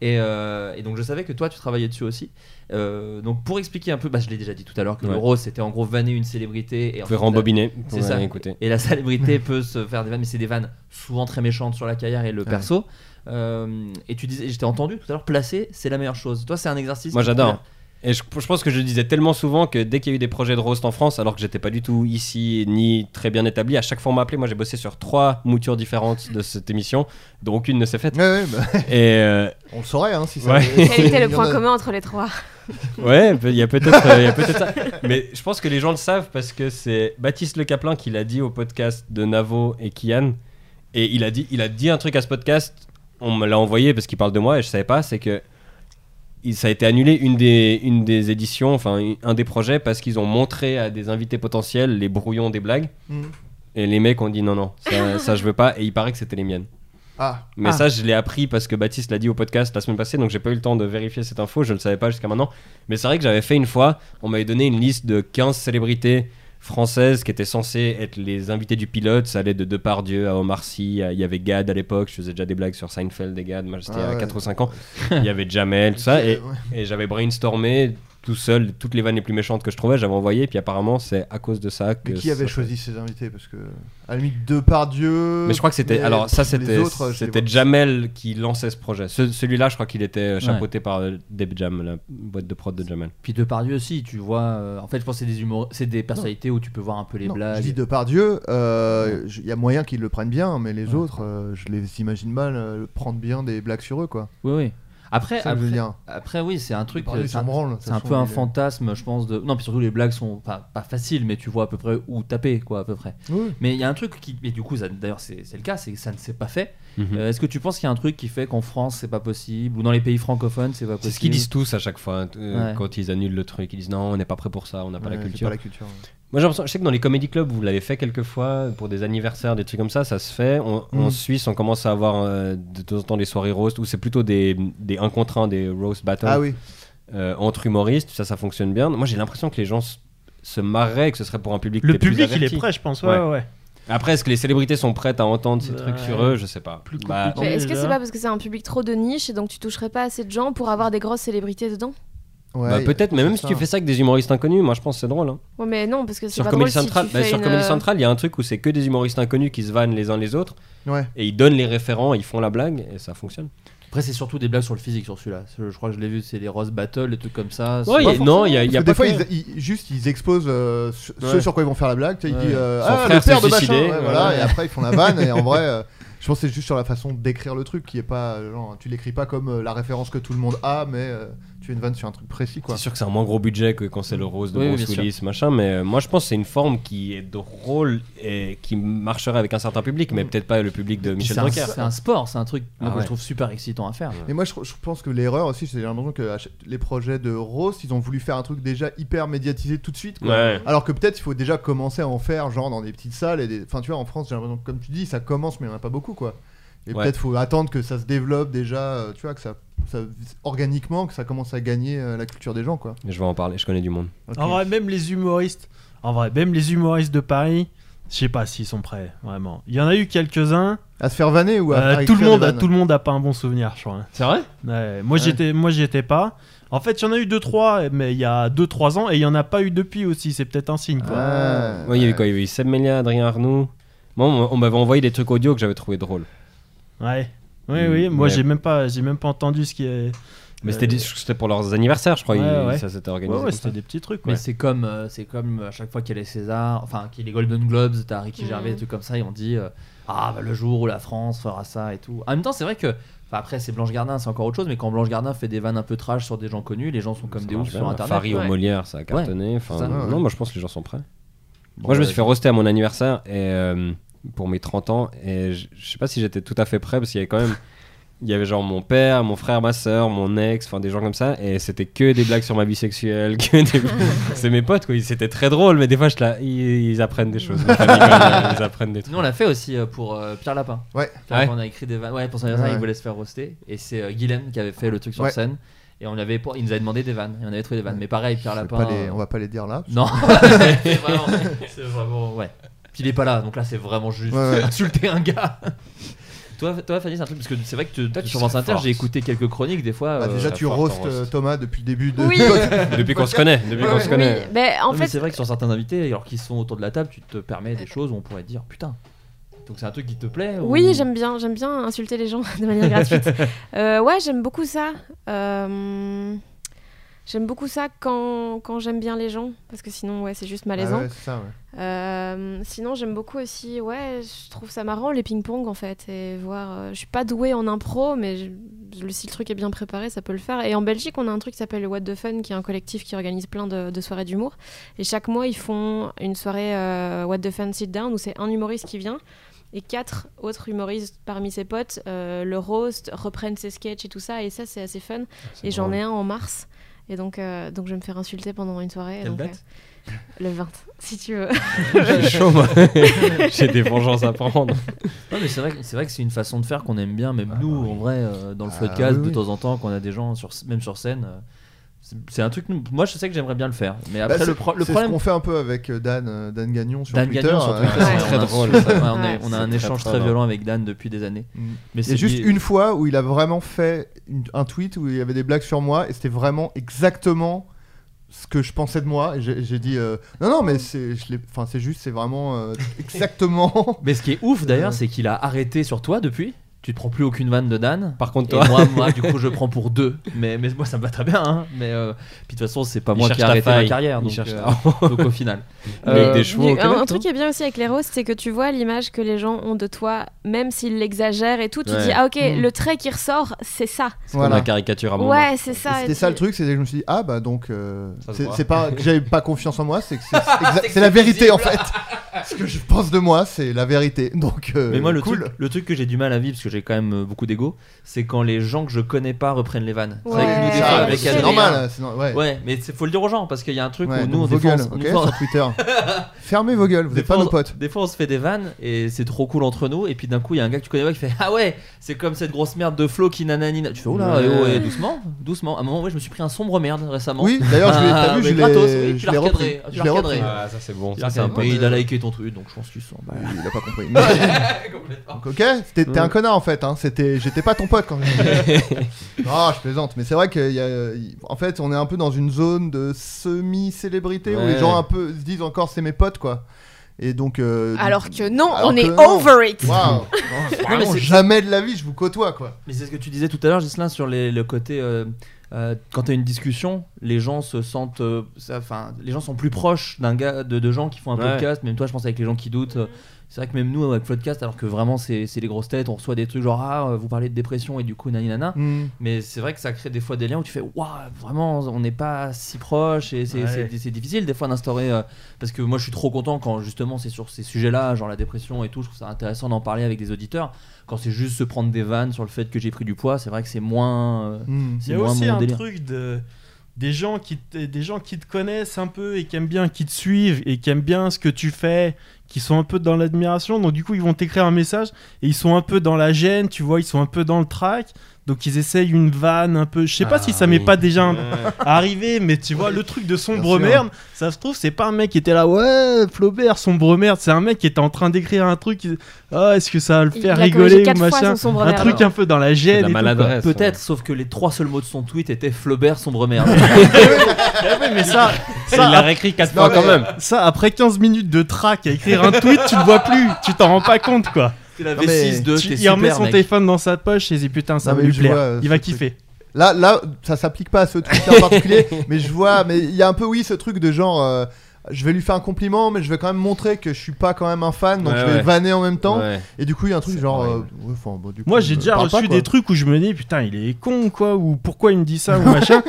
Et, euh, et donc je savais que toi tu travaillais dessus aussi. Euh, donc pour expliquer un peu, bah, je l'ai déjà dit tout à l'heure que le
Ouais.
roast c'était en gros vanner une célébrité et
Vous
en
pouvez
fait, la-
rembobiner.
C'est
Ouais,
ça.
Écoutez.
et la célébrité peut se faire des vannes, mais c'est des vannes souvent très méchantes sur la carrière
Ah
et le perso. Euh, et tu disais, j'étais entendu tout à l'heure, placer, c'est la meilleure chose. Toi, c'est un exercice.
Moi
qui
j'adore. Et je, je pense que je le disais tellement souvent que dès qu'il y a eu des projets de roast en France, alors que j'étais pas du tout ici ni très bien établi, à chaque fois on m'appelait. Moi j'ai bossé sur trois moutures différentes de cette émission, dont aucune ne s'est faite.
Ouais, ouais, bah,
Et euh,
on le saurait, hein, si ça.
Ouais.
Quel était le
Il y en
point
a-
commun entre les trois
Ouais, il y a peut-être euh, il y a peut-être ça. Mais je pense que les gens le savent parce que c'est Baptiste Le Caplin qui l'a dit au podcast de Navo et Kian. Et il a dit, il a dit un truc à ce podcast, on me l'a envoyé parce qu'il parle de moi et je savais pas, c'est que il, ça a été annulé une des, une des éditions, enfin une- un des projets, parce qu'ils ont montré à des invités potentiels les brouillons des blagues.
Mhm.
Et les mecs ont dit non, non, ça, ça je veux pas. Et il paraît que c'était les miennes.
Ah,
Mais
Ah.
ça, je l'ai appris parce que Baptiste l'a dit au podcast la semaine passée, donc j'ai pas eu le temps de vérifier cette info, je le savais pas jusqu'à maintenant. Mais c'est vrai que j'avais fait une fois, on m'avait donné une liste de 15 célébrités françaises qui étaient censées être les invités du pilote. Ça allait de Depardieu à Omar Sy, à- il y avait Gad à l'époque, je faisais déjà des blagues sur Seinfeld et Gad, moi j'étais
Ah
à
ouais.
4 ou 5 ans. Il y avait Jamel, tout ça, et,
ouais.
et j'avais brainstormé tout seul toutes les vannes les plus méchantes que je trouvais, j'avais envoyé, puis apparemment c'est à cause de ça que.
Mais qui
ça-
avait choisi ses invités Parce que, à la limite, Depardieu.
mais je crois que c'était.
mais
Alors, ça,
les
c'était
autres, je les
c'était
vois-
Jamel qui lançait ce projet. Ce- Celui-là, je crois qu'il était euh, chapeauté par euh, Deb Jam, la boîte de prod de Jamel.
Puis Depardieu aussi, tu vois. euh, en fait, je pense que c'est des humour, c'est des personnalités où tu peux voir un peu les
Non, je
blagues.
dis Depardieu, euh, je- il y a moyen qu'ils le prennent bien, mais les autres, euh, je les imagine mal euh, prendre bien des blagues sur eux, quoi.
Oui, oui. Après,
C'est ça que je veux
après,
dire.
après, oui, c'est un truc.
Depardieu,
euh,
il
c'est
s'en
un,
branle, de toute
c'est un
façon,
peu un
il est-
fantasme, je pense. De... Non, puis surtout les blagues sont pas, pas faciles, mais tu vois à peu près où taper, quoi, à peu près.
Oui.
Mais il y a un truc qui, et du coup, ça- d'ailleurs, c'est c'est le cas, c'est que ça ne s'est pas fait.
Mhm.
Euh, Est-ce que tu penses qu'il y a un truc qui fait qu'en France c'est pas possible ou dans les pays francophones c'est pas possible
C'est ce qu'ils disent tous à chaque fois hein, t- euh,
Ouais.
quand ils annulent le truc. Ils disent non, on n'est pas prêt pour ça, on n'a pas
Ouais,
la
c'est
culture.
Pas la culture.
Moi, j'ai l'impression, je sais que dans les comédie clubs, vous l'avez fait quelques fois pour des anniversaires, des trucs comme ça, ça se fait. On-
Mm.
En Suisse, on commence à avoir euh, de temps en temps des soirées roast où c'est plutôt des, des 1 contre 1, des roast battles.
Ah oui.
euh, entre humoristes, ça, ça fonctionne bien. Moi, j'ai l'impression que les gens s- se marraient, que ce serait pour un public.
Le
qui plus
public, il
averti.
est prêt, je pense. Ouais,
Ouais.
ouais. ouais.
Après, est-ce que les célébrités sont prêtes à entendre ces
Ouais.
trucs sur eux Je sais pas.
Plus
Bah,
compliqué.
Mais Est-ce que
déjà.
c'est pas parce que c'est un public trop de niche et donc tu toucherais pas assez de gens pour avoir des grosses célébrités dedans
Ouais,
Bah,
y a-
peut-être, mais même
c'est
si tu
ça.
fais ça avec des humoristes inconnus, moi je pense que c'est drôle. hein.
Ouais, mais non, parce que c'est
Sur
pas
Comedy
drôle si
Central,
tu
bah,
fais
sur
une,
Comedy
euh,
Central, il y a un truc où c'est que des humoristes inconnus qui se vannent les uns les autres
Ouais.
et ils donnent les référents, ils font la blague et ça fonctionne.
Après, c'est surtout des blagues sur le physique sur celui-là. Je je crois que je l'ai vu, c'est les Rose Battle, des trucs comme ça.
Ouais,
C'est-
il y a- non, il y a, il
Parce
y a
que des fois,
pas que-
ils, ils- juste ils exposent euh, ce ce
Ouais.
sur quoi ils vont faire la blague. Tu sais,
Ouais.
Ils disent euh,
Son
ah, le
frère
père
s'est
de machin.
suicidé,
Ouais, voilà,
ouais.
Et après, ils font la vanne. et en vrai, euh, je pense que c'est juste sur la façon d'écrire le truc qui est pas. euh, Genre, tu l'écris pas comme euh, la référence que tout le monde a, mais euh, tu fais une vanne sur un truc précis. quoi.
C'est sûr que c'est un moins gros budget que quand c'est le rose de
Oui, oui,
Bruce
bien
Willis, machin, mais euh, moi je pense que c'est une forme qui est drôle et qui marcherait avec un certain public, mais peut-être pas le public de
Puis
Michel
c'est un-
Drucker.
C'est un sport, c'est un truc moi,
Ah
que
ouais.
je trouve super excitant à faire.
Mais moi, je, je pense que l'erreur aussi, c'est j'ai l'impression que à chaque- les projets de Rose, ils ont voulu faire un truc déjà hyper médiatisé tout de suite. Quoi.
Ouais.
Alors que peut-être il faut déjà commencer à en faire, genre dans des petites salles. Et des... Enfin, tu vois, en France, j'ai l'impression que, comme tu dis, ça commence, mais il n'y en a pas beaucoup, quoi. Et
Ouais.
peut-être faut attendre que ça se développe déjà, euh, tu vois, que ça, ça- organiquement, que ça commence à gagner euh, la culture des gens, quoi.
Je vais en parler, je connais du monde.
Ok.
En vrai, même les humoristes, en vrai, même les humoristes de Paris, je sais pas s'ils sont prêts, vraiment. Il y en a eu quelques-uns.
À se faire vanner ou à,
Euh,
à
tout le
écrire
monde,
des
a-
vannes
tout le monde a pas un bon souvenir, je crois. hein.
C'est vrai
Ouais, moi j'étais, moi j'y étais pas. En fait, il y en a eu deux trois, mais il y a deux trois ans et il y en a pas eu depuis aussi. C'est peut-être un signe. Quoi.
Ouais.
Ouais, Il y a eu quoi Il y a eu Seb Melia, Adrien Arnoux. Moi, on on m'avait envoyé des trucs audio que j'avais trouvé drôles.
Ouais. Oui, oui. Moi,
Mais-
j'ai même pas, j'ai même pas entendu ce qui est.
Mais
Euh,
c'était des- c'était pour leurs anniversaires, je crois.
Ouais,
ils-
ouais.
Ça s'était
Ouais,
organisé.
ouais,
comme
c'était
ça.
des petits trucs.
Mais
Ouais.
c'est comme, euh, c'est comme à chaque fois qu'il y a les Césars, enfin qu'il y a les Golden Globes, t'as Ricky
Mhm.
Mm.
Gervais, des trucs comme ça, ils ont dit euh, ah bah, le jour où la France fera ça et tout. En même temps, c'est vrai que enfin, après c'est Blanche Gardin, c'est encore autre chose, mais quand Blanche Gardin fait des vannes un peu trash sur des gens connus, les gens sont comme
Ça
des
marche
oufs sur
bien.
internet.
Farid au
Ouais.
Molière, ça a cartonné. Enfin,
c'est ça.
Ouais, ouais.
Non, moi je pense que les gens sont prêts. moi
bah,
je me suis fait roaster à mon anniversaire et, euh, pour mes 30 ans et je je sais pas si j'étais tout à fait prêt parce qu'il y avait quand même. Il y avait genre mon père, mon frère, ma soeur, mon ex, enfin des gens comme ça, et c'était que des blagues sur ma vie sexuelle. que des- C'est mes potes, quoi. ils- C'était très drôle, mais des fois, je la- ils, ils apprennent des choses. ma famille, quand même, ils apprennent des trucs.
Nous on l'a fait aussi euh, pour euh, Pierre Lapin.
Ouais.
Pierre
Ouais.
Lapin, On a écrit des vannes. Ouais, pour son anniversaire,
Ouais.
il voulait se faire roaster et c'est euh, Guilhem qui avait fait le truc sur
Ouais.
scène et on avait pour- il nous avait demandé des vannes et on avait trouvé des vannes.
Ouais.
Mais pareil, Pierre
Je vais
Lapin.
pas les-
euh,
On va pas les dire là.
Non, c'est vraiment, c'est vraiment, ouais. Puis il est pas là, donc là c'est vraiment juste
Ouais, ouais.
insulter un gars. toi, toi, Fanny, c'est un truc parce que c'est vrai que tu-
Toi, tu
sur
serais
France Inter,
forte.
j'ai écouté quelques chroniques des fois.
Bah,
euh,
déjà,
ça
tu
part en
roastes
roast.
euh, Thomas depuis le début de.
Oui.
Depuis qu'on se connaît, depuis qu'on se
Oui,
connaît.
mais en
non, Ah, mais
fait,
c'est vrai que sur certains invités, alors qu'ils sont autour de la table, tu te permets des choses où on pourrait te dire putain. Donc c'est un truc qui te plaît ou-
Oui, j'aime bien, j'aime bien insulter les gens de manière gratuite. Euh, ouais, j'aime beaucoup ça. Euh, J'aime beaucoup ça quand, quand j'aime bien les gens, parce que sinon, ouais, c'est juste
Ah
malaisant.
ouais, c'est ça, ouais.
Euh, sinon, j'aime beaucoup aussi, ouais, je trouve ça marrant les ping-pong en fait. Et voir, euh, je suis pas douée en impro, mais je- le- si le truc est bien préparé, ça peut le faire. Et en Belgique, on a un truc qui s'appelle le What the Fun, qui est un collectif qui organise plein de, de soirées d'humour. Et chaque mois, ils font une soirée euh, What the Fun Sit Down où c'est un humoriste qui vient et quatre autres humoristes parmi ses potes euh, le roast, reprennent ses sketchs et tout ça. Et ça, c'est assez fun. Et j'en ai un en mars. Et donc, euh, donc je vais me faire insulter pendant une soirée.
Quelle
donc,
date
euh, le 20, si tu veux.
J'ai chaud, moi. J'ai des vengeances à prendre.
Non, mais c'est vrai, que- c'est vrai que c'est une façon de faire qu'on aime bien, même nous, en vrai, euh, dans le
bah Ah,
podcast,
oui,
de
oui.
temps en temps, qu'on a des gens, sur, même sur scène. euh, c'est- c'est un truc, nous- moi je sais que j'aimerais bien le faire. Mais
Bah,
après,
c'est-
le, pro- le
c'est
problème
ce qu'on fait un peu avec euh, Dan, euh, Dan Gagnon sur
Dan
Twitter.
Gagnon sur
euh,
Twitter,
ouais,
ouais,
c'est
on a-
très drôle.
ouais, on, a, on a
Ouais,
un
c'est
échange
très
très
drôle.
violent avec Dan depuis des années.
Mm.
Mais
Il y a juste une fois où il a vraiment fait une- un tweet où il y avait des blagues sur moi et c'était vraiment exactement ce que je pensais de moi. Et J'ai j'ai dit euh, non, non, mais c'est je l'ai- enfin, c'est juste, c'est vraiment euh, exactement.
Mais ce qui est ouf
Euh.
d'ailleurs, c'est qu'il a arrêté sur toi depuis. Tu te prends plus aucune vanne de Dan.
Par contre,
Et
toi,
moi, moi, du coup, je prends pour deux. Mais, mais moi, ça me va très bien. hein. Mais euh, puis de toute façon, c'est pas
Il
moi
cherche
qui ai
ta
arrêté
faille.
ma carrière.
Il
Donc,
cherche
euh,
ta-
donc au final.
Mais avec des
Euh,
chevaux.
Du-
quand
un,
même,
un
toi.
truc qui est bien aussi avec les roasts, c'est que tu vois l'image que les gens ont de toi, même s'ils l'exagèrent et tout. Tu
Ouais.
dis, ah ok,
Mm.
le trait qui ressort, c'est ça.
Comme
Voilà.
la caricature à mon
ouais, c'est
Et
ça.
C'était
Et
ça
tu-
le truc, c'est que je me suis dit ah bah donc euh,
Ça se
c'est
voit.
c'est pas que j'avais pas confiance en moi, c'est que c'est- c'est exa- c'est la vérité en fait. Ce que je pense de moi, c'est la vérité. Donc euh,
Mais moi, le,
cool.
truc, le truc que j'ai du mal à vivre, parce que j'ai quand même euh, beaucoup d'ego, c'est quand les gens que je connais pas reprennent les vannes. C'est vrai que nous,
Ouais.
Ça,
des fois,
Ah,
avec
c'est
Adrien-
normal. hein, c'est no- ouais.
Ouais, mais c'est- faut le dire aux gens, parce qu'il y a un truc
Ouais,
où
donc
nous, on
vos
défend.
gueules,
on
ok,
défend-
sur Twitter. Fermez vos gueules, vous
Des
n'êtes pas
fois,
nos
on-
potes.
Des fois, on se fait des vannes et c'est trop cool entre nous. Et puis d'un coup, il y a un gars que tu connais pas qui fait Ah ouais, c'est comme cette grosse merde de Flo qui nananina. Tu fais Oula,
Ouais.
eh oh, eh, doucement, doucement. À un moment, ouais, je me suis pris un sombre merde récemment.
Oui, d'ailleurs, je l'ai-
Ah,
t'as vu,
mais
je l'ai
gratos, oui, tu
je
l'as
l'ai
recadré,
repris.
tu
Je
l'as
l'ai
recadré.
repris.
Ah, ça c'est bon.
Il
Ça,
a
c'est un
regardé,
peu-
il a liké ton ton truc, donc je pense qu'ils sont.
Oui, Il a pas compris. Mais-
Complètement.
Donc, ok, t'es t'es un connard en fait. Hein. C'était, j'étais pas ton pote quand. j'ai- Non, je plaisante. Mais c'est vrai qu'il y a, en fait, on est un peu dans une zone de semi-célébrité où les
Ouais.
gens un peu se disent encore c'est mes potes quoi. Et donc. euh, du-
Alors que non,
Alors
on
que
est
non.
over it.
Waouh. Vraiment,
c'est-
jamais de la vie je vous côtoie quoi.
Mais c'est ce que tu disais tout à l'heure, Gislain, sur les- le côté. euh, euh, quand t'as une discussion, les gens se sentent, euh, ça- enfin, les gens sont plus proches d'un gars, de, de gens qui font un
Ouais.
podcast. Même toi, je pense avec les gens qui doutent. euh, c'est vrai que même nous avec podcast, alors que vraiment c'est c'est les grosses têtes, on reçoit des trucs genre ah euh, vous parlez de dépression et du coup nani nana.
Hmm.
Mais c'est vrai que ça crée des fois des liens où tu fais waouh vraiment on n'est pas si proche et c'est
Ouais.
c'est- c'est difficile des fois d'instaurer euh, parce que moi je suis trop content quand justement c'est sur ces sujets là genre la dépression et tout je trouve ça intéressant d'en parler avec des auditeurs quand c'est juste se prendre des vannes sur le fait que j'ai pris du poids c'est vrai que c'est moins euh,
Hmm.
c'est
Il y a
moins
aussi
mon
un
délire
truc de des gens qui te, des gens qui te connaissent un peu et qui aiment bien qui te suivent et qui aiment bien ce que tu fais qui sont un peu dans l'admiration donc du coup ils vont t'écrire un message et ils sont un peu dans la gêne tu vois ils sont un peu dans le trac donc ils essayent une vanne un peu je sais pas
Ah
si ça m'est
oui.
pas déjà un-
Ouais.
arrivé mais tu vois le truc de sombre
sûr.
merde ça se trouve c'est pas un mec qui était là ouais Flaubert sombre merde c'est un mec qui était en train d'écrire un truc il- ah est-ce que ça va le
Il
faire
a
rigoler
corrigé
ou
quatre fois
machin
son sombre
un
verre.
truc un peu dans la
C'est de
gêne
la
et tout, quoi.
maladresse.
peut-être sauf que les trois seuls mots de son tweet étaient Flaubert sombre merde
Eh ouais, mais ça
Il
ça
l'a réécrit 4
Non,
Ah,
fois quand
mais-
même.
Ça, après 15 minutes de trac à écrire un tweet, tu le vois plus, tu t'en rends pas compte quoi.
c'est la
Non, mais
V6 de
Tu-
t'es
il remet
super
son
mec.
téléphone dans sa poche et il dit putain, ça
Non,
va
mais
lui
je
plaire,
vois, euh,
il va
ce truc.
kiffer.
Là, là, ça s'applique pas à ce truc en particulier, mais je vois, mais il y a un peu, oui, ce truc de genre, euh, je vais lui faire un compliment, mais je vais quand même montrer que je suis pas quand même un fan, donc
Ouais,
je vais
ouais.
vanner en même temps.
Ouais.
Et du coup, il y a un truc
C'est
genre,
horrible.
euh, ouais, enfin, bon, du coup,
Moi j'ai
euh,
déjà
parle
reçu
pas, quoi.
des trucs où je me dis putain, il est con quoi, ou pourquoi il me dit ça, ou machin.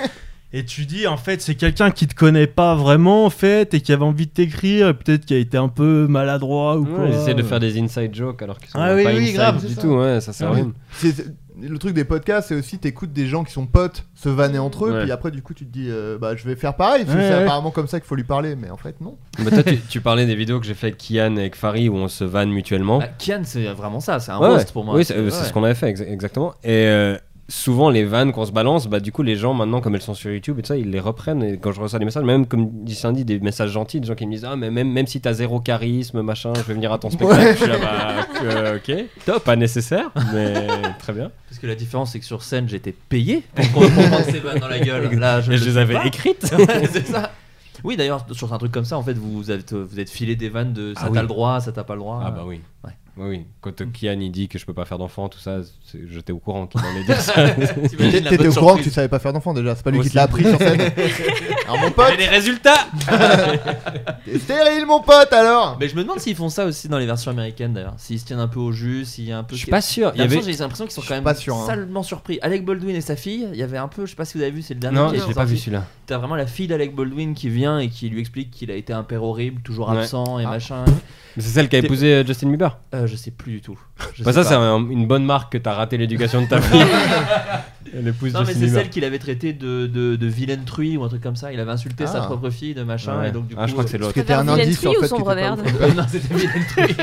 Et tu dis en fait, c'est quelqu'un qui te connaît pas vraiment en fait et qui avait envie de t'écrire, et peut-être qui a été un peu maladroit ou quoi.
Ouais, ils essaient de faire des inside jokes alors qu'ils sont
Ah
pas
oui, oui,
inside
grave,
du
c'est
tout. Ouais, ça sert à
Ah oui.
rien.
C'est- c'est- le truc des podcasts, c'est aussi t'écoutes des gens qui sont potes se vanner entre eux,
Ouais.
puis après, du coup, tu te dis, euh, bah, je vais faire pareil, parce que
Ouais,
c'est
ouais.
apparemment comme ça qu'il faut lui parler, mais en fait, non.
Mais Bah, toi, tu, tu parlais des vidéos que j'ai fait avec Kian et avec Farid où on se vanne mutuellement.
Ah, Kian c'est vraiment ça c'est un
Ouais,
roast
ouais.
pour moi
Oui, c'est euh,
Ouais.
c'est ce qu'on avait fait, exa- exactement. Et euh, souvent, les vannes qu'on se balance, bah, du coup, les gens, maintenant, comme elles sont sur YouTube et tout ça, ils les reprennent. Et quand je reçois des messages, même comme dit Cindy, des messages gentils, des gens qui me disent Ah, mais même, même si t'as zéro charisme, machin, je vais venir à ton spectacle. Je suis là, bah, euh, ok, top, pas nécessaire, mais très bien.
Parce que la différence, c'est que sur scène, j'étais payé pour qu'on pour prendre ces vannes dans la gueule. Là, je,
Et
ne
je les
suis
avais
pas.
écrites.
c'est ça. Oui, d'ailleurs, sur un truc comme ça, en fait, vous êtes, vous êtes filé des vannes de ça
Ah
t'as
oui.
le droit, ça t'as pas le droit.
Ah, bah oui.
Ouais.
Oui, oui. Quand euh, Kian il dit que je peux pas faire d'enfant, tout ça, c'est- j'étais au courant qu'il allait dire ça.
Euh, T'imagines la
T'étais
bonne
au courant que
surprise.
tu savais pas faire d'enfant déjà, c'est pas lui qui
Aussi.
te l'a appris sur scène. alors, mon
Mais
pote,
les résultats
t'es stérile, mon pote, alors!
Mais je me demande s'ils font ça aussi dans les versions américaines d'ailleurs. S'ils se tiennent un peu au jus, s'il y a un peu.
Je suis pas sûr. Il y avait.
J'ai l'impression qu'ils sont
Je suis
quand même
pas sûr, hein.
salement surpris. Alec Baldwin et sa fille, il y avait un peu, je sais pas si vous avez vu, c'est le dernier.
Non,
qui est
je l'ai pas vu
sorti.
celui-là.
T'as vraiment la fille d'Alec Baldwin qui vient et qui lui explique qu'il a été un père horrible, toujours
Ouais.
absent et
Ah.
machin.
Mais c'est celle qui a
T'es-
épousé euh, Justin Bieber.
Euh, je sais plus du tout. Je
Bah
sais
ça,
pas.
c'est un- une bonne marque que t'as raté l'éducation de ta fille. Elle épouse
Non, mais
Justin
c'est
Bieber.
celle qu'il avait traité de, de, de vilaine truie ou un truc comme ça. Il avait insulté sa
Ah.
propre fille de machin.
Ouais.
hein, Et donc, du coup, euh,
ah, je crois que c'est
Parce
l'autre.
que t'es un
Vilaine
indice sur le
fille ou
fait que
sombre
t'étais pas au
merde
courant.
non, c'était vilaine truie.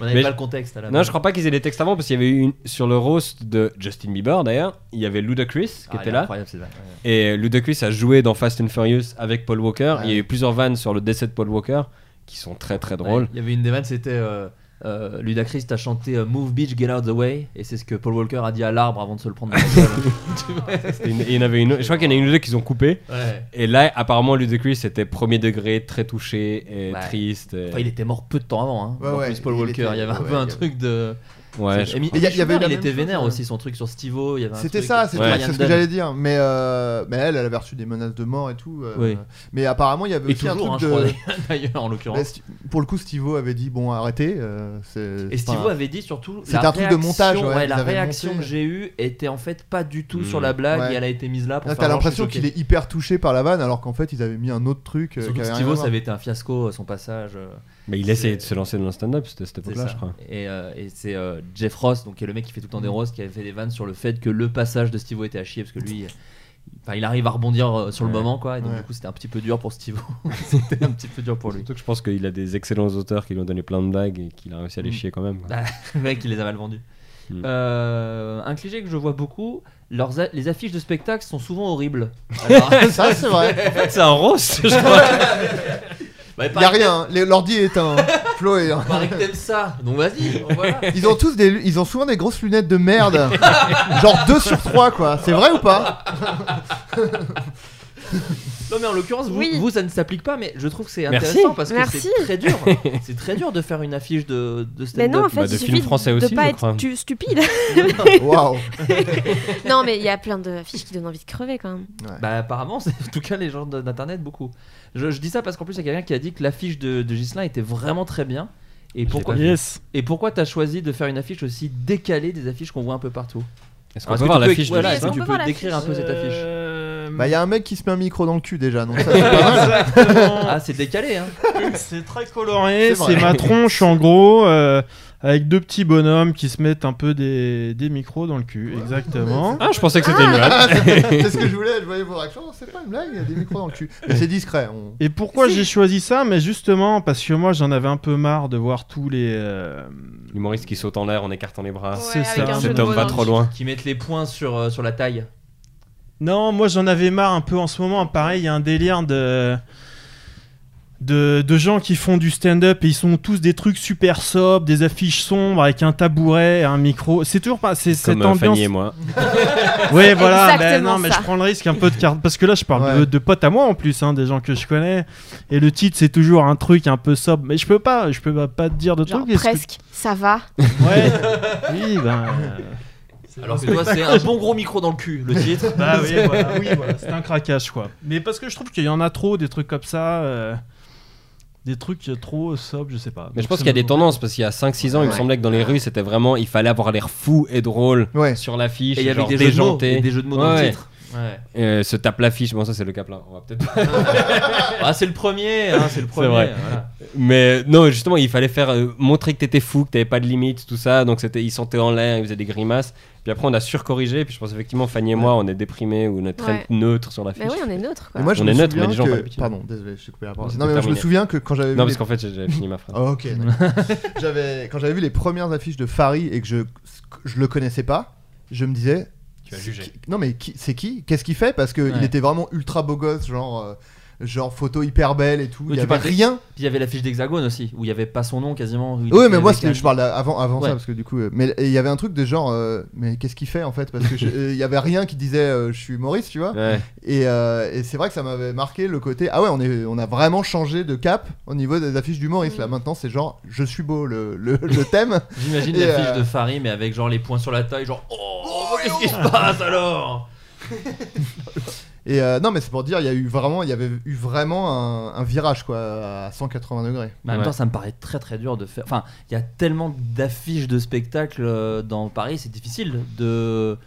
On n'avait
Mais
pas
je-
le contexte à la
Non,
base.
je crois pas qu'ils aient les textes avant parce qu'il y avait eu une sur le roast de Justin Bieber d'ailleurs. Il y avait Ludacris qui
Ah, il
était
est
là
incroyable, Ah c'est vrai.
et Ludacris a joué dans Fast and Furious avec Paul Walker.
Ouais.
Il y a eu plusieurs vannes sur le décès de Paul Walker qui sont très très drôles.
Ouais, Il y avait une des vannes, c'était euh, euh, Ludacris a chanté euh, Move Beach, Get Out the Way. Et c'est ce que Paul Walker a dit à l'arbre avant de se le prendre dans la gueule. Tu vois
Et il y en avait une autre- Je crois qu'il y en a une ou deux qu'ils ont coupé.
Ouais.
Et là, apparemment, Ludacris était premier degré, très touché et
Ouais.
triste. et-
Enfin, il était mort peu de temps avant. Hein.
Ouais,
En
ouais,
plus, Paul
il
Walker, il
était-
y avait
ouais,
un peu un
il y avait-
truc de.
Ouais,
C'est-
je-
Amy-
il y a- il y avait eu la
il
même
était
chose,
vénère
ouais.
aussi, son truc sur Stevo. il y avait un
euh, C'était
truc
ça,
avec
c'était
Ouais.
Ryan
c'est ce que
Dunn.
j'allais dire. Mais, euh, mais elle, elle avait reçu des menaces de mort et tout. euh,
Oui.
Mais apparemment, il y avait
Et
aussi
toujours,
un
hein, je
truc
crois,
de.
d'ailleurs, en l'occurrence.
Mais Sti- pour le coup, Stivo avait dit bon, arrêtez. euh, c'est-
Et Steve
enfin,
avait dit surtout.
C'était
la
un truc de montage,
réaction-
ouais, ils
la
avaient
réaction
monté.
que j'ai eue était en fait pas du tout
Mm.
sur la blague
Ouais.
et elle a été mise là pour
là,
faire
T'as
genre,
l'impression
je suis
qu'il est hyper touché par la vanne, alors qu'en fait, ils avaient mis un autre truc. euh,
choqué. Surtout
qui
que
avait
Steve
rien à
ça
voir.
avait été un fiasco euh, son passage. euh,
Mais il
C'est-
essayait de se lancer dans le stand-up, c'était cette
c'est
époque-là,
ça.
je crois. Hmm.
Et, euh, et c'est euh, Jeff Ross, donc qui est le mec qui fait tout le temps des roses, qui avait fait des vannes sur le fait que le passage de Steve était à chier parce que lui. euh, Enfin, il arrive à rebondir euh, sur le
Ouais.
moment, quoi. Et donc,
Ouais.
du coup, c'était un petit peu dur pour Steve c'était un petit peu dur pour lui.
Surtout que je pense qu'il a des excellents auteurs qui lui ont donné plein de blagues et qu'il a réussi à les
Mm.
chier quand même. quoi.
Bah,
Ah. Le mec, il les a mal vendus.
Mm.
Euh, un cliché que je vois beaucoup, leurs a- les affiches de spectacle sont souvent horribles. Alors,
Ça, c'est vrai.
C'est un roast, je crois.
Bah,
Y a
pareil,
rien, hein. Les- l'ordi est un. Flo est un-
Pareil que t'aimes Bah, ça, donc vas-y, voilà.
Ils ont tous des, lu- ils ont souvent des grosses lunettes de merde, genre 2 sur 3 quoi. C'est vrai ou pas
Non mais en l'occurrence vous,
Oui.
vous, ça ne s'applique pas mais je trouve que c'est
Merci.
intéressant parce que
Merci.
c'est très dur. c'est très dur de faire une affiche de, de
Mais
stand-up.
non, en fait,
Bah, de
il
films
suffit
français
de
aussi,
pas
je
être
crois.
tu- stupide.
Waouh.
non, mais il y a plein de fiches qui donnent envie de crever quand même.
Bah apparemment, c'est en tout cas les gens de- d'internet beaucoup. Je, je dis ça parce qu'en plus il y a quelqu'un qui a dit que l'affiche de, de Ghislain était vraiment très bien. Et pourquoi
Yes.
Et pourquoi t'as choisi de faire une affiche aussi décalée des affiches qu'on voit un peu partout
Est-ce
Alors, est-ce
qu'on peut
que
voir
tu peux-
l'affiche de
voilà, est-ce
Ghislain
que tu
On peut
peux
voir
décrire un peu cette affiche
Euh,
Bah y a un mec qui se met un micro dans le cul déjà, donc ça c'est pas mal.
Exactement.
Ah, c'est décalé hein.
C'est très coloré,
C'est vrai.
c'est ma tronche en gros, euh, avec deux petits bonhommes qui se mettent un peu des, des micros dans le cul, exactement.
Ah, je pensais que c'était une
Ah,
blague.
c'est c'est ce que je voulais, je voyais vos réactions, Oh, c'est pas une blague, il y a des micros dans le cul. Mais c'est discret. on-
Et pourquoi j'ai choisi ça Mais justement parce que moi j'en avais un peu marre de voir tous les. euh,
L'humoriste qui saute en l'air en écartant les bras.
c'est ça.
avec un jeu
Cet
de
homme
mots
va
dans
trop
le-
loin.
Qui mettent les points sur, euh, sur la taille.
Non, moi j'en avais marre un peu en ce moment. Pareil, il y a un délire de. De, de gens qui font du stand-up et ils sont tous des trucs super sobres, des affiches sombres avec un tabouret, un micro. C'est toujours pas. C'est cette
Comme euh,
ambiance.
Fanny et moi.
Oui, voilà,
Exactement
ben non, mais
ça.
je prends le risque un peu de carte. Parce que là, je parle
Ouais.
de, de potes à moi en plus, hein, des gens que je connais. Et le titre, c'est toujours un truc un peu sobre. Mais je peux pas, je peux pas- pas te dire de
Genre
trucs. parce que-
presque, ça va.
Ouais. oui, ben. euh,
Alors que toi c'est un bon gros micro dans le cul le titre.
bah oui, voilà, oui, voilà, c'est un craquage, quoi. Mais parce que je trouve qu'il y en a trop, des trucs comme ça. euh, Des trucs trop sobres, je sais pas.
Mais je
Donc,
pense
ça
qu'il y a
me-
des tendances parce qu'il y a 5-6 ans, il me
Ouais.
semblait que dans les rues, c'était vraiment. Il fallait avoir l'air fou et drôle
Ouais.
sur l'affiche.
Et il y avait
genre
des jeux, de mots,
déjanté.
et des jeux de mots dans le
Ouais.
titre. Ouais.
Euh, se tape l'affiche. Bon, ça, c'est le cap là. On va peut-être pas-
Ah, c'est le premier, hein, c'est le premier.
vrai.
voilà.
Mais non, justement, il fallait faire euh, montrer que t'étais fou, que t'avais pas de limite, tout ça. Donc c'était, ils sautaient en l'air, ils faisaient des grimaces. Puis après, on a surcorrigé. Puis je pense effectivement, Fanny et moi, on est déprimés ou on est très
Ouais.
neutre sur l'affiche.
Mais oui, on est neutre quoi.
Et moi je
On
me
est neutre,
souviens
mais les gens ont pas
que...
l'habitude.
Pardon, désolé, je t'ai coupé la parole.
Non,
Non mais moi, je me
terminé.
souviens que quand j'avais vu les
Non, parce qu'en fait, j'ai- j'avais fini ma phrase.
Ah, ok. d'accord. j'avais quand j'avais vu les premières affiches de Farid et que je je le connaissais pas, je me disais.
Tu as
c'est
jugé.
qui- non mais qui- c'est qui Qu'est-ce qu'il fait Parce que il
Ouais.
était vraiment ultra beau gosse, genre euh, genre photo hyper belle et tout.
Oui,
il y
tu
avait
parles-
rien.
Puis il y avait l'affiche d'Hexagone aussi, où il y avait pas son nom quasiment. où il
Oui,
était
mais moi
avec
c'était-
un-
je parle avant avant
Ouais.
ça parce que du coup, euh, mais et il y avait un truc de genre euh, mais qu'est-ce qu'il fait en fait Parce que je- euh, il y avait rien qui disait euh, je suis Maurice, tu vois.
Ouais.
Et, euh, et c'est vrai que ça m'avait marqué le côté ah ouais on est on a vraiment changé de cap au niveau des affiches du Maurice
Mm.
là. Maintenant c'est genre je suis beau le le, le thème.
J'imagine
Et,
l'affiche
euh,
de Farid, mais avec genre les points sur la taille, genre Oh, qu'est-ce qui se passe alors
Et euh, non, mais c'est pour dire, il y a eu vraiment, il y avait eu vraiment un, un virage quoi, à 180 degrés.
Mais en même
Ouais.
temps, ça me paraît très très dur de faire. Enfin, il y a tellement d'affiches de spectacles euh, dans Paris, c'est difficile de.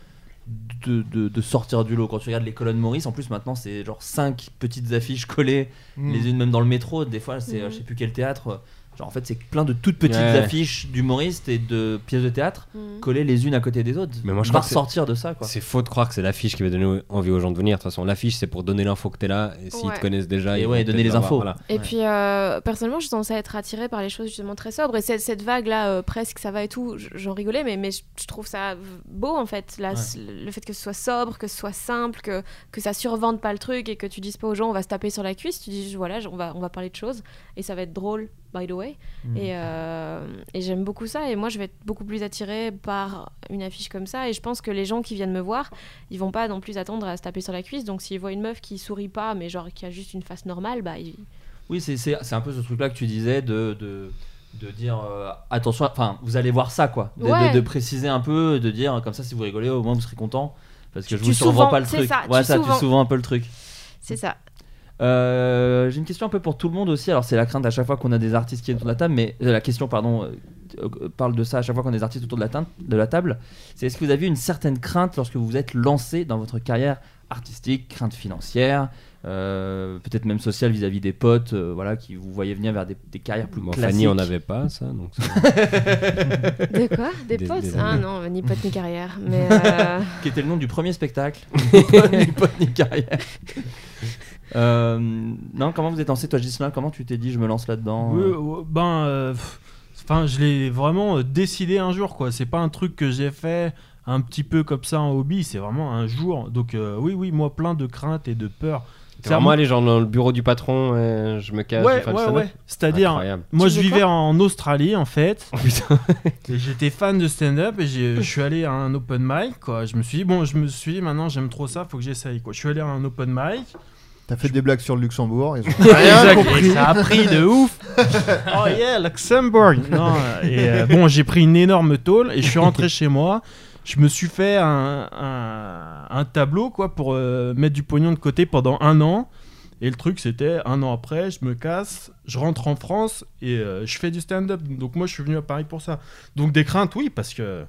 De, de- de sortir du lot quand tu regardes les colonnes Maurice en plus maintenant c'est genre 5 petites affiches collées
Hmm.
Mm.
les unes même dans le métro des fois c'est euh,
Mm.
je sais plus quel théâtre euh, genre en fait c'est plein de toutes petites
Ouais.
affiches d'humoristes et de pièces de théâtre
Mm.
collées les unes à côté des autres
Mais moi, je
va
crois que c'est-
ressortir de ça quoi
C'est faux de croire que c'est l'affiche qui va donner envie aux gens de venir. De toute façon, l'affiche, c'est pour donner l'info que t'es là. Et s'ils
Ouais.
te connaissent déjà,
et
ils
ouais
vont
donner les
peut-être l'avoir,
infos
voilà.
Et
Ouais.
puis, euh, personnellement, je tendance à être attirée par les choses justement très sobres. Et cette, cette vague-là, euh, presque, ça va et tout, j- j'en rigolais, mais, mais je je trouve ça beau, en fait. Là,
Ouais.
c- Le fait que ce soit sobre, que ce soit simple, que, que ça survende pas le truc et que tu dises pas aux gens, on va se taper sur la cuisse. Tu dis, voilà, j- on va, on va parler de choses et ça va être drôle, by the way.
Mm.
Et, euh, et j'aime beaucoup ça. Et moi, je vais être beaucoup plus attirée par une affiche comme ça. Et je pense que les gens qui viennent me voir, ils vont pas non plus attendre à se taper sur la cuisse. Donc, s'ils voient une meuf qui sourit pas, mais genre qui a juste une face normale, bah, ils.
Oui, c'est- c'est c'est un peu ce truc-là que tu disais de, de, de dire euh, attention, enfin, vous allez voir ça, quoi. De, de-
Ouais.
de préciser un peu, de dire comme ça, si vous rigolez, au moins vous serez content. Parce que je vous
Tu- tu
survends pas le
souvent,
truc.
c'est ça,
ouais,
tu
ça,
souvent.
tu souvent un peu le truc.
C'est ça.
Euh, J'ai une question un peu pour tout le monde aussi. Alors, c'est la crainte à chaque fois qu'on a des artistes qui viennent autour de la table, mais euh, la question, pardon, euh, euh, parle de ça à chaque fois qu'on a des artistes autour de la, teinte- de la table. C'est est-ce que vous aviez une certaine crainte lorsque vous vous êtes lancé dans votre carrière artistique, crainte financière, euh, peut-être même sociale vis-à-vis des potes, euh, voilà, qui vous voyaient venir vers des, des carrières plus
Bon,
classiques
Fanny, on n'avait pas ça. Donc ça-
De quoi Des,
Des-
potes
des
Ah
amis.
non, ni potes ni carrière. Mais euh,
Qui était le nom du premier spectacle Ni pote, ni pote, ni carrière. Euh, non, comment vous êtes lancé, toi, Gislain Comment tu t'es dit, je me lance là-dedans
Oui,
euh
ouais, ben, euh, pff, enfin, je l'ai vraiment euh, décidé un jour, quoi. C'est pas un truc que j'ai fait un petit peu comme ça en hobby, c'est vraiment un jour. Donc, euh, oui, oui, moi, plein de craintes et de peurs.
T'es vraiment allé genre dans le bureau du patron, euh, je me casse.
Ouais,
je fais le
ouais,
stand-up
ouais. C'est-à-dire,
Incroyable.
moi
Tu
je
faisais
vivais en Australie en fait.
Oh, putain.
Et J'étais fan de stand-up et j'ai- je suis allé à un open mic. Quoi. Je me suis dit, bon, je me suis dit, maintenant j'aime trop ça, faut que j'essaye. Quoi. Je suis allé à un open mic.
T'as fait des blagues sur le Luxembourg, ils ont rien
Exact.
compris.
Et ça a pris de ouf. Oh yeah, Luxembourg. Non, euh, et euh, bon, j'ai pris une énorme tôle et je suis rentré chez moi. Je me suis fait un, un- un tableau quoi pour euh, mettre du pognon de côté pendant un an. Et le truc, c'était un an après, je me casse, je rentre en France et euh, je fais du stand-up. Donc moi, je suis venu à Paris pour ça. Donc des craintes, oui, parce que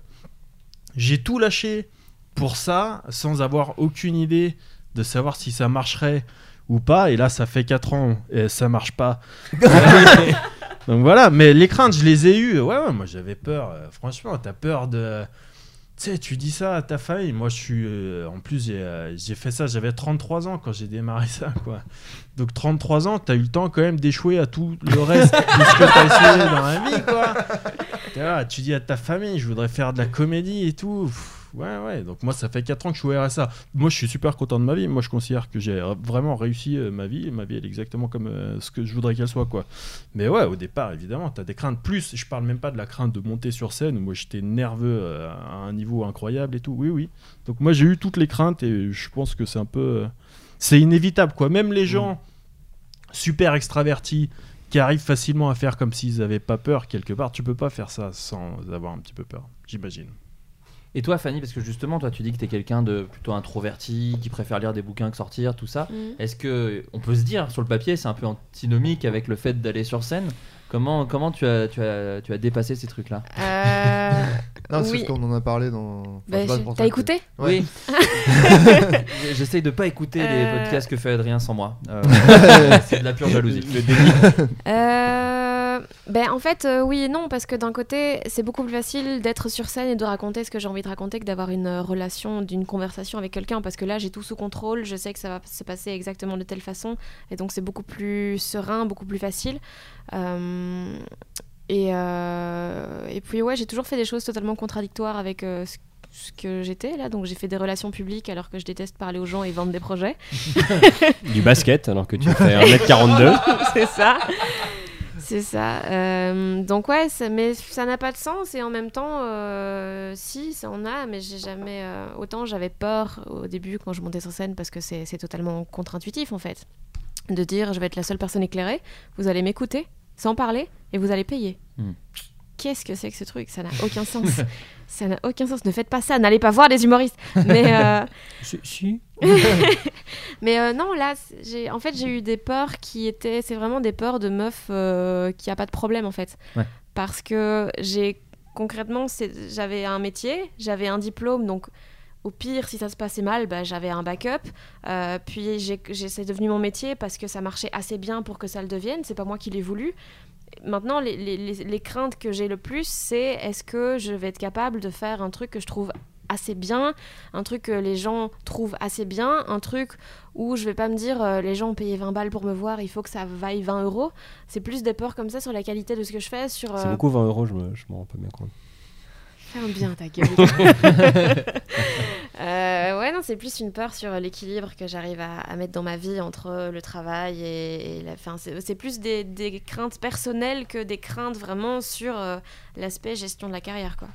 j'ai tout lâché pour ça sans avoir aucune idée de savoir si ça marcherait ou pas. Et là, ça fait 4 ans et ça marche pas. Donc voilà, mais les craintes, je les ai eues. Ouais, ouais, moi j'avais peur. Euh, Franchement, t'as peur de. Tu sais, tu dis ça à ta famille. Moi, je suis. euh, en plus, j'ai euh, j'ai fait ça, j'avais 33 ans quand j'ai démarré ça, quoi. Donc, 33 ans, t'as eu le temps quand même d'échouer à tout le reste de ce que t'as essayé dans la vie, quoi. T'es là, tu dis à ta famille, je voudrais faire de la comédie et tout. Pff, ouais, ouais. Donc, moi, ça fait 4 ans que je suis au RSA. Moi, je suis super content de ma vie. Moi, je considère que j'ai vraiment réussi euh, ma vie. Et ma vie, elle est exactement comme euh, ce que je voudrais qu'elle soit, quoi. Mais ouais, au départ, évidemment, t'as des craintes. Plus, je parle même pas de la crainte de monter sur scène. où Moi, j'étais nerveux euh, à un niveau incroyable et tout. Oui, oui. Donc, moi, j'ai eu toutes les craintes et je pense que c'est un peu. euh, c'est inévitable, quoi. Même les gens super extravertis qui arrivent facilement à faire comme s'ils avaient pas peur quelque part, tu peux pas faire ça sans avoir un petit peu peur, j'imagine.
Et toi, Fanny, parce que justement, toi, tu dis que t'es quelqu'un de plutôt introverti, qui préfère lire des bouquins que sortir, tout ça.
Mhm.
Est-ce que on peut se dire sur le papier, c'est un peu antinomique avec le fait d'aller sur scène Comment comment tu as tu as tu as dépassé ces trucs là
Euh,
Non, c'est
Oui.
ce qu'on en a parlé dans. enfin,
bah,
je sais pas, je
j'ai-
pense
T'as
que-
écouté
Ouais.
Oui. J'essaye de pas écouter les
Euh.
podcasts que fait Adrien sans moi. Euh, c'est de la pure jalousie.
Euh, ben en fait euh, oui et non parce que d'un côté c'est beaucoup plus facile d'être sur scène et de raconter ce que j'ai envie de raconter que d'avoir une euh, relation d'une conversation avec quelqu'un parce que là j'ai tout sous contrôle je sais que ça va se passer exactement de telle façon et donc c'est beaucoup plus serein beaucoup plus facile Euh, et, euh, et puis ouais j'ai toujours fait des choses totalement contradictoires avec euh, ce ce que j'étais là donc j'ai fait des relations publiques alors que je déteste parler aux gens et vendre des projets
Du basket, alors que tu fais 1m42.
c'est ça. C'est ça. Euh, donc ouais, ça- mais ça n'a pas de sens et en même temps, euh, si, ça en a, mais j'ai jamais... euh, autant j'avais peur au début quand je montais sur scène parce que c'est c'est totalement contre-intuitif en fait. De dire je vais être la seule personne éclairée, vous allez m'écouter sans parler et vous allez payer.
Hmm.
Qu'est-ce que c'est que ce truc Ça n'a aucun sens. ça n'a aucun sens. Ne faites pas ça, n'allez pas voir les humoristes. Mais... euh, mais euh, non, là, c'est- j'ai, en fait, j'ai eu des peurs qui étaient. C'est vraiment des peurs de meuf euh, qui a pas de problème, en fait.
Ouais.
Parce que j'ai. Concrètement, c'est- j'avais un métier, j'avais un diplôme, donc au pire, si ça se passait mal, bah, j'avais un backup. Euh, puis j'ai, j'ai- c'est devenu mon métier parce que ça marchait assez bien pour que ça le devienne. C'est pas moi qui l'ai voulu. Maintenant, les, les- les- les craintes que j'ai le plus, c'est est-ce que je vais être capable de faire un truc que je trouve assez bien, un truc que les gens trouvent assez bien, un truc où je vais pas me dire euh, les gens ont payé 20 balles pour me voir, il faut que ça vaille 20 euros. C'est plus des peurs comme ça sur la qualité de ce que je fais, sur.
C'est
euh,
beaucoup 20 euros, je me je m'en rends pas bien compte.
Ferme bien ta gueule. Euh, ouais, non, c'est plus une peur sur l'équilibre que j'arrive à, à mettre dans ma vie entre le travail et, et la fin. C'est c'est plus des, des craintes personnelles que des craintes vraiment sur euh, l'aspect gestion de la carrière, quoi.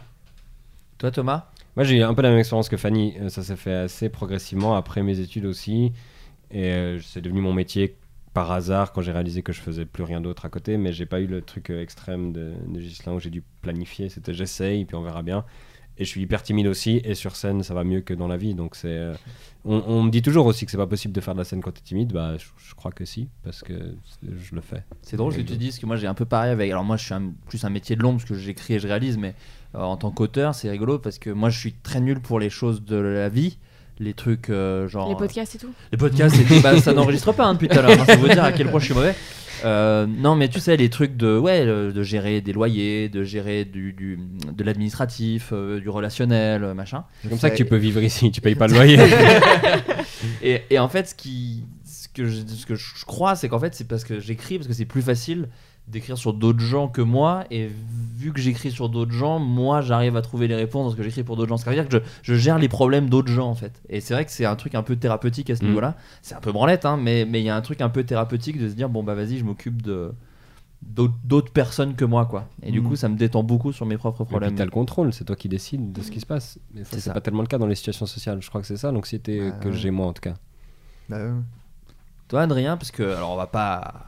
Toi, Thomas
Moi, j'ai eu un peu la même expérience que Fanny. Euh, Ça s'est fait assez progressivement après mes études aussi. Et euh, c'est devenu mon métier par hasard quand j'ai réalisé que je faisais plus rien d'autre à côté. Mais j'ai pas eu le truc euh, extrême de, de Ghislain où j'ai dû planifier. C'était j'essaye, puis on verra bien. Et je suis hyper timide aussi. Et sur scène, ça va mieux que dans la vie. Donc, c'est. euh, on, on me dit toujours aussi que c'est pas possible de faire de la scène quand t'es timide. Bah, je, je crois que si, parce que c'est- je le fais.
C'est drôle que tu dises que moi j'ai un peu pareil avec. Alors moi je suis un- plus un métier de l'ombre parce que j'écris et je réalise, mais euh, en tant qu'auteur c'est rigolo parce que moi je suis très nul pour les choses de la vie, les trucs euh, genre.
Les podcasts et tout.
Les podcasts, c'était- bah, ça n'enregistre pas hein, depuis tout à l'heure. hein, ça veut dire à quel point je suis mauvais. Euh, non, mais tu sais, les trucs de, ouais, euh, de gérer des loyers, de gérer du, du- de l'administratif, euh, du relationnel, euh, machin.
C'est comme ça que tu peux vivre ici. Tu payes pas le loyer. Mm.
Et, et en fait, ce, qui, ce que je, ce que je crois, c'est qu'en fait, c'est parce que j'écris, parce que c'est plus facile d'écrire sur d'autres gens que moi et vu que j'écris sur d'autres gens moi j'arrive à trouver les réponses dans ce que j'écris pour d'autres gens c'est à dire que je, je gère les problèmes d'autres gens en fait et c'est vrai que c'est un truc un peu thérapeutique à ce
Mhm.
niveau là c'est un peu branlette hein, mais mais il y a un truc un peu thérapeutique de se dire bon bah vas-y je m'occupe de d'autres d'autres personnes que moi quoi et du
Mhm.
coup ça me détend beaucoup sur mes propres
Mm. Et puis
problèmes
t'as le contrôle, c'est toi qui décides de ce qui se passe. Mais ça,
Mhm. C'est
c'est
ça.
pas tellement le cas dans les situations sociales, je crois que c'est ça l'anxiété
Bah,
que
ouais.
j'ai moi en tout cas.
Bah, euh,
Toi, Adrien, parce que, alors on va pas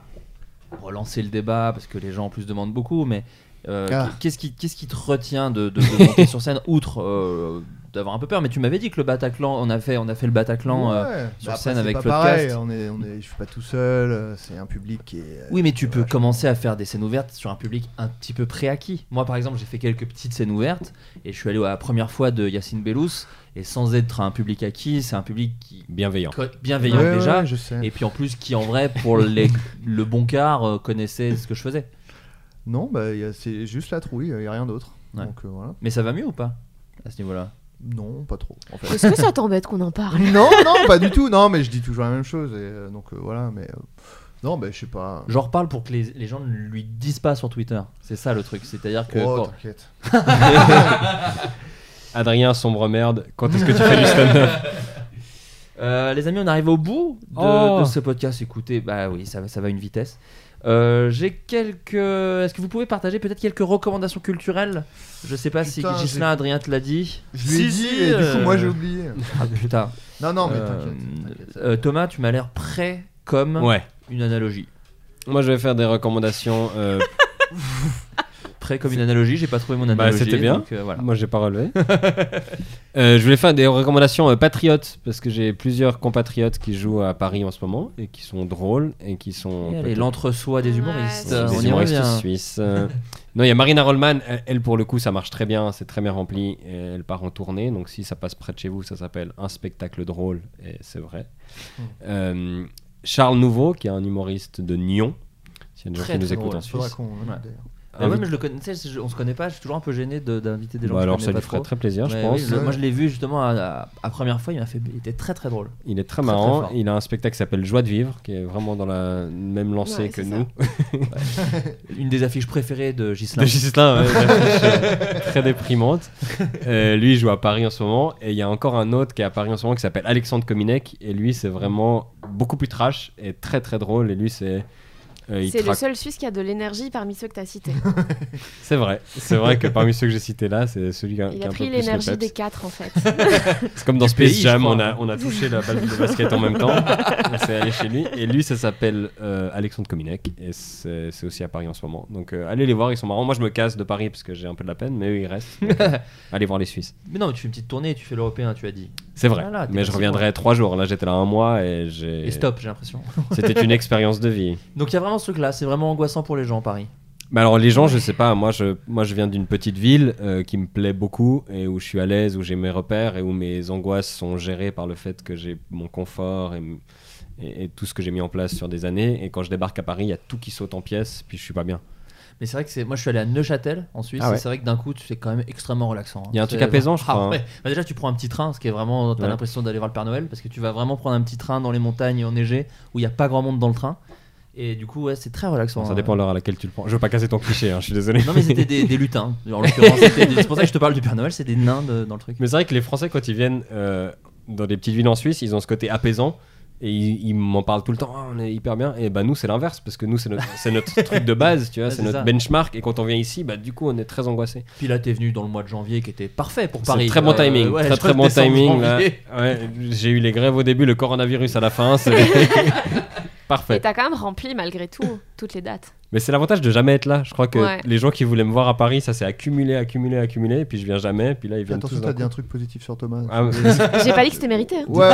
relancer le débat, parce que les gens en plus demandent beaucoup, mais euh,
Ah.
qu'est-ce qui, qu'est-ce qui te retient de, de- de monter sur scène, outre euh, d'avoir un peu peur Mais tu m'avais dit que le Bataclan, on a fait, on a fait le Bataclan. euh,
ouais.
sur
Bah, après,
scène
c'est
avec
pas
Floodcast.
pareil, on est, on est, je suis pas tout seul, euh, c'est un public qui est. euh,
oui, mais tu peux
ouais, je-
commencer à faire des scènes ouvertes sur un public un petit peu préacquis. Moi, par exemple, j'ai fait quelques petites scènes ouvertes et je suis allé à la première fois de Yacine Bellous et sans être un public acquis, c'est un public qui
Bienveillant.
bienveillant
Ouais, ouais,
déjà,
ouais, je sais.
et puis en plus qui en vrai pour les, le bon quart euh, connaissait ce que je faisais.
Non, bah, y a- c'est juste la trouille, il n'y a rien d'autre.
Ouais.
Donc euh, voilà.
Mais ça va mieux ou pas à ce niveau-là
Non, pas trop. En fait.
Est-ce que ça t'embête qu'on en parle
non, non, pas du tout. Non, mais je dis toujours la même chose. Et, euh, donc euh, voilà, mais. euh, non, bah, je sais pas.
J'en reparle pour que les, les gens ne lui disent pas sur Twitter. C'est ça le truc. C'est-à-dire que.
Oh,
quand-
t'inquiète.
Adrien, sombre merde, quand est-ce que tu fais du stand-up
Euh, les amis, on arrive au bout de,
Oh.
de ce podcast. Écoutez, bah oui, ça, va- ça va à une vitesse. Euh, J'ai quelques. Est-ce que vous pouvez partager peut-être quelques recommandations culturelles Je sais pas
Putain,
si Gislain,
j'ai-
Adrien te l'a dit.
Je lui ai
Si,
dit,
si,
et du
euh,
coup, moi j'ai oublié.
Ah putain.
Non, non, mais
Euh,
t'inquiète, t'inquiète.
euh, Thomas, tu m'as l'air prêt comme
Ouais.
une analogie.
Moi, je vais faire des recommandations. euh,
Prêt comme une analogie. J'ai pas trouvé mon
Bah,
analogie.
c'était bien.
donc, euh, voilà.
Moi, j'ai pas relevé. Euh, je voulais faire des recommandations euh, patriotes parce que j'ai plusieurs compatriotes qui jouent à Paris en ce moment et qui sont drôles et qui sont.
Et allez,
peut-être-
l'entre-soi des humoristes.
Ouais,
Euh, on
des
y
humoristes
revient.
suisses. Euh, non, il y a Marina Rollman. Elle, elle, pour le coup, ça marche très bien. C'est très bien rempli. et elle part en tournée. Donc, si ça passe près de chez vous, ça s'appelle Un spectacle drôle. Et c'est vrai. Euh, Charles Nouveau, qui est un humoriste de Nyon. S'il y a des gens
Très,
qui nous
très
écoutent
drôle.
en
Faudra
Suisse.
qu'on.
Ouais.
d'ailleurs.
Ah ouais,
Invite-
mais je le connais, tu sais, je- on se connaît pas, je suis toujours un peu gêné de- d'inviter des gens que
Bah
je
alors,
connais
ça
pas
lui ferait
trop.
très plaisir, je
Ouais,
pense.
oui, le- moi je l'ai vu justement à, à- à première fois, il m'a fait, il était très très drôle.
Il est très
Très, très
marrant.
fort.
il a un spectacle qui s'appelle Joie de vivre, qui est vraiment dans la même lancée
Ouais,
que
c'est ça.
nous.
Une des affiches préférées de Gislain.
De Ghislain, ouais, l'affiche, euh, très déprimante. Euh, lui, il joue à Paris en ce moment. Et il y a encore un autre qui est à Paris en ce moment qui s'appelle Alexandre Kominek. Et lui, c'est vraiment beaucoup plus trash et très très drôle. Et lui, c'est. euh, il
C'est le
traque-
seul Suisse qui a de l'énergie parmi ceux que t'as cités.
C'est vrai. C'est vrai que parmi ceux que j'ai cités là, c'est celui qui a,
Il
qui a
a
un
pris
peu plus le
l'énergie
peps.
des quatre en fait.
C'est comme dans
Du
Space
pays, je
Jam,
crois.
on a, on a touché la balle de basket en même temps. On s'est allé chez lui. Et lui, ça s'appelle euh, Alexandre Kominek. Et c'est c'est aussi à Paris en ce moment. Donc euh, allez les voir, ils sont marrants. Moi, je me casse de Paris parce que j'ai un peu de la peine, mais eux, ils restent. Donc, euh, allez voir les Suisses.
Mais non, mais tu fais une petite tournée, tu fais l'européen, tu as dit.
C'est vrai.
Voilà, t'es
mais je
passé
reviendrai trois jours. Là, j'étais là un mois et
Et,
j'ai.
stop, j'ai l'impression.
C'était une expérience de vie.
Donc il y a vraiment ce truc là, c'est vraiment angoissant pour les gens, Paris.
Mais alors, les gens, je sais pas. Moi, je, moi, je viens d'une petite ville euh, qui me plaît beaucoup et où je suis à l'aise, où j'ai mes repères et où mes angoisses sont gérées par le fait que j'ai mon confort et, m- et- et tout ce que j'ai mis en place sur des années. Et quand je débarque à Paris, il y a tout qui saute en pièces, puis je suis pas bien.
Mais c'est vrai que c'est, moi je suis allé à Neuchâtel en Suisse,
Ah ouais.
et c'est vrai que d'un coup tu c'est quand même extrêmement relaxant. hein.
Il y a un truc
C'est-
apaisant, je
Ah
crois, hein.
ouais. Bah, déjà tu prends un petit train, ce qui est vraiment, t'as
Ouais.
l'impression d'aller voir le Père Noël, parce que tu vas vraiment prendre un petit train dans les montagnes enneigées où il y a pas grand monde dans le train. Et du coup ouais, c'est très relaxant.
Bon, ça
hein.
dépend de l'heure à laquelle tu le prends. Je veux pas casser ton cliché, hein, je suis désolé.
Non mais c'était des, des lutins. En l'occurrence, c'était des- c'est pour ça que je te parle du Père Noël, c'est des nains de- dans le truc.
Mais c'est vrai que les Français, quand ils viennent euh, dans des petites villes en Suisse, ils ont ce côté apaisant. Et ils, ils m'en parlent tout le temps, Ah, on est hyper bien. Et bah nous, c'est l'inverse, parce que nous, c'est notre, c'est notre truc de base, tu vois,
Ouais,
c'est
c'est
notre
ça.
benchmark. Et quand on vient ici, bah du coup, on est très angoissé.
Puis là t'es venu dans le mois de janvier qui était parfait pour
C'est
Paris.
très bon
Euh,
timing,
ouais,
très très bon
décembre,
timing. là.
janvier.
Ouais, J'ai eu les grèves au début, le coronavirus à la fin, c'est
Et
parfait.
t'as quand même rempli malgré tout toutes les dates.
Mais c'est l'avantage de jamais être là. Je crois que
Ouais.
les gens qui voulaient me voir à Paris, ça s'est accumulé, accumulé, accumulé. Et puis je viens jamais, puis là, ils viennent
Attention,
tous.
t'as
d'un
dit un
coup.
truc positif sur Thomas.
Ah,
J'ai pas dit que c'était mérité. hein.
Ouais.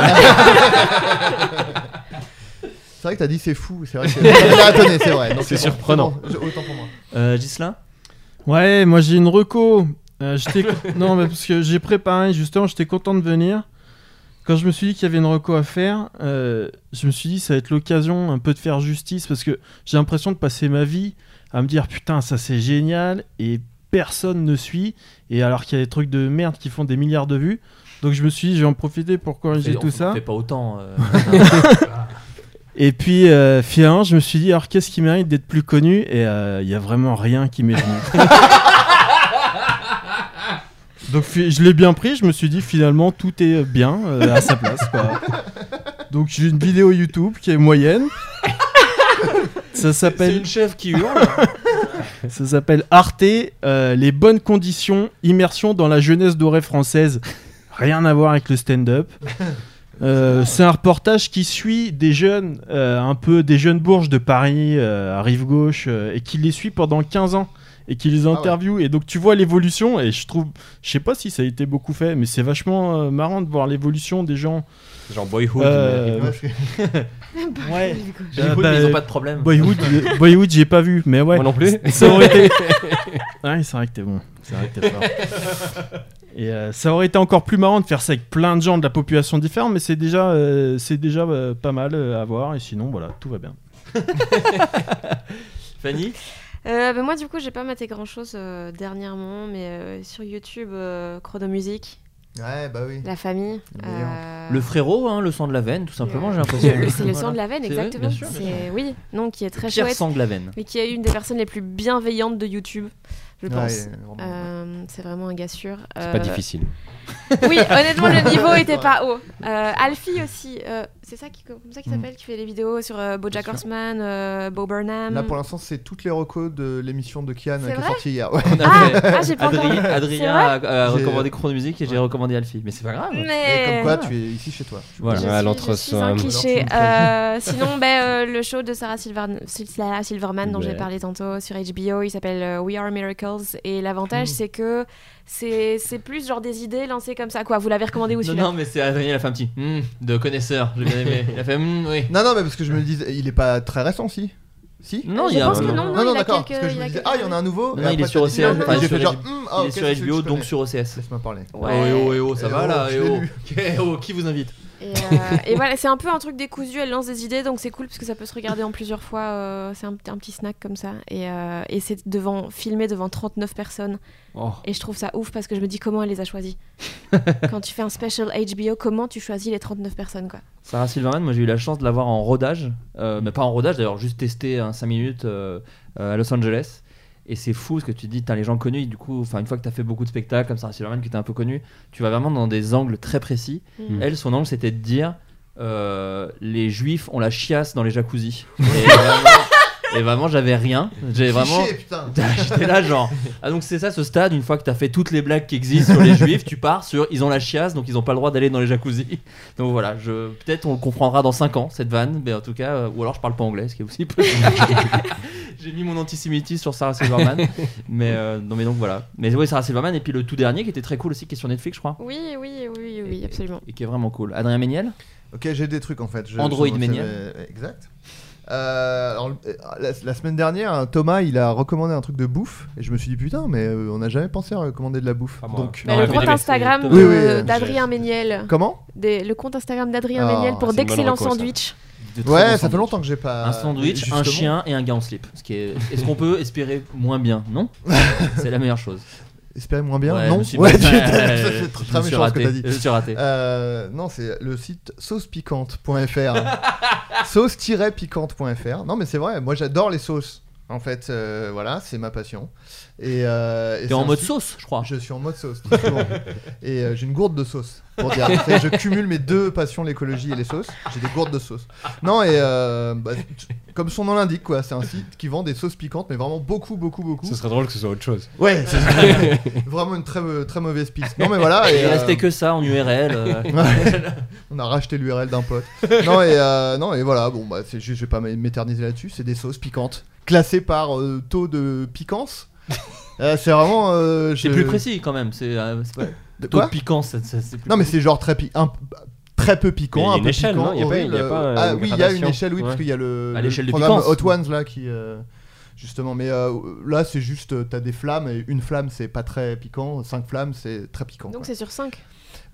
c'est vrai que t'as dit c'est fou, c'est vrai que Ah, attendez, c'est vrai. non,
C'est
bon,
surprenant.
bon, je- autant pour moi.
Euh, Ghislain
Ouais, moi j'ai une reco. Euh, j'étais- non, mais parce que j'ai préparé, justement, j'étais content de venir. Quand je me suis dit qu'il y avait une reco à faire, euh, je me suis dit ça va être l'occasion un peu de faire justice parce que j'ai l'impression de passer ma vie à me dire putain, ça c'est génial et personne ne suit. Et alors qu'il y a des trucs de merde qui font des milliards de vues. Donc je me suis dit, je vais en profiter pour corriger
Fait- on
tout ça.
fait pas autant. euh,
Et puis euh, finalement, je me suis dit, alors qu'est-ce qui mérite d'être plus connu Et euh, il y a vraiment rien qui m'est venu. Donc fi- je l'ai bien pris, je me suis dit finalement tout est euh, bien euh, à sa place. quoi. Donc j'ai une vidéo YouTube qui est moyenne. Ça s'appelle
chef qui hurle.
ça s'appelle Arte, euh, les bonnes conditions, immersion dans la jeunesse dorée française. Rien à voir avec le stand-up. Euh, c'est un reportage qui suit des jeunes, euh, un peu des jeunes bourges de Paris, euh, à rive gauche, euh, et qui les suit pendant 15 ans et qui les interviewe. Et donc tu vois l'évolution, et je trouve, je sais pas si ça a été beaucoup fait, mais c'est vachement euh, marrant de voir l'évolution des gens.
Genre Boyhood.
Euh,
Ouais, c'est-
ouais.
Boyhood,
bah,
mais ils ont pas de problème.
Boyhood, euh, Boyhood, j'ai pas vu, mais ouais.
Moi non plus.
Ça aurait été.
Ah,
ouais, c'est vrai que t'es bon. C'est vrai que t'es fort. Et euh, ça aurait été encore plus marrant de faire ça avec plein de gens de la population différente, mais c'est déjà, euh, c'est déjà euh, pas mal euh, à voir. Et sinon, voilà, tout va bien.
Fanny
Euh, bah, moi, du coup, j'ai pas maté grand chose dernièrement, mais euh, sur YouTube, euh, Chronomusique,
Ouais, bah oui.
La Famille.
Meilleur.
euh,
Le frérot, hein, le sang de la veine, tout simplement, j'ai l'impression.
le- C'est le sang de la veine,
C'est-
exactement.
bien sûr, bien
C'est oui, non, qui est très
Pierre
chouette,
sang de la veine.
mais qui est une des personnes les plus bienveillantes de YouTube, je
Ouais,
pense.
vraiment.
Euh, c'est vraiment un gars sûr.
C'est pas
Euh,
difficile.
Oui, honnêtement, le niveau était pas haut. Euh, Alfie aussi, euh, c'est ça qui, comme ça qu'il
Mm.
s'appelle, qui fait les vidéos sur euh, BoJack
Bien sûr.
Horseman, euh, Bo Burnham.
Là pour l'instant, c'est toutes les recos de l'émission de Kian qui
C'est
est
vrai
sortie hier. Ouais.
On a
Ah,
fait-
ah, j'ai pas encore.
Adrien, Adrien a, a
J'ai-
recommandé Chronomusique et j'ai recommandé Alfie. Mais c'est pas grave.
Et
Mais
comme quoi, tu es ici chez toi.
Voilà.
Je
Ouais,
suis-
l'entre-
je suis un
euh,
cliché.
l'entre-
Euh, sinon, ben, euh, le show de Sarah, Silver- Sil- Sarah Silverman dont
Ouais.
j'ai parlé tantôt sur HBO, il s'appelle euh, We Are Miracles. Et l'avantage,
Hmm.
c'est que c'est c'est plus genre des idées lancées comme ça. Quoi, vous l'avez recommandé ou
Non,
celui-là
non, mais c'est Adrien, il a fait un petit hmm de connaisseur. J'ai bien aimé. Il a fait hmm, oui.
Non, non, mais parce que je me disais, il est pas très récent, si Si
Non,
je
il y a
pense
un-
que non.
non,
il a
d'accord.
quelques-
parce que je
il
me
a
disais,
quelques-
ah, il y en a un nouveau.
Non,
et
non, il
après,
est sur
t'as dit,
OCS,
non, non,
enfin, il est
j'ai fait
sur
genre, hum, ah,
Il
ok,
est
c'est
sur
celui que
HBO,
je connais.
donc sur OCS.
Laisse-moi parler.
Ouais, eh oh, eh oh, ça
Eh
va
oh,
là,
je
eh
l'ai
oh.
lu.
Eh oh, qui vous invite
Et, euh, et voilà, c'est un peu un truc décousu. Elle lance des idées, donc c'est cool parce que ça peut se regarder en plusieurs fois. euh, c'est un, un petit snack comme ça. Et, euh, et c'est devant, filmé devant 39 personnes.
Oh.
Et je trouve ça ouf parce que je me dis comment elle les a choisis. Quand tu fais un special HBO, comment tu choisis les 39 personnes quoi
Sarah Silverman, moi j'ai eu la chance de l'avoir en rodage, euh, mais pas en rodage d'ailleurs, juste testé 5 minutes euh, euh, à Los Angeles. Et c'est fou parce que tu te dis, t'as les gens connus, et du coup, enfin une fois que t'as fait beaucoup de spectacles comme Sarah Silverman, qui t'es un peu connu, tu vas vraiment dans des angles très précis.
Mm.
Elle, son angle, c'était de dire euh, les juifs ont la chiasse dans les jacuzzis. Et vraiment, et vraiment, j'avais rien. J'avais vraiment.
Cliché, putain.
J'étais là genre ah donc c'est ça ce stade une fois que t'as fait toutes les blagues qui existent sur les juifs tu pars sur ils ont la chiasse donc ils ont pas le droit d'aller dans les jacuzzi donc voilà je peut-être on le comprendra dans 5 ans cette vanne mais en tout cas euh, ou alors je parle pas anglais ce qui est aussi possible j'ai mis mon antisémitisme sur Sarah Silverman mais euh, non mais donc voilà mais oui Sarah Silverman et puis le tout dernier qui était très cool aussi qui est sur Netflix je crois
Oui, oui, oui, oui,
Et-
absolument.
et qui est vraiment cool Adrien Méniel
Ok, j'ai des trucs en fait. Je-
Android
je-
Mania.
euh, Exact. Euh, alors, euh, la, la semaine dernière, Thomas il a recommandé un truc de bouffe et je me suis dit putain, mais euh, on n'a jamais pensé à recommander de la bouffe.
Pas
Ah,
moi.
Donc,
Bah,
Non,
le
mais
compte
c'est-
Instagram
Oui, oui,
de-
oui.
d'Adrien Méniel.
comment
Des- le compte Instagram d'Adrien
Ah,
Méniel
c'est
pour
une bonne
d'excellents
reco, ça.
sandwichs.
De très bons
Ouais, ça fait
sandwichs.
longtemps que j'ai pas.
un sandwich, un
Justement.
chien et un gars en slip. Ce qui est... Est-ce qu'on peut espérer moins bien Non C'est la meilleure chose.
Espérez moins bien.
Ouais, je
non.
me suis-
Ouais,
Ouais,
putain,
ouais,
ça,
je
c'est
me
très,
suis
très méchant ce que
raté.
t'as dit.
Je me suis raté.
Euh, non, c'est le site saucepiquante.fr. Sauce-piquante.fr. Non, mais c'est vrai, moi j'adore les sauces. En fait, euh, voilà, c'est ma passion. Et, euh, et
T'es
c'est
en
un
mode
site-
sauce, je crois.
Je suis en mode sauce. tout simplement. et euh, j'ai une gourde de sauce. Pour dire, C'est- je cumule mes deux passions, l'écologie et les sauces. J'ai des gourdes de sauce. Non, et euh, bah, tu- comme son nom l'indique, quoi, c'est un site qui vend des sauces piquantes, mais vraiment beaucoup, beaucoup, beaucoup.
Ce serait drôle que ce soit autre chose.
Ouais, c'est vraiment une très, euh, très mauvaise piste. Non, mais voilà.
Il
et, euh,
restait que ça en URL. euh.
Ouais. On a racheté l'URL d'un pote. Non et, euh, non et voilà, bon bah c'est juste, je vais pas m'éterniser là-dessus, c'est des sauces piquantes classées par euh, taux de piquance. Euh, c'est vraiment euh,
C'est
je-
plus précis quand même. C'est euh, c'est pas-
De
taux de
quoi
piquant, ça- ça- c'est plus
Non mais c'est genre très pi- un- très peu
Mais il y
piquant,
a
un
une
peu
échelle,
piquant,
non Il y a pas- il y a
horrible.
pas, euh,
ah
une
oui, il y a une
gradation. Bah,
échelle oui parce
Ouais.
qu'il y a le,
À
le
l'échelle de
programme
piquance.
Hot Ones là qui euh, justement mais euh, là c'est juste euh, t'as des flammes et une flamme c'est pas très piquant, cinq flammes c'est très piquant.
Donc
quoi.
c'est sur 5.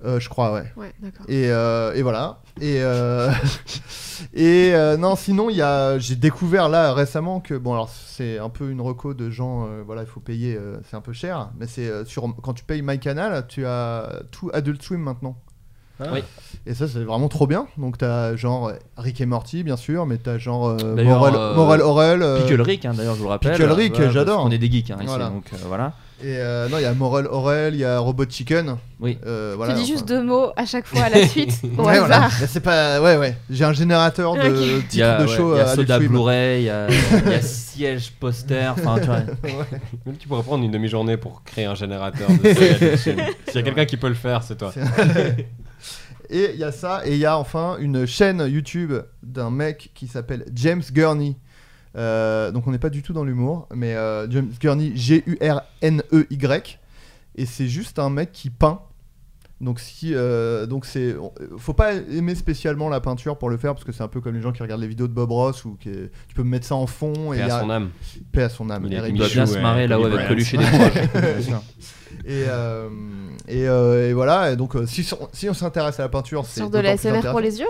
Euh, je crois ouais.
Ouais, d'accord.
Et, euh, et voilà. Et, euh, et euh, non, sinon, il y a, j'ai découvert là récemment que, bon, alors c'est un peu une reco de gens, euh, voilà, il faut payer, euh, c'est un peu cher, mais c'est euh, sur, quand tu payes MyCanal, tu as tout Adult Swim maintenant.
Oui.
Et ça, c'est vraiment trop bien. Donc, t'as genre euh, Rick et Morty, bien sûr, mais t'as genre euh,
D'ailleurs,
Morel,
euh,
Morel Orel. euh,
Pickle Rick, hein, d'ailleurs, je vous le rappelle.
Pickle Rick,
parce
j'adore.
qu'on est des geeks hein, ici,
Voilà.
donc euh, voilà.
Et euh, non, il y a Morel Orel, il y a Robot Chicken.
Oui.
Euh,
Tu
voilà,
dis
enfin.
juste deux mots à chaque fois à la suite. au
Ouais, voilà.
hasard.
Mais C'est pas. Ouais, ouais. J'ai un générateur de
Il y
titres
a,
de
ouais,
show euh,
il y a
à
Soda
Adult Swim.
Blu-ray, il y a, il y a Siège Poster, enfin tu vois.
Même tu pourrais prendre une demi-journée pour créer un générateur de série addiction. S'il y a quelqu'un qui peut le faire, c'est toi.
Et il y a ça, et il y a enfin une chaîne YouTube d'un mec qui s'appelle James Gurney. Euh, donc on n'est pas du tout dans l'humour, mais euh, James Gurney, G-U-R-N-E-Y. E Et c'est juste un mec qui peint. Donc si, euh, donc c'est, on- faut pas aimer spécialement la peinture pour le faire parce que c'est un peu comme les gens qui regardent les vidéos de Bob Ross ou que tu peux mettre ça en fond et il
Et
y
à
a- Ah,
son âme.
paix à son âme.
Il est
Eric
avec
Il doit
Michou,
bien se
ouais,
marrer là-haut
Kobe
avec
Bryant.
Coluche et des proches.
et, euh, et, euh, et voilà, et donc euh, si, on- si on s'intéresse à la peinture, c'est
Sur de
d'autant
la
plus
SMR pour
intéressant.
les yeux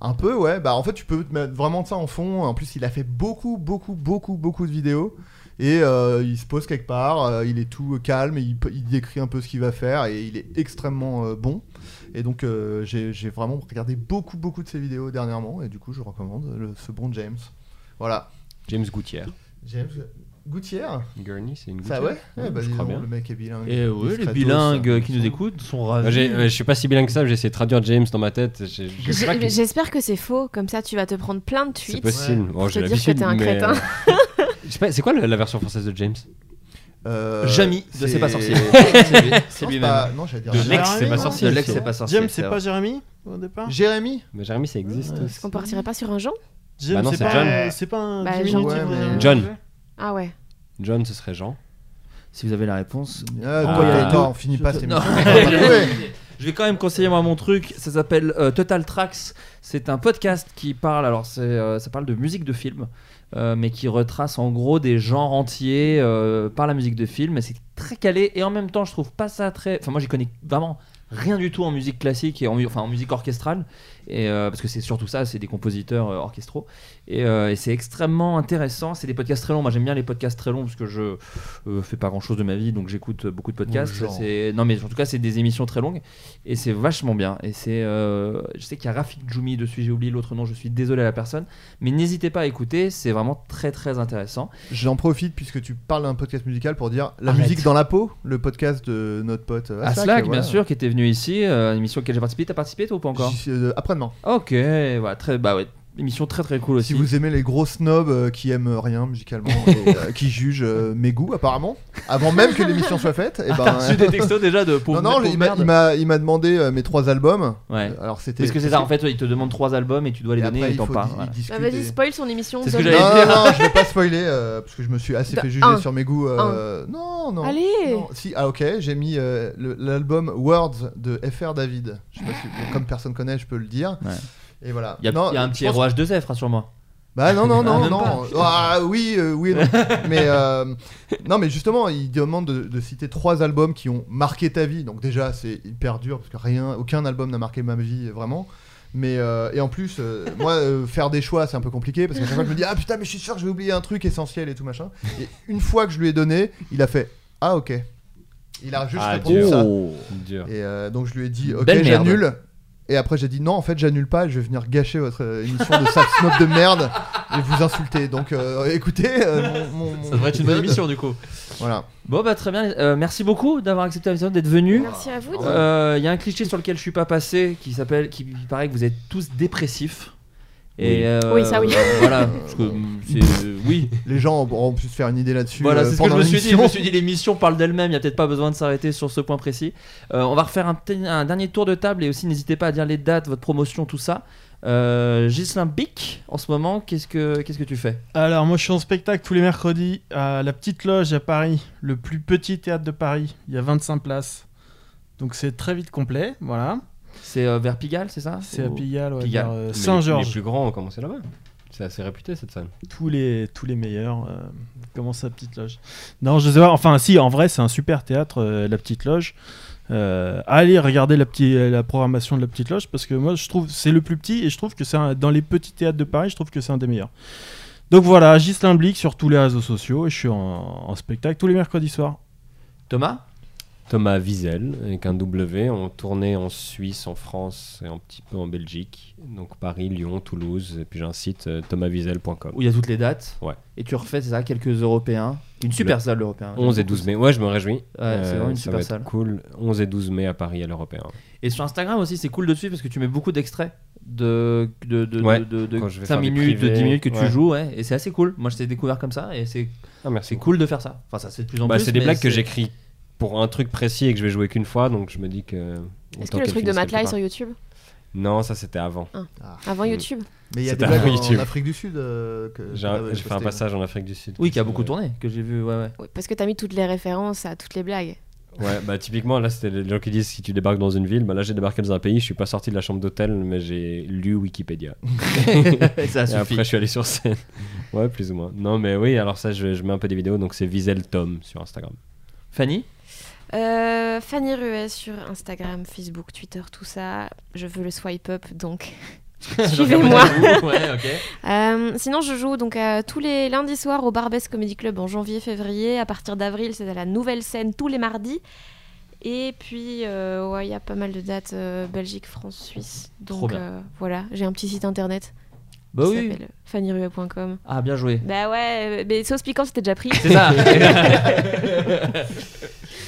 Un peu, ouais. Bah, en fait, tu peux te mettre vraiment ça en fond. En plus, il a fait beaucoup, beaucoup, beaucoup, beaucoup de vidéos. Et euh, il se pose quelque part, euh, il est tout calme, et il, peut- il décrit un peu ce qu'il va faire et il est extrêmement euh, bon. Et donc, euh, j'ai j'ai vraiment regardé beaucoup, beaucoup de ses vidéos dernièrement. Et du coup, je recommande le- ce bon James. Voilà.
James Gouthier.
James Gouttière
Gurney, c'est une
Ça,
gouttière.
ouais, ouais bah,
je
dis
crois
donc,
bien.
Le mec est bilingue.
Et ouais, Eh les
Discretos,
bilingues
euh,
qui nous écoutent sont
Moi,
ravis.
j'ai- euh, je suis pas si bilingue que ça, j'ai essayé de traduire James dans ma tête. j'ai- je sais pas
J'ai-
que-
J'espère que c'est faux, comme ça tu vas te prendre plein de
C'est
tweets.
possible. Bon,
pour
j'ai
te dire que
l'habitude,
t'es un
mais,
crétin.
euh, je sais pas, C'est quoi la, la version française de James
euh,
Jamy de
c'est-
C'est pas sorcier.
C'est lui-
C'est
non,
lui-même.
pas- Non, j'allais dire.
De
Jérémy,
l'ex, c'est pas
non
sorcier.
De l'ex, c'est pas sorcier.
James, c'est
vrai.
pas Jérémy au départ
Jérémy
Mais Jérémy, ça existe.
Ouais.
aussi.
On partirait pas sur un Jean
James,
Bah non,
c'est
c'est
pas,
John.
un- c'est pas un. euh,
Bah,
Jimmy
John.
qui
Ouais,
voulait-
mais-
John.
Ah ouais.
John, ce serait Jean.
Si vous avez la réponse.
Euh,
Ah.
toi, t'as tort, on finit pas ces
Non.
bah, Ouais.
Je vais quand même conseiller moi mon truc, ça s'appelle euh, Total Tracks, c'est un podcast qui parle, alors c'est, euh, ça parle de musique de film, euh, mais qui retrace en gros des genres entiers euh, par la musique de film, et c'est très calé, et en même temps je trouve pas ça très... Enfin moi j'y connais vraiment rien du tout en musique classique, et en, mu- enfin en musique orchestrale, et, euh, parce que c'est surtout ça, c'est des compositeurs euh, orchestraux, et, euh, et c'est extrêmement intéressant, c'est des podcasts très longs, moi j'aime bien les podcasts très longs, parce que je euh, fais pas grand-chose de ma vie, donc j'écoute euh, beaucoup de podcasts,
Bonjour.
C'est- non mais en tout cas c'est des émissions très longues. Et c'est vachement bien. Et c'est, euh, je sais qu'il y a Rafik Djoumi dessus, j'ai oublié l'autre nom, je suis désolé à la personne. Mais n'hésitez pas à écouter, c'est vraiment très très intéressant.
J'en profite puisque tu parles d'un podcast musical pour dire La
Arrête.
musique dans la peau, le podcast de notre pote euh, Aslak,
Aslak,
voilà.
bien sûr, qui était venu ici, euh, une émission à laquelle j'ai participé. T'as participé toi ou pas encore
J'y suis, euh, Après-demain.
Ok, voilà, très, bah ouais, émission très très cool
Si
aussi.
vous aimez les gros snobs euh, qui aiment rien musicalement et euh, qui jugent euh, mes goûts apparemment, avant même que l'émission soit faite, et ben.
Ah, T'as reçu des textos déjà de pauvres
non, non,
pauvres
il m'a-
merdes
il m'a il m'a demandé euh, mes trois albums.
Ouais.
Euh, Alors c'était.
Parce que c'est ça, en fait, ouais, ils te demandent trois albums et tu dois les
Et
donner
après,
et
il
t'en
faut
parles.
di-
voilà.
discuter.
Bah vas-y, spoil son émission.
C'est ce que
donne-
j'allais
Non,
dire.
non, non, je vais pas spoiler euh, parce que je me suis assez
De-
fait
un.
juger sur mes goûts. euh, Non, non.
Allez
Non, si, ah ok, j'ai mis euh, le- l'album Words de FR David. Je sais pas si- comme personne connaît, je peux le dire.
Ouais.
Et voilà.
Il y a,
Non,
il y a un
je
petit
pense-
ROH2F, rassure-moi.
Bah non, non, non,
même
non. Ah, oui, euh, oui, et non. mais euh, non, mais justement, il demande de, de citer trois albums qui ont marqué ta vie. Donc déjà, c'est hyper dur parce que rien, aucun album n'a marqué ma vie vraiment. Mais euh, et en plus, euh, moi, euh, faire des choix, c'est un peu compliqué parce qu'à chaque fois, je me dis ah putain, mais je suis sûr que je vais oublier un truc essentiel et tout machin. Et une fois que je lui ai donné, il a fait ah ok. Il a juste
Ah,
répondu
Dieu.
ça.
Dur.
Et euh, donc je lui ai dit, ok,
Belle merde.
j'annule. Et après j'ai dit, non, en fait, j'annule pas, je vais venir gâcher votre euh, émission de sale snob de merde et vous insulter. Donc euh, écoutez, euh, mon, mon-
Ça devrait être une bonne
mon-
émission du coup.
Voilà.
Bon, bah très bien, euh, merci beaucoup d'avoir accepté l'invitation, d'être venu.
Merci à vous.
Ah Ouais.
Euh, Il y a un cliché sur lequel je suis pas passé qui s'appelle, qui paraît que vous êtes tous dépressifs. Et
Oui.
euh,
Oui, ça, oui.
Voilà, parce que c'est- euh, oui.
Les gens auront pu se faire une idée là-dessus.
Voilà,
euh,
c'est ce que je
pendant
me suis dit. Je
l'émission.
me suis dit, l'émission parle d'elle-même. Il y a peut-être pas besoin de s'arrêter sur ce point précis. Euh, on va refaire un, petit- un dernier tour de table et aussi n'hésitez pas à dire les dates, votre promotion, tout ça. Euh, Ghislain Bic, en ce moment, qu'est-ce que qu'est-ce que tu fais
Alors, moi, je suis en spectacle tous les mercredis à la Petite Loge à Paris, le plus petit théâtre de Paris. Il y a 25 places. Donc, c'est très vite complet. Voilà.
C'est euh, vers Pigalle, c'est ça
C'est à
Ou-
Pigalle, ouais,
Pigalle.
vers, euh,
Mais les- Les
Saint-Georges.
plus grands ont commencé là-bas. C'est assez réputé cette salle.
Tous, les, tous les meilleurs euh, commencent à la Petite Loge. Non, je sais pas. Enfin, si, en vrai, c'est un super théâtre, euh, la Petite Loge. Euh, allez regarder la, petite la programmation de la Petite Loge parce que moi, je trouve c'est le plus petit et je trouve que c'est un- dans les petits théâtres de Paris, je trouve que c'est un des meilleurs. Donc voilà, Gislain Blic sur tous les réseaux sociaux et je suis en, en spectacle tous les mercredis soirs.
Thomas
Thomas Wiesel, avec un W, ont tourné en Suisse, en France et un petit peu en Belgique. Donc Paris, Lyon, Toulouse, et puis j'ai un site euh, thomaswiesel.com.
Où il y a toutes les dates.
Ouais.
Et tu refais, c'est ça, quelques Européens. Une super
Le-
salle européenne.
11 et 12 mai, ouais, je me réjouis. Euh,
Ouais, c'est vraiment une
ça
super
va être
salle.
cool. 11 et 12 mai à Paris à l'Européen.
Et sur Instagram aussi, c'est cool de te suivre parce que tu mets beaucoup d'extraits de, de, de,
Ouais,
de, de- de
quand je vais
5
faire des
minutes, de
privés,
10 minutes que tu
ouais.
joues. ouais. et c'est assez cool. Moi, je t'ai découvert comme ça et c'est
Ah, merci.
c'est cool de faire ça. Enfin, ça, c'est de plus en
Bah,
plus.
c'est des
mais
blagues que
c'est-
j'écris pour un truc précis et que je vais jouer qu'une fois, donc je me dis que. autant
Est-ce que le
qu'elles
truc de
finissent
Matla est
quelque
sur YouTube
part. Non, ça c'était avant.
Avant
Hmm.
YouTube
Mais il y a
C'est
des
un
blagues en-
YouTube.
en Afrique du Sud. euh, que
J'ai
que
un-
t'avais
j'ai fait un
posté.
passage en Afrique du Sud.
Oui, qui a
sont,
beaucoup
euh,
tourné, que j'ai vu. Ouais, ouais.
Oui, parce que t'as mis toutes les références à toutes les blagues.
Ouais, bah typiquement, là, c'était les gens qui disent si tu débarques dans une ville, bah là, j'ai débarqué dans un pays, je suis pas sorti de la chambre d'hôtel, mais j'ai lu Wikipédia.
ça
Et
suffit.
après, je suis allé sur scène. ouais, plus ou moins. Non, mais oui, alors ça, je, je mets un peu des vidéos, donc c'est Vizel Tom sur Instagram.
Fanny
Euh, Fanny Ruet sur Instagram, Facebook, Twitter, tout ça. Je veux le swipe up, donc suivez-moi.
Ouais, ok.
Euh, sinon, je joue donc euh, tous les lundis soirs au Barbès Comedy Club en janvier-février. À partir d'avril, c'est à la nouvelle scène tous les mardis. Et puis, euh, ouais, il y a pas mal de dates euh, Belgique, France, Suisse.
Trop
Donc
bien.
euh, voilà, j'ai un petit site internet
Bah
qui
oui.
s'appelle euh, fannyruet.com.
Ah, bien joué.
Bah ouais, euh, mais sauce piquante, c'était déjà pris.
C'est ça.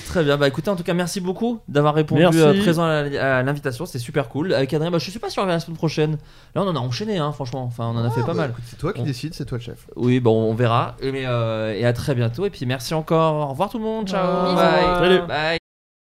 Très bien, bah écoutez, en tout cas, merci beaucoup d'avoir répondu
Merci.
euh, présent à la- à l'invitation, c'était super cool. Avec Adrien, bah, je suis pas sûr on revient la semaine prochaine. Là, on en a enchaîné, hein, franchement, enfin, on en a fait
Ah,
pas
bah,
mal.
écoute, C'est toi qui
On-
décides, c'est toi le chef.
Oui, bon, on verra. Et, mais, euh, et à très bientôt. Et puis merci encore. Au revoir tout le monde. Ciao.
Bisous.
Bye.
Salut.
Bye.